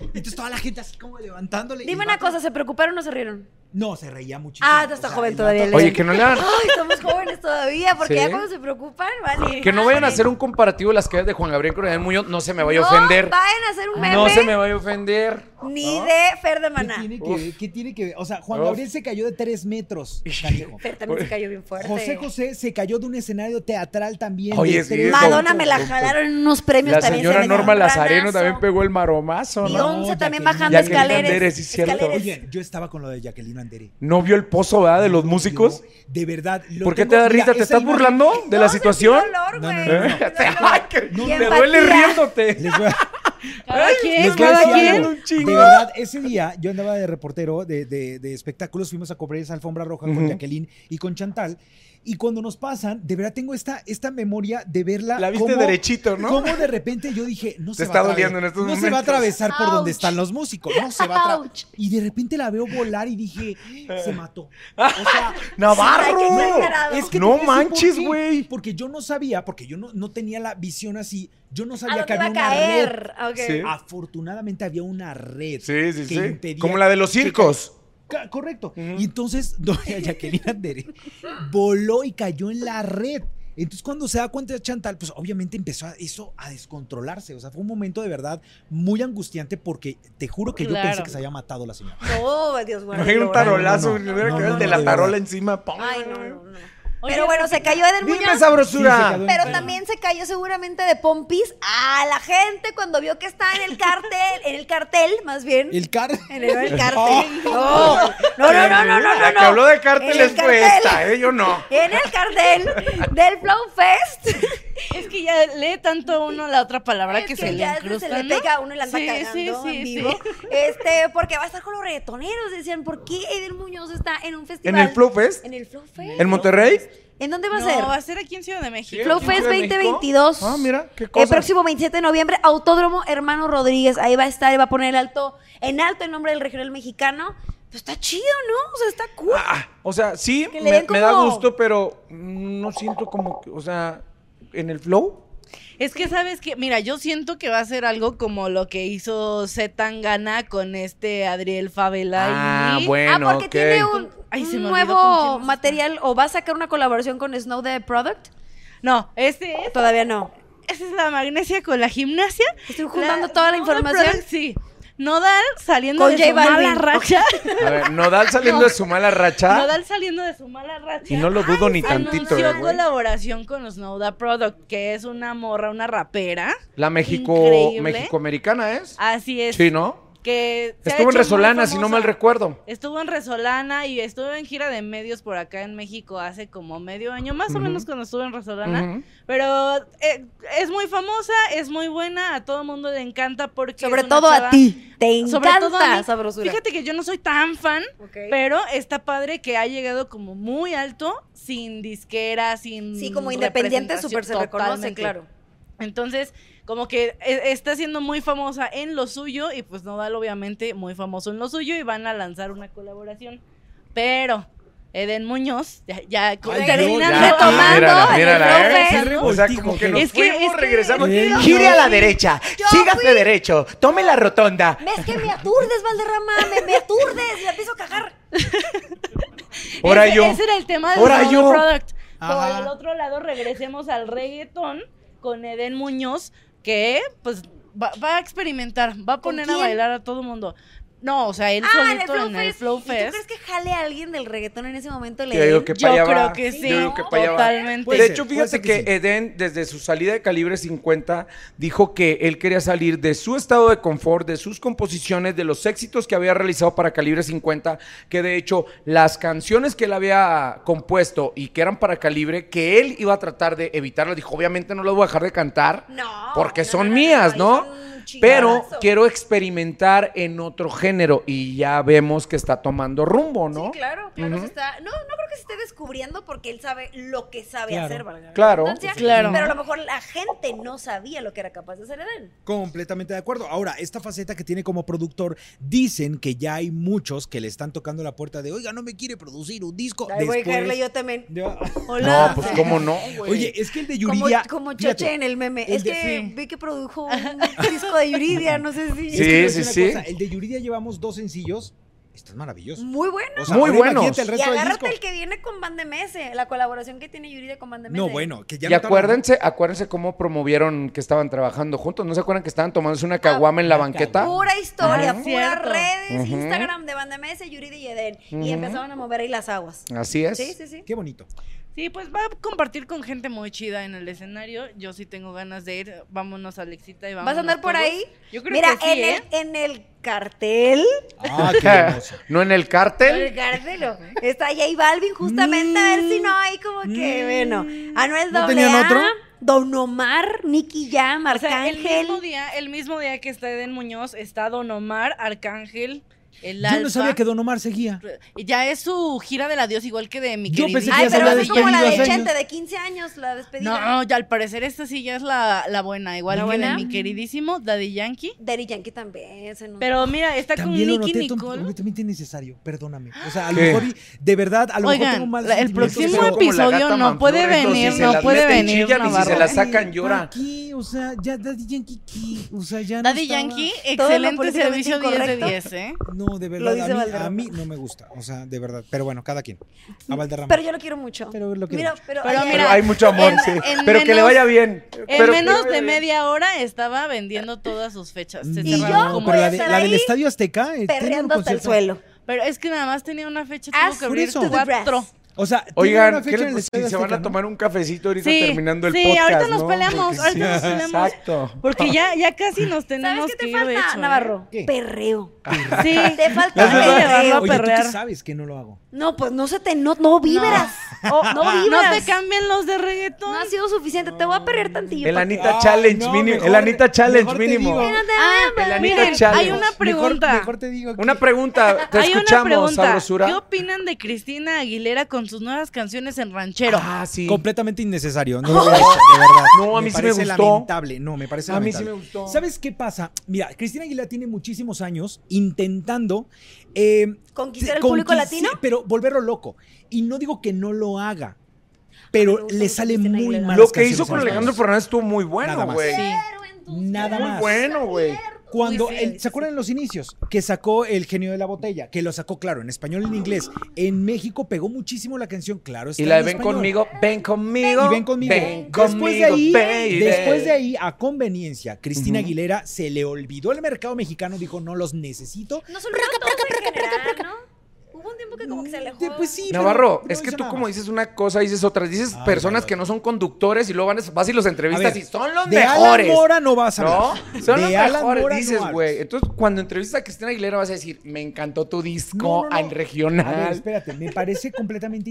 [SPEAKER 2] entonces toda la gente así como levantándole.
[SPEAKER 1] Dime
[SPEAKER 2] El
[SPEAKER 1] una
[SPEAKER 2] vato-
[SPEAKER 1] cosa, ¿se preocuparon o se rieron?
[SPEAKER 2] No, se reía muchísimo.
[SPEAKER 1] Ah,
[SPEAKER 2] O
[SPEAKER 1] está
[SPEAKER 2] sea,
[SPEAKER 1] joven
[SPEAKER 2] el
[SPEAKER 1] todavía.
[SPEAKER 2] vato-
[SPEAKER 1] Leo.
[SPEAKER 3] Oye, que no le dan-
[SPEAKER 1] Ay, somos jóvenes todavía, porque
[SPEAKER 3] Sí.
[SPEAKER 1] ya cuando se preocupan, vale.
[SPEAKER 3] Que no vayan a hacer un comparativo de las calles de Juan Gabriel con Edén Muñoz, no se me vaya a
[SPEAKER 1] No,
[SPEAKER 3] ofender.
[SPEAKER 1] vayan a hacer un meme.
[SPEAKER 3] No se me vaya a ofender.
[SPEAKER 1] Ni
[SPEAKER 3] ¿no?
[SPEAKER 1] de Fer de
[SPEAKER 2] ¿Qué
[SPEAKER 1] Maná.
[SPEAKER 2] tiene, que, ver? ¿Qué tiene que ver? O sea, Juan
[SPEAKER 3] Uf.
[SPEAKER 2] Gabriel se cayó de tres
[SPEAKER 3] (laughs)
[SPEAKER 2] metros, canijo.
[SPEAKER 1] Fer también se cayó bien fuerte.
[SPEAKER 2] José José se cayó de un escenario teatral también.
[SPEAKER 3] Oye,
[SPEAKER 2] de
[SPEAKER 3] sí,
[SPEAKER 2] tres
[SPEAKER 3] eso.
[SPEAKER 2] metros.
[SPEAKER 1] Madonna me la jalaron en unos premios
[SPEAKER 3] La
[SPEAKER 1] también.
[SPEAKER 3] señora
[SPEAKER 1] se me dio un
[SPEAKER 3] Norma Lazareno
[SPEAKER 1] ranazo.
[SPEAKER 3] también pegó el maromazo,
[SPEAKER 1] Y
[SPEAKER 3] ¿no?
[SPEAKER 1] Once
[SPEAKER 2] No,
[SPEAKER 1] también
[SPEAKER 2] Jacqueline.
[SPEAKER 1] bajando
[SPEAKER 3] Jacqueline
[SPEAKER 1] escaleras.
[SPEAKER 3] Andere, sí, cierto.
[SPEAKER 1] escaleras.
[SPEAKER 2] Oye, yo estaba con lo de Jacqueline Andere.
[SPEAKER 3] ¿No vio el pozo, ¿verdad? De los músicos.
[SPEAKER 2] Yo, de verdad. lo
[SPEAKER 3] ¿Por qué
[SPEAKER 2] tengo-
[SPEAKER 3] te da
[SPEAKER 2] mira,
[SPEAKER 3] risa? ¿Te
[SPEAKER 2] esa
[SPEAKER 3] estás
[SPEAKER 2] imagen-
[SPEAKER 3] burlando de la
[SPEAKER 1] No, sentí
[SPEAKER 3] situación?
[SPEAKER 1] dolor,
[SPEAKER 2] No, no,
[SPEAKER 1] güey,
[SPEAKER 2] no, no.
[SPEAKER 1] sentí dolor.
[SPEAKER 3] Ay, que
[SPEAKER 1] Y
[SPEAKER 3] te duele
[SPEAKER 1] empatía.
[SPEAKER 3] riéndote.
[SPEAKER 2] Les voy a-
[SPEAKER 4] Cada
[SPEAKER 3] Ay,
[SPEAKER 4] quien,
[SPEAKER 2] Les voy a
[SPEAKER 4] cada
[SPEAKER 2] decir
[SPEAKER 4] quien.
[SPEAKER 2] algo.
[SPEAKER 3] Un chingo.
[SPEAKER 2] De verdad, ese día yo andaba de reportero de, de- de espectáculos, fuimos a comprar esa alfombra roja con
[SPEAKER 3] Ujú.
[SPEAKER 2] Jacqueline y con Chantal. Y cuando nos pasan, de verdad tengo esta, esta memoria de verla.
[SPEAKER 3] La viste
[SPEAKER 2] cómo-
[SPEAKER 3] derechito, ¿no?
[SPEAKER 2] Cómo de repente yo dije, no se
[SPEAKER 3] Te
[SPEAKER 2] va
[SPEAKER 3] está
[SPEAKER 2] a atraves-
[SPEAKER 3] doliendo en estos
[SPEAKER 2] No se va a
[SPEAKER 3] momentos.
[SPEAKER 2] atravesar por donde
[SPEAKER 1] Ouch.
[SPEAKER 2] están los músicos. No se va a
[SPEAKER 1] Ouch.
[SPEAKER 2] atravesar. Y de repente la veo volar y dije, se
[SPEAKER 3] (laughs)
[SPEAKER 2] mató. O sea,
[SPEAKER 3] ¡Navarro!
[SPEAKER 1] Ay, qué exagerado.
[SPEAKER 2] es que
[SPEAKER 3] no
[SPEAKER 2] te voy a decir por
[SPEAKER 3] manches,
[SPEAKER 2] qué.
[SPEAKER 3] güey.
[SPEAKER 2] Porque yo no sabía, porque yo no, no tenía la visión así. Yo no
[SPEAKER 1] ¿A
[SPEAKER 2] sabía que
[SPEAKER 1] dónde va
[SPEAKER 2] había
[SPEAKER 1] a
[SPEAKER 2] una red.
[SPEAKER 1] caer? Ok.
[SPEAKER 3] Sí.
[SPEAKER 2] Afortunadamente había una red.
[SPEAKER 3] Sí, sí,
[SPEAKER 2] que
[SPEAKER 3] sí.
[SPEAKER 2] impedía
[SPEAKER 3] Como la de los
[SPEAKER 2] que-
[SPEAKER 3] circos.
[SPEAKER 2] Ca- Correcto.
[SPEAKER 3] Ujú.
[SPEAKER 2] Y entonces (laughs) doña Jacqueline Andere voló y cayó en la red. Entonces cuando se da cuenta de Chantal, pues obviamente empezó a- eso a descontrolarse. O sea, fue un momento de verdad muy angustiante porque te juro que yo
[SPEAKER 4] Claro.
[SPEAKER 2] pensé que se había matado la señora.
[SPEAKER 1] No, Dios guarde.
[SPEAKER 3] Imagina un
[SPEAKER 1] Lord.
[SPEAKER 3] tarolazo,
[SPEAKER 2] No, no,
[SPEAKER 3] le
[SPEAKER 2] no.
[SPEAKER 3] hubiera
[SPEAKER 2] No,
[SPEAKER 3] caído
[SPEAKER 2] no,
[SPEAKER 3] el de
[SPEAKER 2] no,
[SPEAKER 3] la
[SPEAKER 2] de verdad.
[SPEAKER 3] tarola encima. ¡pum!
[SPEAKER 1] Ay, no, no, no.
[SPEAKER 4] Oye,
[SPEAKER 1] Pero bueno, se cayó Eder
[SPEAKER 3] Dime
[SPEAKER 1] Muñoz.
[SPEAKER 2] Sí, se
[SPEAKER 3] sabrosura.
[SPEAKER 2] quedó en-
[SPEAKER 1] Pero también se cayó seguramente de pompis a la gente cuando vio que estaba en el cartel, en el cartel más bien. (laughs)
[SPEAKER 2] El car...
[SPEAKER 1] En el,
[SPEAKER 3] (laughs)
[SPEAKER 1] el cartel. No, no, no, no, no, no,
[SPEAKER 3] La
[SPEAKER 1] no,
[SPEAKER 3] Oh. que
[SPEAKER 1] no.
[SPEAKER 3] habló de
[SPEAKER 1] En el
[SPEAKER 3] cárteles fue
[SPEAKER 1] cartel.
[SPEAKER 3] esta, ¿eh? Yo no.
[SPEAKER 1] En el cartel del Flow Fest.
[SPEAKER 4] Es que ya lee tanto a uno la otra palabra
[SPEAKER 1] Es
[SPEAKER 4] que, se le
[SPEAKER 1] ya
[SPEAKER 4] incrusta,
[SPEAKER 1] se le
[SPEAKER 4] ¿no?
[SPEAKER 1] pega a uno y la anda
[SPEAKER 4] Sí,
[SPEAKER 1] cagando
[SPEAKER 4] sí, sí,
[SPEAKER 1] en
[SPEAKER 4] sí.
[SPEAKER 1] vivo.
[SPEAKER 4] (laughs)
[SPEAKER 1] Este, porque va a estar con los reggaetoneros. Decían, ¿por qué Eder Muñoz está en un
[SPEAKER 3] ¿En
[SPEAKER 1] festival?
[SPEAKER 3] el Flow Fest?
[SPEAKER 1] ¿En el Flow Fest?
[SPEAKER 3] ¿En Monterrey?
[SPEAKER 1] ¿En dónde va a
[SPEAKER 4] No,
[SPEAKER 1] ser?
[SPEAKER 4] va a ser aquí en Ciudad de México.
[SPEAKER 1] Flow
[SPEAKER 3] ¿Aquí en
[SPEAKER 1] Fest
[SPEAKER 3] Ciudad de México?
[SPEAKER 1] 2022.
[SPEAKER 3] Ah, mira, qué
[SPEAKER 1] El
[SPEAKER 3] cosa.
[SPEAKER 1] próximo 27 de noviembre, Autódromo Hermano Rodríguez. Ahí va a estar, va a poner el alto, en alto el nombre del regional mexicano. Pues está chido, ¿no? O sea, está cool.
[SPEAKER 3] Ah, o sea, sí,
[SPEAKER 1] Que le
[SPEAKER 3] me,
[SPEAKER 1] den
[SPEAKER 3] me da
[SPEAKER 1] como-
[SPEAKER 3] gusto, pero mm, no siento como, que- o sea, en el flow.
[SPEAKER 4] Es que sabes que, mira, yo siento que va a ser algo como lo que hizo Zetangana con este Adriel Favela. y...
[SPEAKER 1] Ah, porque
[SPEAKER 3] ok.
[SPEAKER 1] tiene un,
[SPEAKER 4] Ay, se
[SPEAKER 1] un
[SPEAKER 4] me olvidó con quién
[SPEAKER 1] nuevo
[SPEAKER 4] más
[SPEAKER 1] material o va a sacar una colaboración con Snow de Product.
[SPEAKER 4] No, este es,
[SPEAKER 1] Todavía no.
[SPEAKER 4] esa es la magnesia con la gimnasia.
[SPEAKER 1] Estoy juntando toda la
[SPEAKER 4] Nodal
[SPEAKER 1] información.
[SPEAKER 4] Product, sí. Nodal saliendo
[SPEAKER 1] Con
[SPEAKER 4] de
[SPEAKER 1] J
[SPEAKER 4] su mala
[SPEAKER 1] Balvin.
[SPEAKER 3] (laughs)
[SPEAKER 4] racha.
[SPEAKER 3] A ver, Nodal saliendo de su mala racha.
[SPEAKER 4] Nodal saliendo de su mala racha.
[SPEAKER 3] ¿Ah? Y no lo dudo ni tantito,
[SPEAKER 4] Anunció
[SPEAKER 3] eh, güey.
[SPEAKER 4] colaboración con los Snowda Product, que es una morra, una rapera.
[SPEAKER 3] La México,
[SPEAKER 4] Increíble.
[SPEAKER 3] Mexicoamericana es.
[SPEAKER 4] Así es.
[SPEAKER 3] Sí, ¿no?
[SPEAKER 4] Que
[SPEAKER 3] Estuvo
[SPEAKER 4] se ha
[SPEAKER 3] en
[SPEAKER 4] hecho muy
[SPEAKER 3] Resolana, si no
[SPEAKER 4] famosa.
[SPEAKER 3] mal recuerdo.
[SPEAKER 4] Estuvo en Resolana y estuvo en gira de medios por acá en México hace como medio año, más o
[SPEAKER 3] Ujú.
[SPEAKER 4] menos cuando estuvo en Resolana.
[SPEAKER 3] Ujú.
[SPEAKER 4] Pero eh, es muy famosa, es muy buena, a todo mundo le encanta porque...
[SPEAKER 1] Sobre
[SPEAKER 4] es una
[SPEAKER 1] todo a
[SPEAKER 4] chava-
[SPEAKER 1] ti. Te
[SPEAKER 4] Sobre
[SPEAKER 1] encanta
[SPEAKER 4] todo a mí.
[SPEAKER 1] sabrosura.
[SPEAKER 4] Fíjate que yo no soy tan fan, pero está padre que ha llegado como muy alto, sin disquera, sin...
[SPEAKER 1] sí, como independiente súper se
[SPEAKER 4] mm, representación,
[SPEAKER 1] reconoce,
[SPEAKER 4] totalmente.
[SPEAKER 1] claro.
[SPEAKER 4] Entonces, como que eh, está siendo muy famosa en lo suyo y pues Nodal obviamente muy famoso en lo suyo y van a lanzar una colaboración. Pero Eden Muñoz, ya, ya co-
[SPEAKER 2] Ay,
[SPEAKER 4] terminando.
[SPEAKER 2] Dios, ya.
[SPEAKER 1] Retomando
[SPEAKER 3] Ah, Mírala,
[SPEAKER 1] el
[SPEAKER 3] mírala,
[SPEAKER 1] profe,
[SPEAKER 3] ¿eh?
[SPEAKER 2] ¿no?
[SPEAKER 3] O sea, como que nos
[SPEAKER 4] Es que-
[SPEAKER 3] fuimos,
[SPEAKER 4] es que-
[SPEAKER 3] regresamos.
[SPEAKER 2] Yo
[SPEAKER 5] Gire a la
[SPEAKER 2] fui-
[SPEAKER 5] derecha,
[SPEAKER 1] yo
[SPEAKER 5] sígase
[SPEAKER 1] fui-
[SPEAKER 5] derecho, tome la rotonda.
[SPEAKER 1] Es que me aturdes, Valderrama, me, me aturdes, la empiezo a cagar.
[SPEAKER 3] Ahora
[SPEAKER 4] ese,
[SPEAKER 3] yo.
[SPEAKER 4] ese era el tema del
[SPEAKER 3] Ahora
[SPEAKER 4] Nodal
[SPEAKER 3] yo.
[SPEAKER 4] Product.
[SPEAKER 2] Ajá.
[SPEAKER 4] Por el otro lado, regresemos al reggaetón con Eden Muñoz, que pues va, va a experimentar, va a
[SPEAKER 1] ¿Con
[SPEAKER 4] poner a
[SPEAKER 1] quién?
[SPEAKER 4] bailar a todo mundo. No, o sea, él solito en el Flow
[SPEAKER 1] Ah, ¿Y
[SPEAKER 4] Fest.
[SPEAKER 1] ¿Tú crees que jale a alguien del reggaetón en ese momento? Le
[SPEAKER 3] Yo digo que
[SPEAKER 4] Yo
[SPEAKER 3] para allá
[SPEAKER 4] creo
[SPEAKER 3] va.
[SPEAKER 4] que
[SPEAKER 1] Sí,
[SPEAKER 4] sí,
[SPEAKER 3] Yo digo que para allá va. Pues,
[SPEAKER 4] totalmente.
[SPEAKER 2] Puede
[SPEAKER 3] de
[SPEAKER 2] ser,
[SPEAKER 3] hecho,
[SPEAKER 2] puede
[SPEAKER 3] fíjate
[SPEAKER 2] ser
[SPEAKER 3] que,
[SPEAKER 2] que sí.
[SPEAKER 3] Eden, desde su salida de calibre 50, dijo que él quería salir de su estado de confort, de sus composiciones, de los éxitos que había realizado para calibre 50, que de hecho las canciones que él había compuesto y que eran para calibre, que él iba a tratar de evitarlas, dijo, obviamente no las voy a dejar de cantar,
[SPEAKER 1] No,
[SPEAKER 3] porque
[SPEAKER 1] no, no,
[SPEAKER 3] son
[SPEAKER 1] no,
[SPEAKER 3] mías,
[SPEAKER 1] no,
[SPEAKER 3] ¿no?
[SPEAKER 1] es un chingadazo.
[SPEAKER 3] Pero quiero experimentar en otro género y ya vemos que está tomando rumbo, ¿no?
[SPEAKER 1] Sí, claro, claro,
[SPEAKER 3] Ujú.
[SPEAKER 1] se está, no, no creo que se esté descubriendo porque él sabe lo que sabe
[SPEAKER 2] Claro.
[SPEAKER 1] hacer, valga la
[SPEAKER 3] Claro,
[SPEAKER 1] redundancia,
[SPEAKER 4] claro.
[SPEAKER 1] Pero a lo mejor la gente no sabía lo que era capaz de hacer Eden.
[SPEAKER 2] Completamente de acuerdo. Ahora, esta faceta que tiene como productor, dicen que ya hay muchos que le están tocando la puerta de, oiga, no me quiere producir un disco.
[SPEAKER 1] Ay, voy a
[SPEAKER 2] Después-
[SPEAKER 1] caerle yo también.
[SPEAKER 2] Ya.
[SPEAKER 1] Hola.
[SPEAKER 3] No, pues cómo no, güey.
[SPEAKER 2] Oye, es que el de
[SPEAKER 1] Como,
[SPEAKER 2] Yuridia.
[SPEAKER 1] como
[SPEAKER 2] fíjate,
[SPEAKER 1] Choche en el meme.
[SPEAKER 2] el
[SPEAKER 1] es
[SPEAKER 2] de-
[SPEAKER 1] que
[SPEAKER 2] sí.
[SPEAKER 1] vi que produjo un (laughs) disco de Yuridia, no sé si.
[SPEAKER 2] es que te voy a
[SPEAKER 3] Sí,
[SPEAKER 2] decir
[SPEAKER 3] sí,
[SPEAKER 2] una
[SPEAKER 3] sí.
[SPEAKER 2] cosa, el de Yuridia llevamos dos sencillos. Están maravillosos.
[SPEAKER 1] Muy bueno.
[SPEAKER 2] O sea,
[SPEAKER 3] Muy
[SPEAKER 2] ahora
[SPEAKER 3] buenos.
[SPEAKER 2] imagínate el
[SPEAKER 1] Y
[SPEAKER 2] resto del
[SPEAKER 1] agárrate el
[SPEAKER 2] disco.
[SPEAKER 1] que viene con Van de Mese, la colaboración que tiene Yuridia con Van de Mese.
[SPEAKER 2] No, bueno, que ya
[SPEAKER 3] y
[SPEAKER 2] no tardan-
[SPEAKER 3] acuérdense, acuérdense cómo promovieron que estaban trabajando juntos. ¿No se acuerdan que estaban tomándose una caguama en la
[SPEAKER 2] una
[SPEAKER 3] banqueta?
[SPEAKER 1] Pura historia,
[SPEAKER 4] Ah, es
[SPEAKER 1] puras
[SPEAKER 4] cierto.
[SPEAKER 1] redes,
[SPEAKER 3] Ujú.
[SPEAKER 1] Instagram de Banda MS, Yuridia y Eden. Y
[SPEAKER 3] Ujú.
[SPEAKER 1] empezaron a mover ahí las aguas.
[SPEAKER 3] Así es.
[SPEAKER 1] Sí, sí, sí.
[SPEAKER 2] Qué bonito.
[SPEAKER 4] Sí, pues va a compartir con gente muy chida en el escenario. Yo sí tengo ganas de ir. Vámonos, Alexita, y vamos.
[SPEAKER 1] ¿Vas a andar por ahí?
[SPEAKER 4] Yo creo
[SPEAKER 1] Mira,
[SPEAKER 4] que
[SPEAKER 1] en,
[SPEAKER 4] sí, ¿eh?
[SPEAKER 1] el, en el cartel.
[SPEAKER 2] Ah,
[SPEAKER 3] (laughs)
[SPEAKER 2] qué hermoso.
[SPEAKER 3] no en el
[SPEAKER 1] El
[SPEAKER 3] cártel.
[SPEAKER 1] cartel. Está J Balvin, justamente, a ver si no hay como que,
[SPEAKER 2] Mm.
[SPEAKER 1] bueno. Anuel
[SPEAKER 2] ¿No
[SPEAKER 1] doble
[SPEAKER 2] tenían
[SPEAKER 1] A,
[SPEAKER 2] otro?
[SPEAKER 1] Don Omar, Nicky Jam,
[SPEAKER 4] O sea,
[SPEAKER 1] Arcángel.
[SPEAKER 4] el mismo día, el mismo día que está Eden Muñoz, está Don Omar, Arcángel, el
[SPEAKER 2] Yo no sabía que Don Omar seguía.
[SPEAKER 4] Ya es su gira del adiós, igual que de mi
[SPEAKER 2] Yo
[SPEAKER 4] querida.
[SPEAKER 2] pensé que
[SPEAKER 1] Ay,
[SPEAKER 2] ya se
[SPEAKER 1] pero
[SPEAKER 2] había
[SPEAKER 1] es como la
[SPEAKER 2] despedido
[SPEAKER 1] de
[SPEAKER 2] hace
[SPEAKER 1] Chente,
[SPEAKER 2] años.
[SPEAKER 1] de 15 años, la despedida.
[SPEAKER 4] No, ya al parecer esta sí ya es la, la buena, igual
[SPEAKER 1] ¿La
[SPEAKER 4] que
[SPEAKER 1] buena?
[SPEAKER 4] de mi queridísimo Daddy Yankee.
[SPEAKER 1] Daddy Yankee también se nos-
[SPEAKER 4] Pero mira, está con
[SPEAKER 2] También lo
[SPEAKER 4] Nicky
[SPEAKER 2] noté tom-
[SPEAKER 4] Nicole.
[SPEAKER 2] completamente innecesario, perdóname. O sea, a lo
[SPEAKER 3] ¿Qué?
[SPEAKER 2] mejor, y- de verdad, a lo
[SPEAKER 4] Oigan,
[SPEAKER 2] mejor tengo mal
[SPEAKER 4] la- el
[SPEAKER 2] sentimientos,
[SPEAKER 4] próximo
[SPEAKER 2] pero-
[SPEAKER 4] epi- episodio no puede venir, no puede venir,
[SPEAKER 3] Y si se
[SPEAKER 4] Navarro.
[SPEAKER 3] la sacan, llora.
[SPEAKER 2] ¿Para qué? O sea, ya Daddy Yankee, ¿qué? O sea, ya no
[SPEAKER 4] Daddy
[SPEAKER 2] estaba-
[SPEAKER 4] Yankee,
[SPEAKER 1] Todo lo
[SPEAKER 4] excelente
[SPEAKER 1] políticamente
[SPEAKER 4] servicio 10 de
[SPEAKER 1] incorrecto.
[SPEAKER 4] 10, ¿eh?
[SPEAKER 2] No, de
[SPEAKER 1] Lo
[SPEAKER 2] verdad,
[SPEAKER 1] dice
[SPEAKER 2] a, mí,
[SPEAKER 1] Valderrama.
[SPEAKER 2] a mí no me gusta. O sea, de verdad. Pero bueno, cada quien. A Valderrama.
[SPEAKER 1] Pero yo lo quiero mucho.
[SPEAKER 2] Pero lo quiero
[SPEAKER 1] Mira,
[SPEAKER 2] mucho.
[SPEAKER 1] pero,
[SPEAKER 4] Pero
[SPEAKER 1] ay, ay,
[SPEAKER 4] mira,
[SPEAKER 3] Pero hay mucho amor,
[SPEAKER 4] en-
[SPEAKER 3] sí.
[SPEAKER 4] en
[SPEAKER 3] Pero que le
[SPEAKER 4] menos-
[SPEAKER 3] vaya bien.
[SPEAKER 4] En
[SPEAKER 3] Pero que le
[SPEAKER 4] menos
[SPEAKER 3] vaya
[SPEAKER 4] de
[SPEAKER 3] bien.
[SPEAKER 4] media hora estaba vendiendo todas sus fechas. Se
[SPEAKER 1] Y
[SPEAKER 4] cerraron
[SPEAKER 1] yo
[SPEAKER 4] como-
[SPEAKER 1] voy
[SPEAKER 2] pero
[SPEAKER 1] a
[SPEAKER 2] la, de-
[SPEAKER 1] estar
[SPEAKER 2] la del
[SPEAKER 1] ahí
[SPEAKER 2] Estadio Azteca. eh, tiene un
[SPEAKER 1] perreando hasta el
[SPEAKER 2] concierto.
[SPEAKER 1] suelo.
[SPEAKER 4] Pero es que nada más tenía una fecha,
[SPEAKER 1] As
[SPEAKER 4] tuvo que abrir
[SPEAKER 2] free to the
[SPEAKER 4] cuatro.
[SPEAKER 1] breast.
[SPEAKER 2] O sea, tiene una
[SPEAKER 3] Oigan,
[SPEAKER 2] fecha
[SPEAKER 3] ¿qué
[SPEAKER 2] en el
[SPEAKER 3] les
[SPEAKER 2] Estadio
[SPEAKER 3] parece si se van
[SPEAKER 2] Azteca,
[SPEAKER 3] a
[SPEAKER 2] ¿no?
[SPEAKER 3] tomar un cafecito ahorita
[SPEAKER 4] Sí,
[SPEAKER 3] terminando el
[SPEAKER 4] sí,
[SPEAKER 3] podcast?
[SPEAKER 4] ahorita nos
[SPEAKER 3] ¿no?
[SPEAKER 4] peleamos,
[SPEAKER 3] Porque
[SPEAKER 4] ahorita nos peleamos.
[SPEAKER 3] Exacto.
[SPEAKER 4] Porque ya, ya casi nos
[SPEAKER 1] ¿Sabes
[SPEAKER 4] tenemos
[SPEAKER 1] qué
[SPEAKER 4] que
[SPEAKER 1] te
[SPEAKER 4] ir, de
[SPEAKER 1] falta,
[SPEAKER 4] hecho, ¿eh?
[SPEAKER 1] Navarro?
[SPEAKER 2] ¿Qué? Ah.
[SPEAKER 1] Perreo.
[SPEAKER 4] Sí.
[SPEAKER 1] Te falta
[SPEAKER 4] Las verdad.
[SPEAKER 1] perreo.
[SPEAKER 4] a
[SPEAKER 2] Oye, ¿tú qué
[SPEAKER 4] perrear.
[SPEAKER 2] sabes que no lo hago?
[SPEAKER 1] No, pues no se te no, no vibras.
[SPEAKER 4] O-
[SPEAKER 1] No vibras.
[SPEAKER 4] Oh, No te cambian los de reggaetón.
[SPEAKER 1] No ha sido suficiente. Te voy a perrear tantillo.
[SPEAKER 3] El
[SPEAKER 1] pa' que-
[SPEAKER 3] Anita
[SPEAKER 2] Ay,
[SPEAKER 3] Challenge
[SPEAKER 2] ah, no,
[SPEAKER 3] mínimo.
[SPEAKER 2] mejor-
[SPEAKER 3] El Anita Challenge
[SPEAKER 2] mejor te
[SPEAKER 3] mínimo.
[SPEAKER 2] digo.
[SPEAKER 1] Ah,
[SPEAKER 3] El Anita
[SPEAKER 4] Miren,
[SPEAKER 3] Challenge.
[SPEAKER 4] hay una
[SPEAKER 2] Mejor-
[SPEAKER 4] pregunta.
[SPEAKER 2] Mejor te digo que-
[SPEAKER 3] Una
[SPEAKER 2] (laughs)
[SPEAKER 3] pregunta, te
[SPEAKER 4] Hay una
[SPEAKER 3] escuchamos,
[SPEAKER 4] pregunta.
[SPEAKER 3] sabrosura.
[SPEAKER 4] ¿Qué opinan de Cristina Aguilera con sus nuevas canciones en ranchero?
[SPEAKER 3] Ah, sí.
[SPEAKER 2] Completamente innecesario. No,
[SPEAKER 1] (laughs)
[SPEAKER 2] lo voy a decir, de verdad.
[SPEAKER 3] No, a mí sí me
[SPEAKER 2] parece
[SPEAKER 3] gustó.
[SPEAKER 2] lamentable. No, me parece
[SPEAKER 3] A mí
[SPEAKER 2] lamentable.
[SPEAKER 3] sí me gustó.
[SPEAKER 2] ¿Sabes qué pasa? Mira, Cristina Aguilera tiene muchísimos años intentando eh,
[SPEAKER 1] ¿Conquistar el
[SPEAKER 2] con
[SPEAKER 1] público
[SPEAKER 2] que
[SPEAKER 1] latino?
[SPEAKER 2] sí, Pero volverlo loco. Y no digo que no lo haga, pero
[SPEAKER 1] Ah, me gusta
[SPEAKER 2] le
[SPEAKER 1] mucho
[SPEAKER 2] sale
[SPEAKER 1] Cristina
[SPEAKER 2] muy
[SPEAKER 1] Aguilera.
[SPEAKER 2] mal.
[SPEAKER 3] Lo que hizo con Alejandro Fernández estuvo muy
[SPEAKER 2] Nada
[SPEAKER 3] bueno,
[SPEAKER 2] más.
[SPEAKER 3] güey.
[SPEAKER 4] Sí.
[SPEAKER 2] Nada
[SPEAKER 3] Muy
[SPEAKER 2] más.
[SPEAKER 3] bueno, güey.
[SPEAKER 2] Cuando
[SPEAKER 4] Uy, sí,
[SPEAKER 2] el-
[SPEAKER 4] sí,
[SPEAKER 2] se acuerdan los inicios que sacó El genio de la botella, que lo sacó claro en español y en inglés. En México pegó muchísimo la canción, claro. está
[SPEAKER 3] Y la de
[SPEAKER 2] en
[SPEAKER 3] ven
[SPEAKER 2] español.
[SPEAKER 3] conmigo, ven conmigo.
[SPEAKER 2] Y ven conmigo.
[SPEAKER 3] Ven
[SPEAKER 2] después de ahí,
[SPEAKER 3] baby.
[SPEAKER 2] después de ahí, a conveniencia, Cristina
[SPEAKER 3] Ujú.
[SPEAKER 2] Aguilera se le olvidó el mercado mexicano, dijo no los necesito.
[SPEAKER 1] No se olvidó todo en general, ¿no? Hubo un tiempo que como que se alejó.
[SPEAKER 2] De- pues sí, pero
[SPEAKER 3] Navarro,
[SPEAKER 2] no
[SPEAKER 3] es que
[SPEAKER 2] hizo
[SPEAKER 3] tú
[SPEAKER 2] nada
[SPEAKER 3] como
[SPEAKER 2] más.
[SPEAKER 3] dices una cosa, dices otra. Dices
[SPEAKER 2] Ay,
[SPEAKER 3] personas
[SPEAKER 2] Navarro.
[SPEAKER 3] que no son conductores y luego van- vas y los entrevistas
[SPEAKER 2] Ah, A ver,
[SPEAKER 3] y son los
[SPEAKER 2] de
[SPEAKER 3] mejores.
[SPEAKER 2] Alan Mora no vas a
[SPEAKER 3] ¿No?
[SPEAKER 2] hablar.
[SPEAKER 3] Son
[SPEAKER 2] De
[SPEAKER 3] los
[SPEAKER 2] Alan
[SPEAKER 3] mejores,
[SPEAKER 2] Mora no
[SPEAKER 3] dices,
[SPEAKER 2] hablas.
[SPEAKER 3] güey. Entonces, cuando entrevistas a Cristina Aguilera vas a decir, me encantó tu
[SPEAKER 2] No,
[SPEAKER 3] disco
[SPEAKER 2] no, no.
[SPEAKER 3] en
[SPEAKER 2] A ver,
[SPEAKER 3] regional.
[SPEAKER 2] espérate, me parece completamente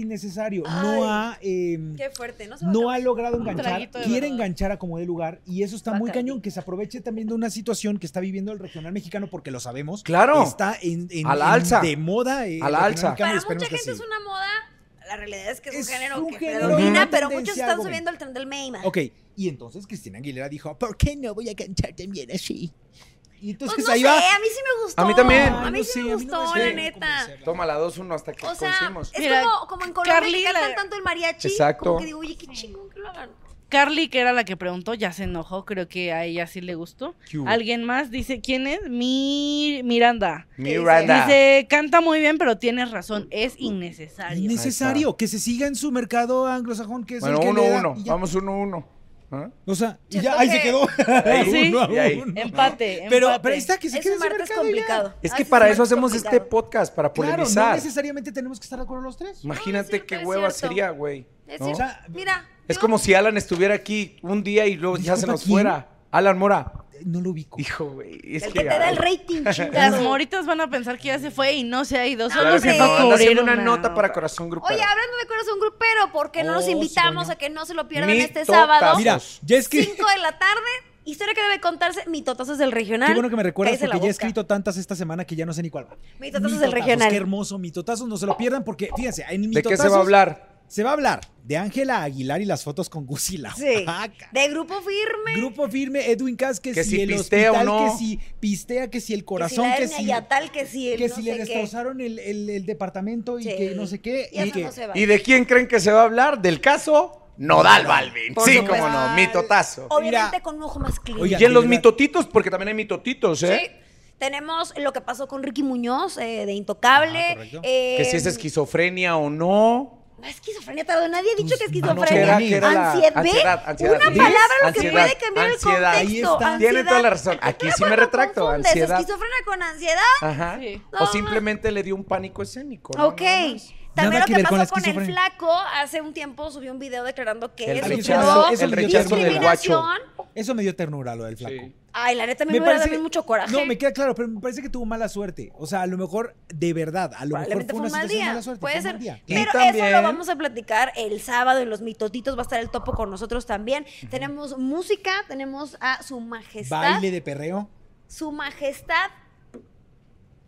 [SPEAKER 1] (laughs)
[SPEAKER 2] innecesario. No ha eh,
[SPEAKER 1] Qué fuerte, ¿no? Se va a
[SPEAKER 2] no
[SPEAKER 1] acabar.
[SPEAKER 2] ha logrado enganchar,
[SPEAKER 4] traguito de
[SPEAKER 2] quiere
[SPEAKER 4] verdad.
[SPEAKER 2] enganchar a como de lugar y eso está muy
[SPEAKER 1] Bacardí.
[SPEAKER 2] cañón, que se aproveche también de una situación que está viviendo el regional mexicano porque lo sabemos.
[SPEAKER 3] Claro.
[SPEAKER 2] Está en, en-
[SPEAKER 3] A la
[SPEAKER 2] en-
[SPEAKER 3] alza.
[SPEAKER 2] de moda. eh,
[SPEAKER 3] A
[SPEAKER 2] el
[SPEAKER 3] la
[SPEAKER 2] regional
[SPEAKER 3] alza.
[SPEAKER 2] mexicano, y
[SPEAKER 1] Para
[SPEAKER 2] esperemos
[SPEAKER 1] mucha
[SPEAKER 2] que
[SPEAKER 1] gente es
[SPEAKER 2] sí.
[SPEAKER 1] una moda. La realidad es que es,
[SPEAKER 2] Es
[SPEAKER 1] un género
[SPEAKER 2] un
[SPEAKER 1] que
[SPEAKER 2] género,
[SPEAKER 1] predomina,
[SPEAKER 2] una
[SPEAKER 1] pero muchos
[SPEAKER 2] tendencia,
[SPEAKER 1] están
[SPEAKER 2] algo
[SPEAKER 1] subiendo el tren del meme.
[SPEAKER 2] Ok, y entonces Cristina Aguilera dijo, ¿por qué no voy a cantar también así? Y
[SPEAKER 1] Pues
[SPEAKER 2] entonces
[SPEAKER 1] no
[SPEAKER 2] ahí
[SPEAKER 1] sé,
[SPEAKER 2] va.
[SPEAKER 1] a mí sí me gustó.
[SPEAKER 3] A mí también.
[SPEAKER 1] A mí
[SPEAKER 2] Ay, no
[SPEAKER 1] sí
[SPEAKER 2] sé,
[SPEAKER 1] me
[SPEAKER 2] a mí no
[SPEAKER 1] gustó,
[SPEAKER 3] me
[SPEAKER 1] la
[SPEAKER 3] sé
[SPEAKER 1] neta.
[SPEAKER 2] convencerla.
[SPEAKER 3] Toma la 2-1 hasta que
[SPEAKER 1] O sea,
[SPEAKER 3] coincidimos.
[SPEAKER 1] es
[SPEAKER 4] Mira,
[SPEAKER 1] como, como en Colombia
[SPEAKER 4] Carly,
[SPEAKER 1] que cantan
[SPEAKER 4] la-
[SPEAKER 1] tanto el mariachi.
[SPEAKER 3] Exacto.
[SPEAKER 1] Como que digo, oye, qué chingón que lo hagan.
[SPEAKER 4] Carly, que era la que preguntó, ya se enojó, creo que a ella sí le gustó.
[SPEAKER 3] ¿Qué hubo?
[SPEAKER 4] Alguien más dice, ¿quién es? Mi Miranda.
[SPEAKER 3] Miranda.
[SPEAKER 4] Dice, canta muy bien, pero tienes razón, es innecesario.
[SPEAKER 2] Innecesario, que se siga en su mercado anglosajón, que es
[SPEAKER 3] Bueno,
[SPEAKER 2] el que le da,
[SPEAKER 3] 1-1.
[SPEAKER 2] y ya.
[SPEAKER 3] Vamos 1-1. ¿Ah?
[SPEAKER 2] O sea, y
[SPEAKER 1] Siento
[SPEAKER 2] ya, ahí se
[SPEAKER 1] que- (laughs) Em,
[SPEAKER 2] quedó.
[SPEAKER 4] Sí.
[SPEAKER 2] Uno a
[SPEAKER 3] Y ahí.
[SPEAKER 2] uno.
[SPEAKER 3] (laughs)
[SPEAKER 4] Empate,
[SPEAKER 2] Pero,
[SPEAKER 4] empate.
[SPEAKER 2] pero ahí está, que se
[SPEAKER 1] Es
[SPEAKER 2] quede
[SPEAKER 1] un
[SPEAKER 2] en su
[SPEAKER 1] martes
[SPEAKER 2] mercado y ya.
[SPEAKER 1] complicado.
[SPEAKER 3] Es
[SPEAKER 1] Ah,
[SPEAKER 3] que
[SPEAKER 1] sí,
[SPEAKER 3] para
[SPEAKER 1] sí,
[SPEAKER 3] eso
[SPEAKER 1] es
[SPEAKER 3] hacemos este
[SPEAKER 1] complicado.
[SPEAKER 3] podcast, para
[SPEAKER 2] Claro,
[SPEAKER 3] polemizar.
[SPEAKER 2] no necesariamente tenemos que estar de acuerdo los tres.
[SPEAKER 1] No,
[SPEAKER 3] Imagínate
[SPEAKER 1] es
[SPEAKER 3] qué
[SPEAKER 1] cierto, es
[SPEAKER 3] hueva
[SPEAKER 1] cierto.
[SPEAKER 3] sería, güey.
[SPEAKER 1] Es
[SPEAKER 3] ¿no?
[SPEAKER 1] cierto.
[SPEAKER 2] sea,
[SPEAKER 1] Mira.
[SPEAKER 3] Es
[SPEAKER 1] yo-
[SPEAKER 3] como si Alan estuviera aquí un día y luego ya se
[SPEAKER 2] Disculpa,
[SPEAKER 3] nos
[SPEAKER 2] ¿quién?
[SPEAKER 3] fuera. Alan Mora.
[SPEAKER 2] No lo ubico.
[SPEAKER 3] Hijo, güey. Es
[SPEAKER 1] El que te da el rating,
[SPEAKER 4] Las
[SPEAKER 1] chingado.
[SPEAKER 4] moritas van a pensar que ya se fue y no se ha ido, solo
[SPEAKER 3] Claro que
[SPEAKER 4] se va
[SPEAKER 3] no,
[SPEAKER 4] a
[SPEAKER 3] anda
[SPEAKER 4] cubrir
[SPEAKER 3] haciendo una nota para
[SPEAKER 4] otra.
[SPEAKER 3] corazón grupero.
[SPEAKER 1] Oye, hablando de corazón grupero, ¿por qué no
[SPEAKER 2] Oh,
[SPEAKER 1] nos
[SPEAKER 2] sí,
[SPEAKER 1] invitamos
[SPEAKER 2] coño.
[SPEAKER 1] a que no se lo pierdan
[SPEAKER 3] Mi
[SPEAKER 1] este
[SPEAKER 3] totas.
[SPEAKER 1] sábado?
[SPEAKER 2] Mira, ya es que...
[SPEAKER 1] 5 de la tarde. Historia que debe contarse. Mitotazos del regional.
[SPEAKER 2] Qué bueno que me recuerdas
[SPEAKER 1] Cállese la
[SPEAKER 2] porque ya he
[SPEAKER 1] boca.
[SPEAKER 2] escrito tantas esta semana que ya no sé ni cuál va.
[SPEAKER 1] Mitotazos del regional.
[SPEAKER 2] Qué hermoso, mitotazos, no se lo pierdan porque, fíjense, en
[SPEAKER 3] ¿De
[SPEAKER 2] mitotazos...
[SPEAKER 3] qué se va a hablar?
[SPEAKER 2] Se va a hablar de Ángela Aguilar y las fotos con Gusila.
[SPEAKER 1] Sí. De grupo firme.
[SPEAKER 2] Grupo firme, Edwin Casquez
[SPEAKER 3] Que
[SPEAKER 2] que
[SPEAKER 3] si
[SPEAKER 2] si el
[SPEAKER 3] pistea o
[SPEAKER 2] hospital,
[SPEAKER 3] no.
[SPEAKER 2] que si pistea, que si el corazón,
[SPEAKER 1] que
[SPEAKER 2] que
[SPEAKER 1] si la hernia
[SPEAKER 2] si,
[SPEAKER 1] y a tal, que si el
[SPEAKER 2] que
[SPEAKER 1] no
[SPEAKER 2] si le
[SPEAKER 1] sé qué.
[SPEAKER 2] destrozaron el, el- el departamento y
[SPEAKER 1] Sí.
[SPEAKER 2] que no sé qué.
[SPEAKER 1] Y eso
[SPEAKER 2] que-
[SPEAKER 1] no se va.
[SPEAKER 3] ¿Y de quién creen que se va a hablar? ¿Del caso? Nodal Balvin.
[SPEAKER 2] Por
[SPEAKER 3] sí,
[SPEAKER 2] supuesto.
[SPEAKER 3] cómo no, mitotazo.
[SPEAKER 1] Obviamente
[SPEAKER 2] Mira.
[SPEAKER 1] con un ojo más clínico.
[SPEAKER 2] Oiga,
[SPEAKER 3] Y en los
[SPEAKER 2] de verdad.
[SPEAKER 3] mitotitos, porque también hay mitotitos, ¿eh?
[SPEAKER 1] Sí. Tenemos lo que pasó con Ricky Muñoz eh, de Intocable.
[SPEAKER 2] Ah, correcto.
[SPEAKER 1] eh,
[SPEAKER 3] Que si es esquizofrenia o no.
[SPEAKER 1] No, esquizofrenia, tardo. Nadie ha dicho que
[SPEAKER 2] Ah, no,
[SPEAKER 1] esquizofrenia.
[SPEAKER 2] ¿qué era? ¿Qué
[SPEAKER 3] era la-
[SPEAKER 1] Ansied- ¿ve?
[SPEAKER 3] ansiedad, ansiedad.
[SPEAKER 1] Una
[SPEAKER 3] ¿Ves?
[SPEAKER 1] palabra lo que
[SPEAKER 3] Ansiedad,
[SPEAKER 1] puede cambiar
[SPEAKER 3] ansiedad.
[SPEAKER 1] el
[SPEAKER 2] Ahí
[SPEAKER 1] contexto.
[SPEAKER 2] está.
[SPEAKER 3] Tiene toda la
[SPEAKER 1] ansiedad.
[SPEAKER 3] razón. Aquí
[SPEAKER 1] Pero
[SPEAKER 3] sí me
[SPEAKER 1] cuando
[SPEAKER 3] retracto.
[SPEAKER 1] confundes
[SPEAKER 3] Ansiedad.
[SPEAKER 1] esquizofrenia con ansiedad.
[SPEAKER 3] Ajá.
[SPEAKER 4] Sí.
[SPEAKER 3] O simplemente le dio un pánico escénico. ¿no?
[SPEAKER 1] Ok.
[SPEAKER 3] Nada más.
[SPEAKER 1] También
[SPEAKER 2] Nada
[SPEAKER 1] lo
[SPEAKER 2] que
[SPEAKER 1] que,
[SPEAKER 2] ver con la
[SPEAKER 1] pasó con, el
[SPEAKER 2] esquizofrenia.
[SPEAKER 1] flaco, hace un tiempo subió un video declarando que
[SPEAKER 3] El
[SPEAKER 1] él
[SPEAKER 3] rechazo,
[SPEAKER 1] sufrió
[SPEAKER 3] el rechazo del guacho.
[SPEAKER 1] discriminación.
[SPEAKER 2] Eso me dio ternura lo del flaco.
[SPEAKER 3] Sí.
[SPEAKER 1] Ay, la neta, a mí me, hubiera dado mucho coraje.
[SPEAKER 2] No, me queda claro, pero me parece que tuvo mala suerte. O sea, a lo mejor, de verdad, a lo mejor
[SPEAKER 1] Probablemente fue
[SPEAKER 2] fue una
[SPEAKER 1] un mal
[SPEAKER 2] situación de
[SPEAKER 1] día.
[SPEAKER 2] mala suerte.
[SPEAKER 1] Puede
[SPEAKER 2] fue un
[SPEAKER 1] ser.
[SPEAKER 2] mal día.
[SPEAKER 3] Y
[SPEAKER 1] Pero eso
[SPEAKER 3] también-
[SPEAKER 1] lo vamos a platicar el sábado en los mitotitos. Va a estar el topo con nosotros también. Tenemos música, tenemos a su majestad.
[SPEAKER 2] Baile de perreo.
[SPEAKER 1] Su majestad.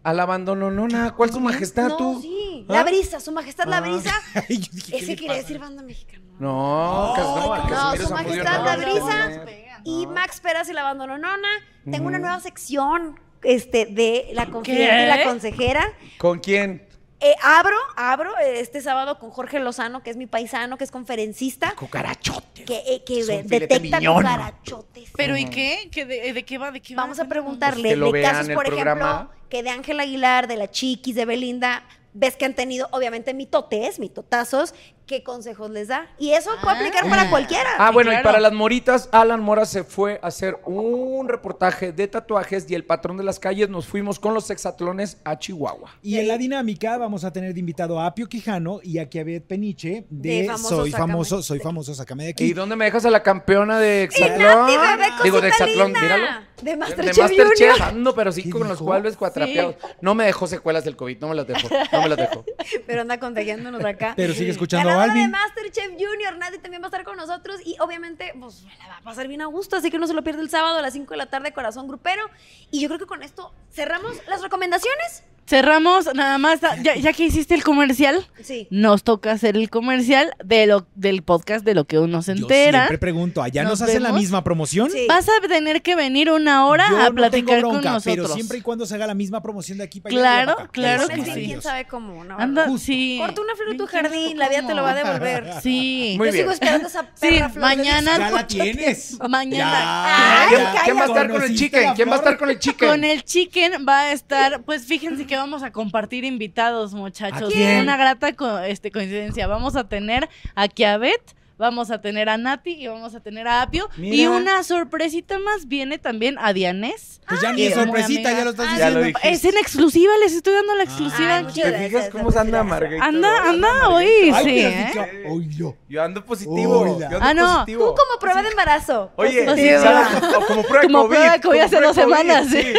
[SPEAKER 3] Al abandono, no, nada. ¿Cuál su majestad
[SPEAKER 1] no,
[SPEAKER 3] tú?
[SPEAKER 1] sí.
[SPEAKER 3] ¿Ah?
[SPEAKER 1] La brisa, su majestad la
[SPEAKER 3] Ah.
[SPEAKER 1] brisa.
[SPEAKER 2] (laughs) Ay, yo dije,
[SPEAKER 1] Ese
[SPEAKER 2] ¿qué le
[SPEAKER 1] quiere
[SPEAKER 2] pasa?
[SPEAKER 1] decir banda mexicana.
[SPEAKER 3] No, Casanova,
[SPEAKER 2] no,
[SPEAKER 3] Casimiro
[SPEAKER 1] no, su
[SPEAKER 3] Zamudio,
[SPEAKER 1] majestad
[SPEAKER 3] no,
[SPEAKER 1] la
[SPEAKER 3] no,
[SPEAKER 1] brisa.
[SPEAKER 3] no, no.
[SPEAKER 1] Y Max Peras y la abandononona. Tengo una
[SPEAKER 3] Ujú.
[SPEAKER 1] nueva sección este, de la confidente y la consejera.
[SPEAKER 3] ¿Con quién?
[SPEAKER 1] Eh, abro, abro eh, este sábado con Jorge Lozano, que es mi paisano, que es conferencista,
[SPEAKER 5] Cucarachote.
[SPEAKER 1] que, eh, que
[SPEAKER 5] Es un filete
[SPEAKER 1] detecta
[SPEAKER 5] miñón.
[SPEAKER 1] cucarachotes.
[SPEAKER 4] ¿Pero y qué? ¿Qué de, de qué va? ¿De qué va?
[SPEAKER 1] Vamos a preguntarle
[SPEAKER 3] Pues que lo
[SPEAKER 1] de
[SPEAKER 3] vean
[SPEAKER 1] casos,
[SPEAKER 3] el
[SPEAKER 1] por
[SPEAKER 3] programa.
[SPEAKER 1] ejemplo, que de Ángela Aguilar, de la Chiquis, de Belinda, ves que han tenido, obviamente, mitotes, mitotazos, ¿qué consejos les da? Y eso puede aplicar para cualquiera.
[SPEAKER 3] Ah, bueno, y
[SPEAKER 4] claro.
[SPEAKER 3] para las moritas, Alan Mora se fue a hacer un reportaje de tatuajes y el patrón de las calles nos fuimos con los hexatlones a Chihuahua.
[SPEAKER 2] Y en la dinámica vamos a tener de invitado a Apio Quijano y a Kiavet Peniche de,
[SPEAKER 1] De Famoso,
[SPEAKER 2] Soy
[SPEAKER 1] Sácame
[SPEAKER 2] famoso,
[SPEAKER 1] de
[SPEAKER 2] soy
[SPEAKER 1] Aquí.
[SPEAKER 2] famoso, sácame de
[SPEAKER 3] ¿Y
[SPEAKER 2] aquí.
[SPEAKER 3] dónde me dejas a la campeona de hexatlón?
[SPEAKER 1] Nati, bebé,
[SPEAKER 3] Digo, de
[SPEAKER 1] cosita
[SPEAKER 3] hexatlón,
[SPEAKER 1] linda.
[SPEAKER 3] míralo.
[SPEAKER 1] De Masterchef
[SPEAKER 3] Masterchef,
[SPEAKER 1] Junior. (laughs)
[SPEAKER 3] ando, pero sí
[SPEAKER 2] ¿Qué
[SPEAKER 3] con los
[SPEAKER 2] dijo?
[SPEAKER 3] cuales cuatrapeados. No me dejó secuelas del COVID, no me las dejó, no me las dejó.
[SPEAKER 1] Pero anda contagiándonos acá.
[SPEAKER 2] Pero sigue escuchando a
[SPEAKER 1] Ganadora de
[SPEAKER 2] Balvin.
[SPEAKER 1] Masterchef Junior, Nadie también va a estar con nosotros y obviamente pues la va a pasar bien a gusto, así que no se lo pierda el sábado a las 5 de la tarde, Corazón Grupero. Y yo creo que con esto cerramos las recomendaciones.
[SPEAKER 4] Cerramos, nada más, da- ya, ya que hiciste el comercial,
[SPEAKER 1] Sí.
[SPEAKER 4] nos toca hacer el comercial de lo, del podcast de lo que uno se
[SPEAKER 2] Yo
[SPEAKER 4] entera.
[SPEAKER 2] siempre pregunto, ¿allá nos,
[SPEAKER 4] Nos
[SPEAKER 2] hacen la
[SPEAKER 4] vemos.
[SPEAKER 2] misma promoción?
[SPEAKER 1] Sí.
[SPEAKER 4] Vas a tener que venir una hora
[SPEAKER 2] Yo
[SPEAKER 4] a
[SPEAKER 2] no
[SPEAKER 4] platicar
[SPEAKER 2] tengo bronca,
[SPEAKER 4] con nosotros.
[SPEAKER 2] Pero siempre y cuando se haga la misma promoción de aquí para
[SPEAKER 4] Claro,
[SPEAKER 2] allá.
[SPEAKER 4] claro
[SPEAKER 1] Pones
[SPEAKER 4] que
[SPEAKER 1] bien,
[SPEAKER 4] sí.
[SPEAKER 1] quién sabe cómo, ¿no?
[SPEAKER 4] Anda,
[SPEAKER 2] Justo.
[SPEAKER 4] sí.
[SPEAKER 1] Corta una flor de tu
[SPEAKER 4] Bien, quién
[SPEAKER 1] jardín,
[SPEAKER 4] sabe
[SPEAKER 1] la vida te lo va a
[SPEAKER 4] cómo.
[SPEAKER 1] devolver.
[SPEAKER 4] Sí.
[SPEAKER 3] Muy
[SPEAKER 1] yo
[SPEAKER 3] bien.
[SPEAKER 1] sigo esperando esa perra flor
[SPEAKER 4] Sí,
[SPEAKER 1] de
[SPEAKER 4] mañana.
[SPEAKER 2] Ya la tienes.
[SPEAKER 4] Mañana.
[SPEAKER 2] Ya,
[SPEAKER 1] Ay,
[SPEAKER 3] ¿Quién,
[SPEAKER 2] ya.
[SPEAKER 3] quién va a estar con el
[SPEAKER 2] Conociste
[SPEAKER 3] chicken?
[SPEAKER 2] la
[SPEAKER 3] ¿Quién va a
[SPEAKER 2] flor.
[SPEAKER 3] estar con el chicken?
[SPEAKER 4] Con el chicken va a estar, pues fíjense que vamos a compartir invitados, muchachos.
[SPEAKER 2] ¿A quién?
[SPEAKER 4] Una grata co- este, coincidencia. Vamos a tener aquí a Bet, vamos a tener a Nati y vamos a tener a Apio. Y
[SPEAKER 3] Mira.
[SPEAKER 4] una sorpresita más viene también a Dianés.
[SPEAKER 2] Pues ya ni
[SPEAKER 4] Ay,
[SPEAKER 2] es sorpresita,
[SPEAKER 4] amiga.
[SPEAKER 2] ya lo estás
[SPEAKER 1] Ah,
[SPEAKER 3] Ya
[SPEAKER 2] diciendo.
[SPEAKER 3] lo dije.
[SPEAKER 4] Es en exclusiva, les estoy dando la exclusiva.
[SPEAKER 1] Ay, muchas
[SPEAKER 3] ¿Te
[SPEAKER 1] gracias,
[SPEAKER 3] fijas cómo
[SPEAKER 1] gracias.
[SPEAKER 3] anda Margarita?
[SPEAKER 4] anda, anda hoy,
[SPEAKER 2] Ay,
[SPEAKER 4] sí,
[SPEAKER 2] qué
[SPEAKER 4] ¿eh?
[SPEAKER 2] rica. Oílo.
[SPEAKER 3] Yo ando positivo.
[SPEAKER 2] Hola.
[SPEAKER 3] Yo ando
[SPEAKER 4] Ah, no.
[SPEAKER 1] Tú
[SPEAKER 3] positivo.
[SPEAKER 1] como prueba de embarazo.
[SPEAKER 3] Oye,
[SPEAKER 4] Positivo.
[SPEAKER 3] ¿sabes? O como prueba de
[SPEAKER 4] Como
[SPEAKER 3] COVID.
[SPEAKER 4] prueba de COVID hace
[SPEAKER 3] prueba
[SPEAKER 4] dos
[SPEAKER 3] de COVID,
[SPEAKER 4] semanas,
[SPEAKER 3] sí.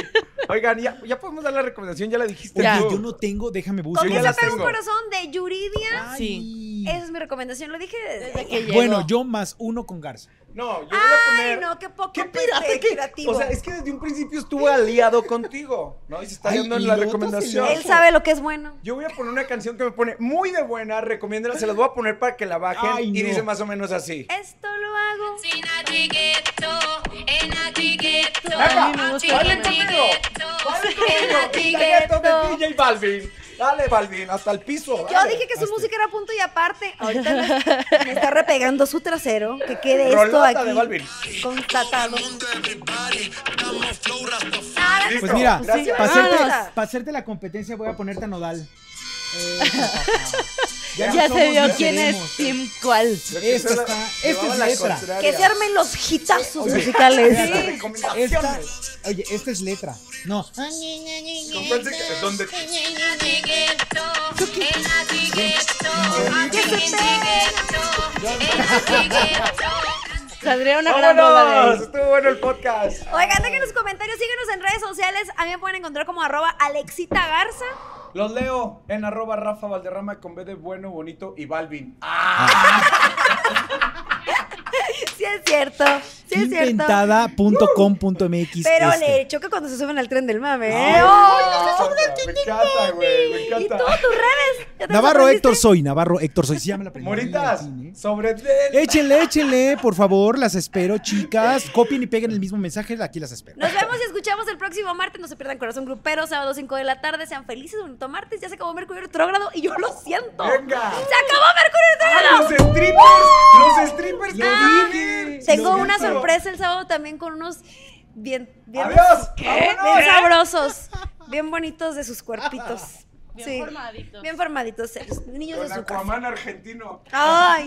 [SPEAKER 3] Oigan, ya, ya podemos dar la recomendación, ya la dijiste.
[SPEAKER 2] Oye,
[SPEAKER 4] Ya.
[SPEAKER 3] tú.
[SPEAKER 2] yo no tengo, déjame buscar.
[SPEAKER 1] Con
[SPEAKER 3] Yo ya
[SPEAKER 1] ese
[SPEAKER 3] las
[SPEAKER 1] perro
[SPEAKER 3] tengo.
[SPEAKER 1] corazón de Yuridia.
[SPEAKER 2] Ay.
[SPEAKER 4] Sí.
[SPEAKER 1] Esa es mi recomendación, lo dije desde
[SPEAKER 4] que llegó.
[SPEAKER 2] Bueno, yo más uno con Garza.
[SPEAKER 3] No, yo voy a
[SPEAKER 1] Ay,
[SPEAKER 3] poner...
[SPEAKER 1] no, qué poco
[SPEAKER 3] ¿Qué
[SPEAKER 1] este,
[SPEAKER 3] pirata que-
[SPEAKER 1] creativo.
[SPEAKER 3] O sea, es que desde un principio estuvo aliado contigo, ¿no? Y se está
[SPEAKER 2] Ay,
[SPEAKER 3] dando
[SPEAKER 2] y
[SPEAKER 3] en la
[SPEAKER 2] lo otro
[SPEAKER 3] recomendación.
[SPEAKER 2] se
[SPEAKER 1] Él sabe lo que es bueno.
[SPEAKER 3] Yo voy a poner una canción que me pone muy de buena, recomiéndala, se las voy a poner para que la bajen
[SPEAKER 2] Ay,
[SPEAKER 3] y
[SPEAKER 2] no.
[SPEAKER 3] dice más o menos así.
[SPEAKER 1] Esto lo hago.
[SPEAKER 4] A
[SPEAKER 1] Ah,
[SPEAKER 4] mí me gusta.
[SPEAKER 3] ¡Dale conmigo! ¡Dale conmigo! ¡Dale esto de DJ Balvin! ¡Dale, Balvin! ¡Hasta el piso!
[SPEAKER 1] Yo
[SPEAKER 3] dale.
[SPEAKER 1] dije que su
[SPEAKER 2] hazte.
[SPEAKER 1] música era punto y aparte. Ahorita me, me está repegando su trasero. Que quede esto
[SPEAKER 3] Rolota
[SPEAKER 1] aquí.
[SPEAKER 3] de Balvin.
[SPEAKER 1] Constatado.
[SPEAKER 2] Pues mira,
[SPEAKER 3] Gracias.
[SPEAKER 2] para hacerte,
[SPEAKER 1] Vámonos.
[SPEAKER 2] pa' hacerte la competencia voy a ponerte a
[SPEAKER 4] (laughs)
[SPEAKER 2] Nodal. Eh,
[SPEAKER 4] Ya se vio quién es
[SPEAKER 2] queremos.
[SPEAKER 4] Tim cuál.
[SPEAKER 2] Esta está, esta es
[SPEAKER 3] Llevaba
[SPEAKER 2] la
[SPEAKER 3] la
[SPEAKER 2] letra.
[SPEAKER 3] contraria.
[SPEAKER 1] Que se armen los hitazos musicales.
[SPEAKER 2] Esta, oye, esta es letra. No.
[SPEAKER 3] ¿Con cuál se- ¿Dónde?
[SPEAKER 4] Saldría una gran boda de
[SPEAKER 3] ¡Vámonos!
[SPEAKER 4] ahí.
[SPEAKER 3] Estuvo bueno el podcast.
[SPEAKER 1] Oigan, dejen los comentarios, síguenos en redes sociales. A mí me pueden encontrar como arroba Alexita Garza.
[SPEAKER 3] Los leo en arroba Rafa Valderrama con B de bueno, bonito y Balvin.
[SPEAKER 1] Sí es cierto. Sí es cierto.
[SPEAKER 2] Inventada.com.mx.
[SPEAKER 1] Pero
[SPEAKER 2] este.
[SPEAKER 1] le choca cuando se suben al tren del mame.
[SPEAKER 3] Ay,
[SPEAKER 1] ¿eh? ¡Oh!
[SPEAKER 3] Ah, me encanta, güey, me
[SPEAKER 1] Y
[SPEAKER 3] encanta.
[SPEAKER 1] todas tus redes. ¿Ya te
[SPEAKER 2] Navarro
[SPEAKER 1] sorprendiste?
[SPEAKER 2] Héctor Soy, Navarro Héctor Soy. Sí, ya me la aprendí.
[SPEAKER 3] Moritas,
[SPEAKER 2] Ahí la tiene.
[SPEAKER 3] sobre del-
[SPEAKER 2] Échenle, échenle, por favor, las espero, chicas. Copien y peguen el mismo mensaje, aquí las espero.
[SPEAKER 1] Nos vemos y escuchamos el próximo martes. No se pierdan Corazón Grupero, sábado 5 de la tarde. Sean felices, bonito martes. Ya se acabó Mercurio Retrógrado y yo lo siento.
[SPEAKER 3] Venga.
[SPEAKER 1] ¡Se acabó Mercurio
[SPEAKER 3] ¡Ay,
[SPEAKER 1] Retrógrado!
[SPEAKER 3] los strippers! ¡Los strippers! ¡Lo
[SPEAKER 1] Ah,
[SPEAKER 3] dije!
[SPEAKER 1] Tengo
[SPEAKER 3] Lo
[SPEAKER 1] una
[SPEAKER 3] dije.
[SPEAKER 1] sorpresa el sábado también con unos bien, bien,
[SPEAKER 3] ¡Adiós!
[SPEAKER 1] bien
[SPEAKER 3] ¡Vámonos!
[SPEAKER 1] sabrosos, bien bonitos de sus cuerpitos.
[SPEAKER 4] Bien
[SPEAKER 1] Sí.
[SPEAKER 4] formaditos.
[SPEAKER 1] Bien formaditos, niños
[SPEAKER 3] Con
[SPEAKER 1] de su casa.
[SPEAKER 3] Aquaman argentino.
[SPEAKER 1] Ay.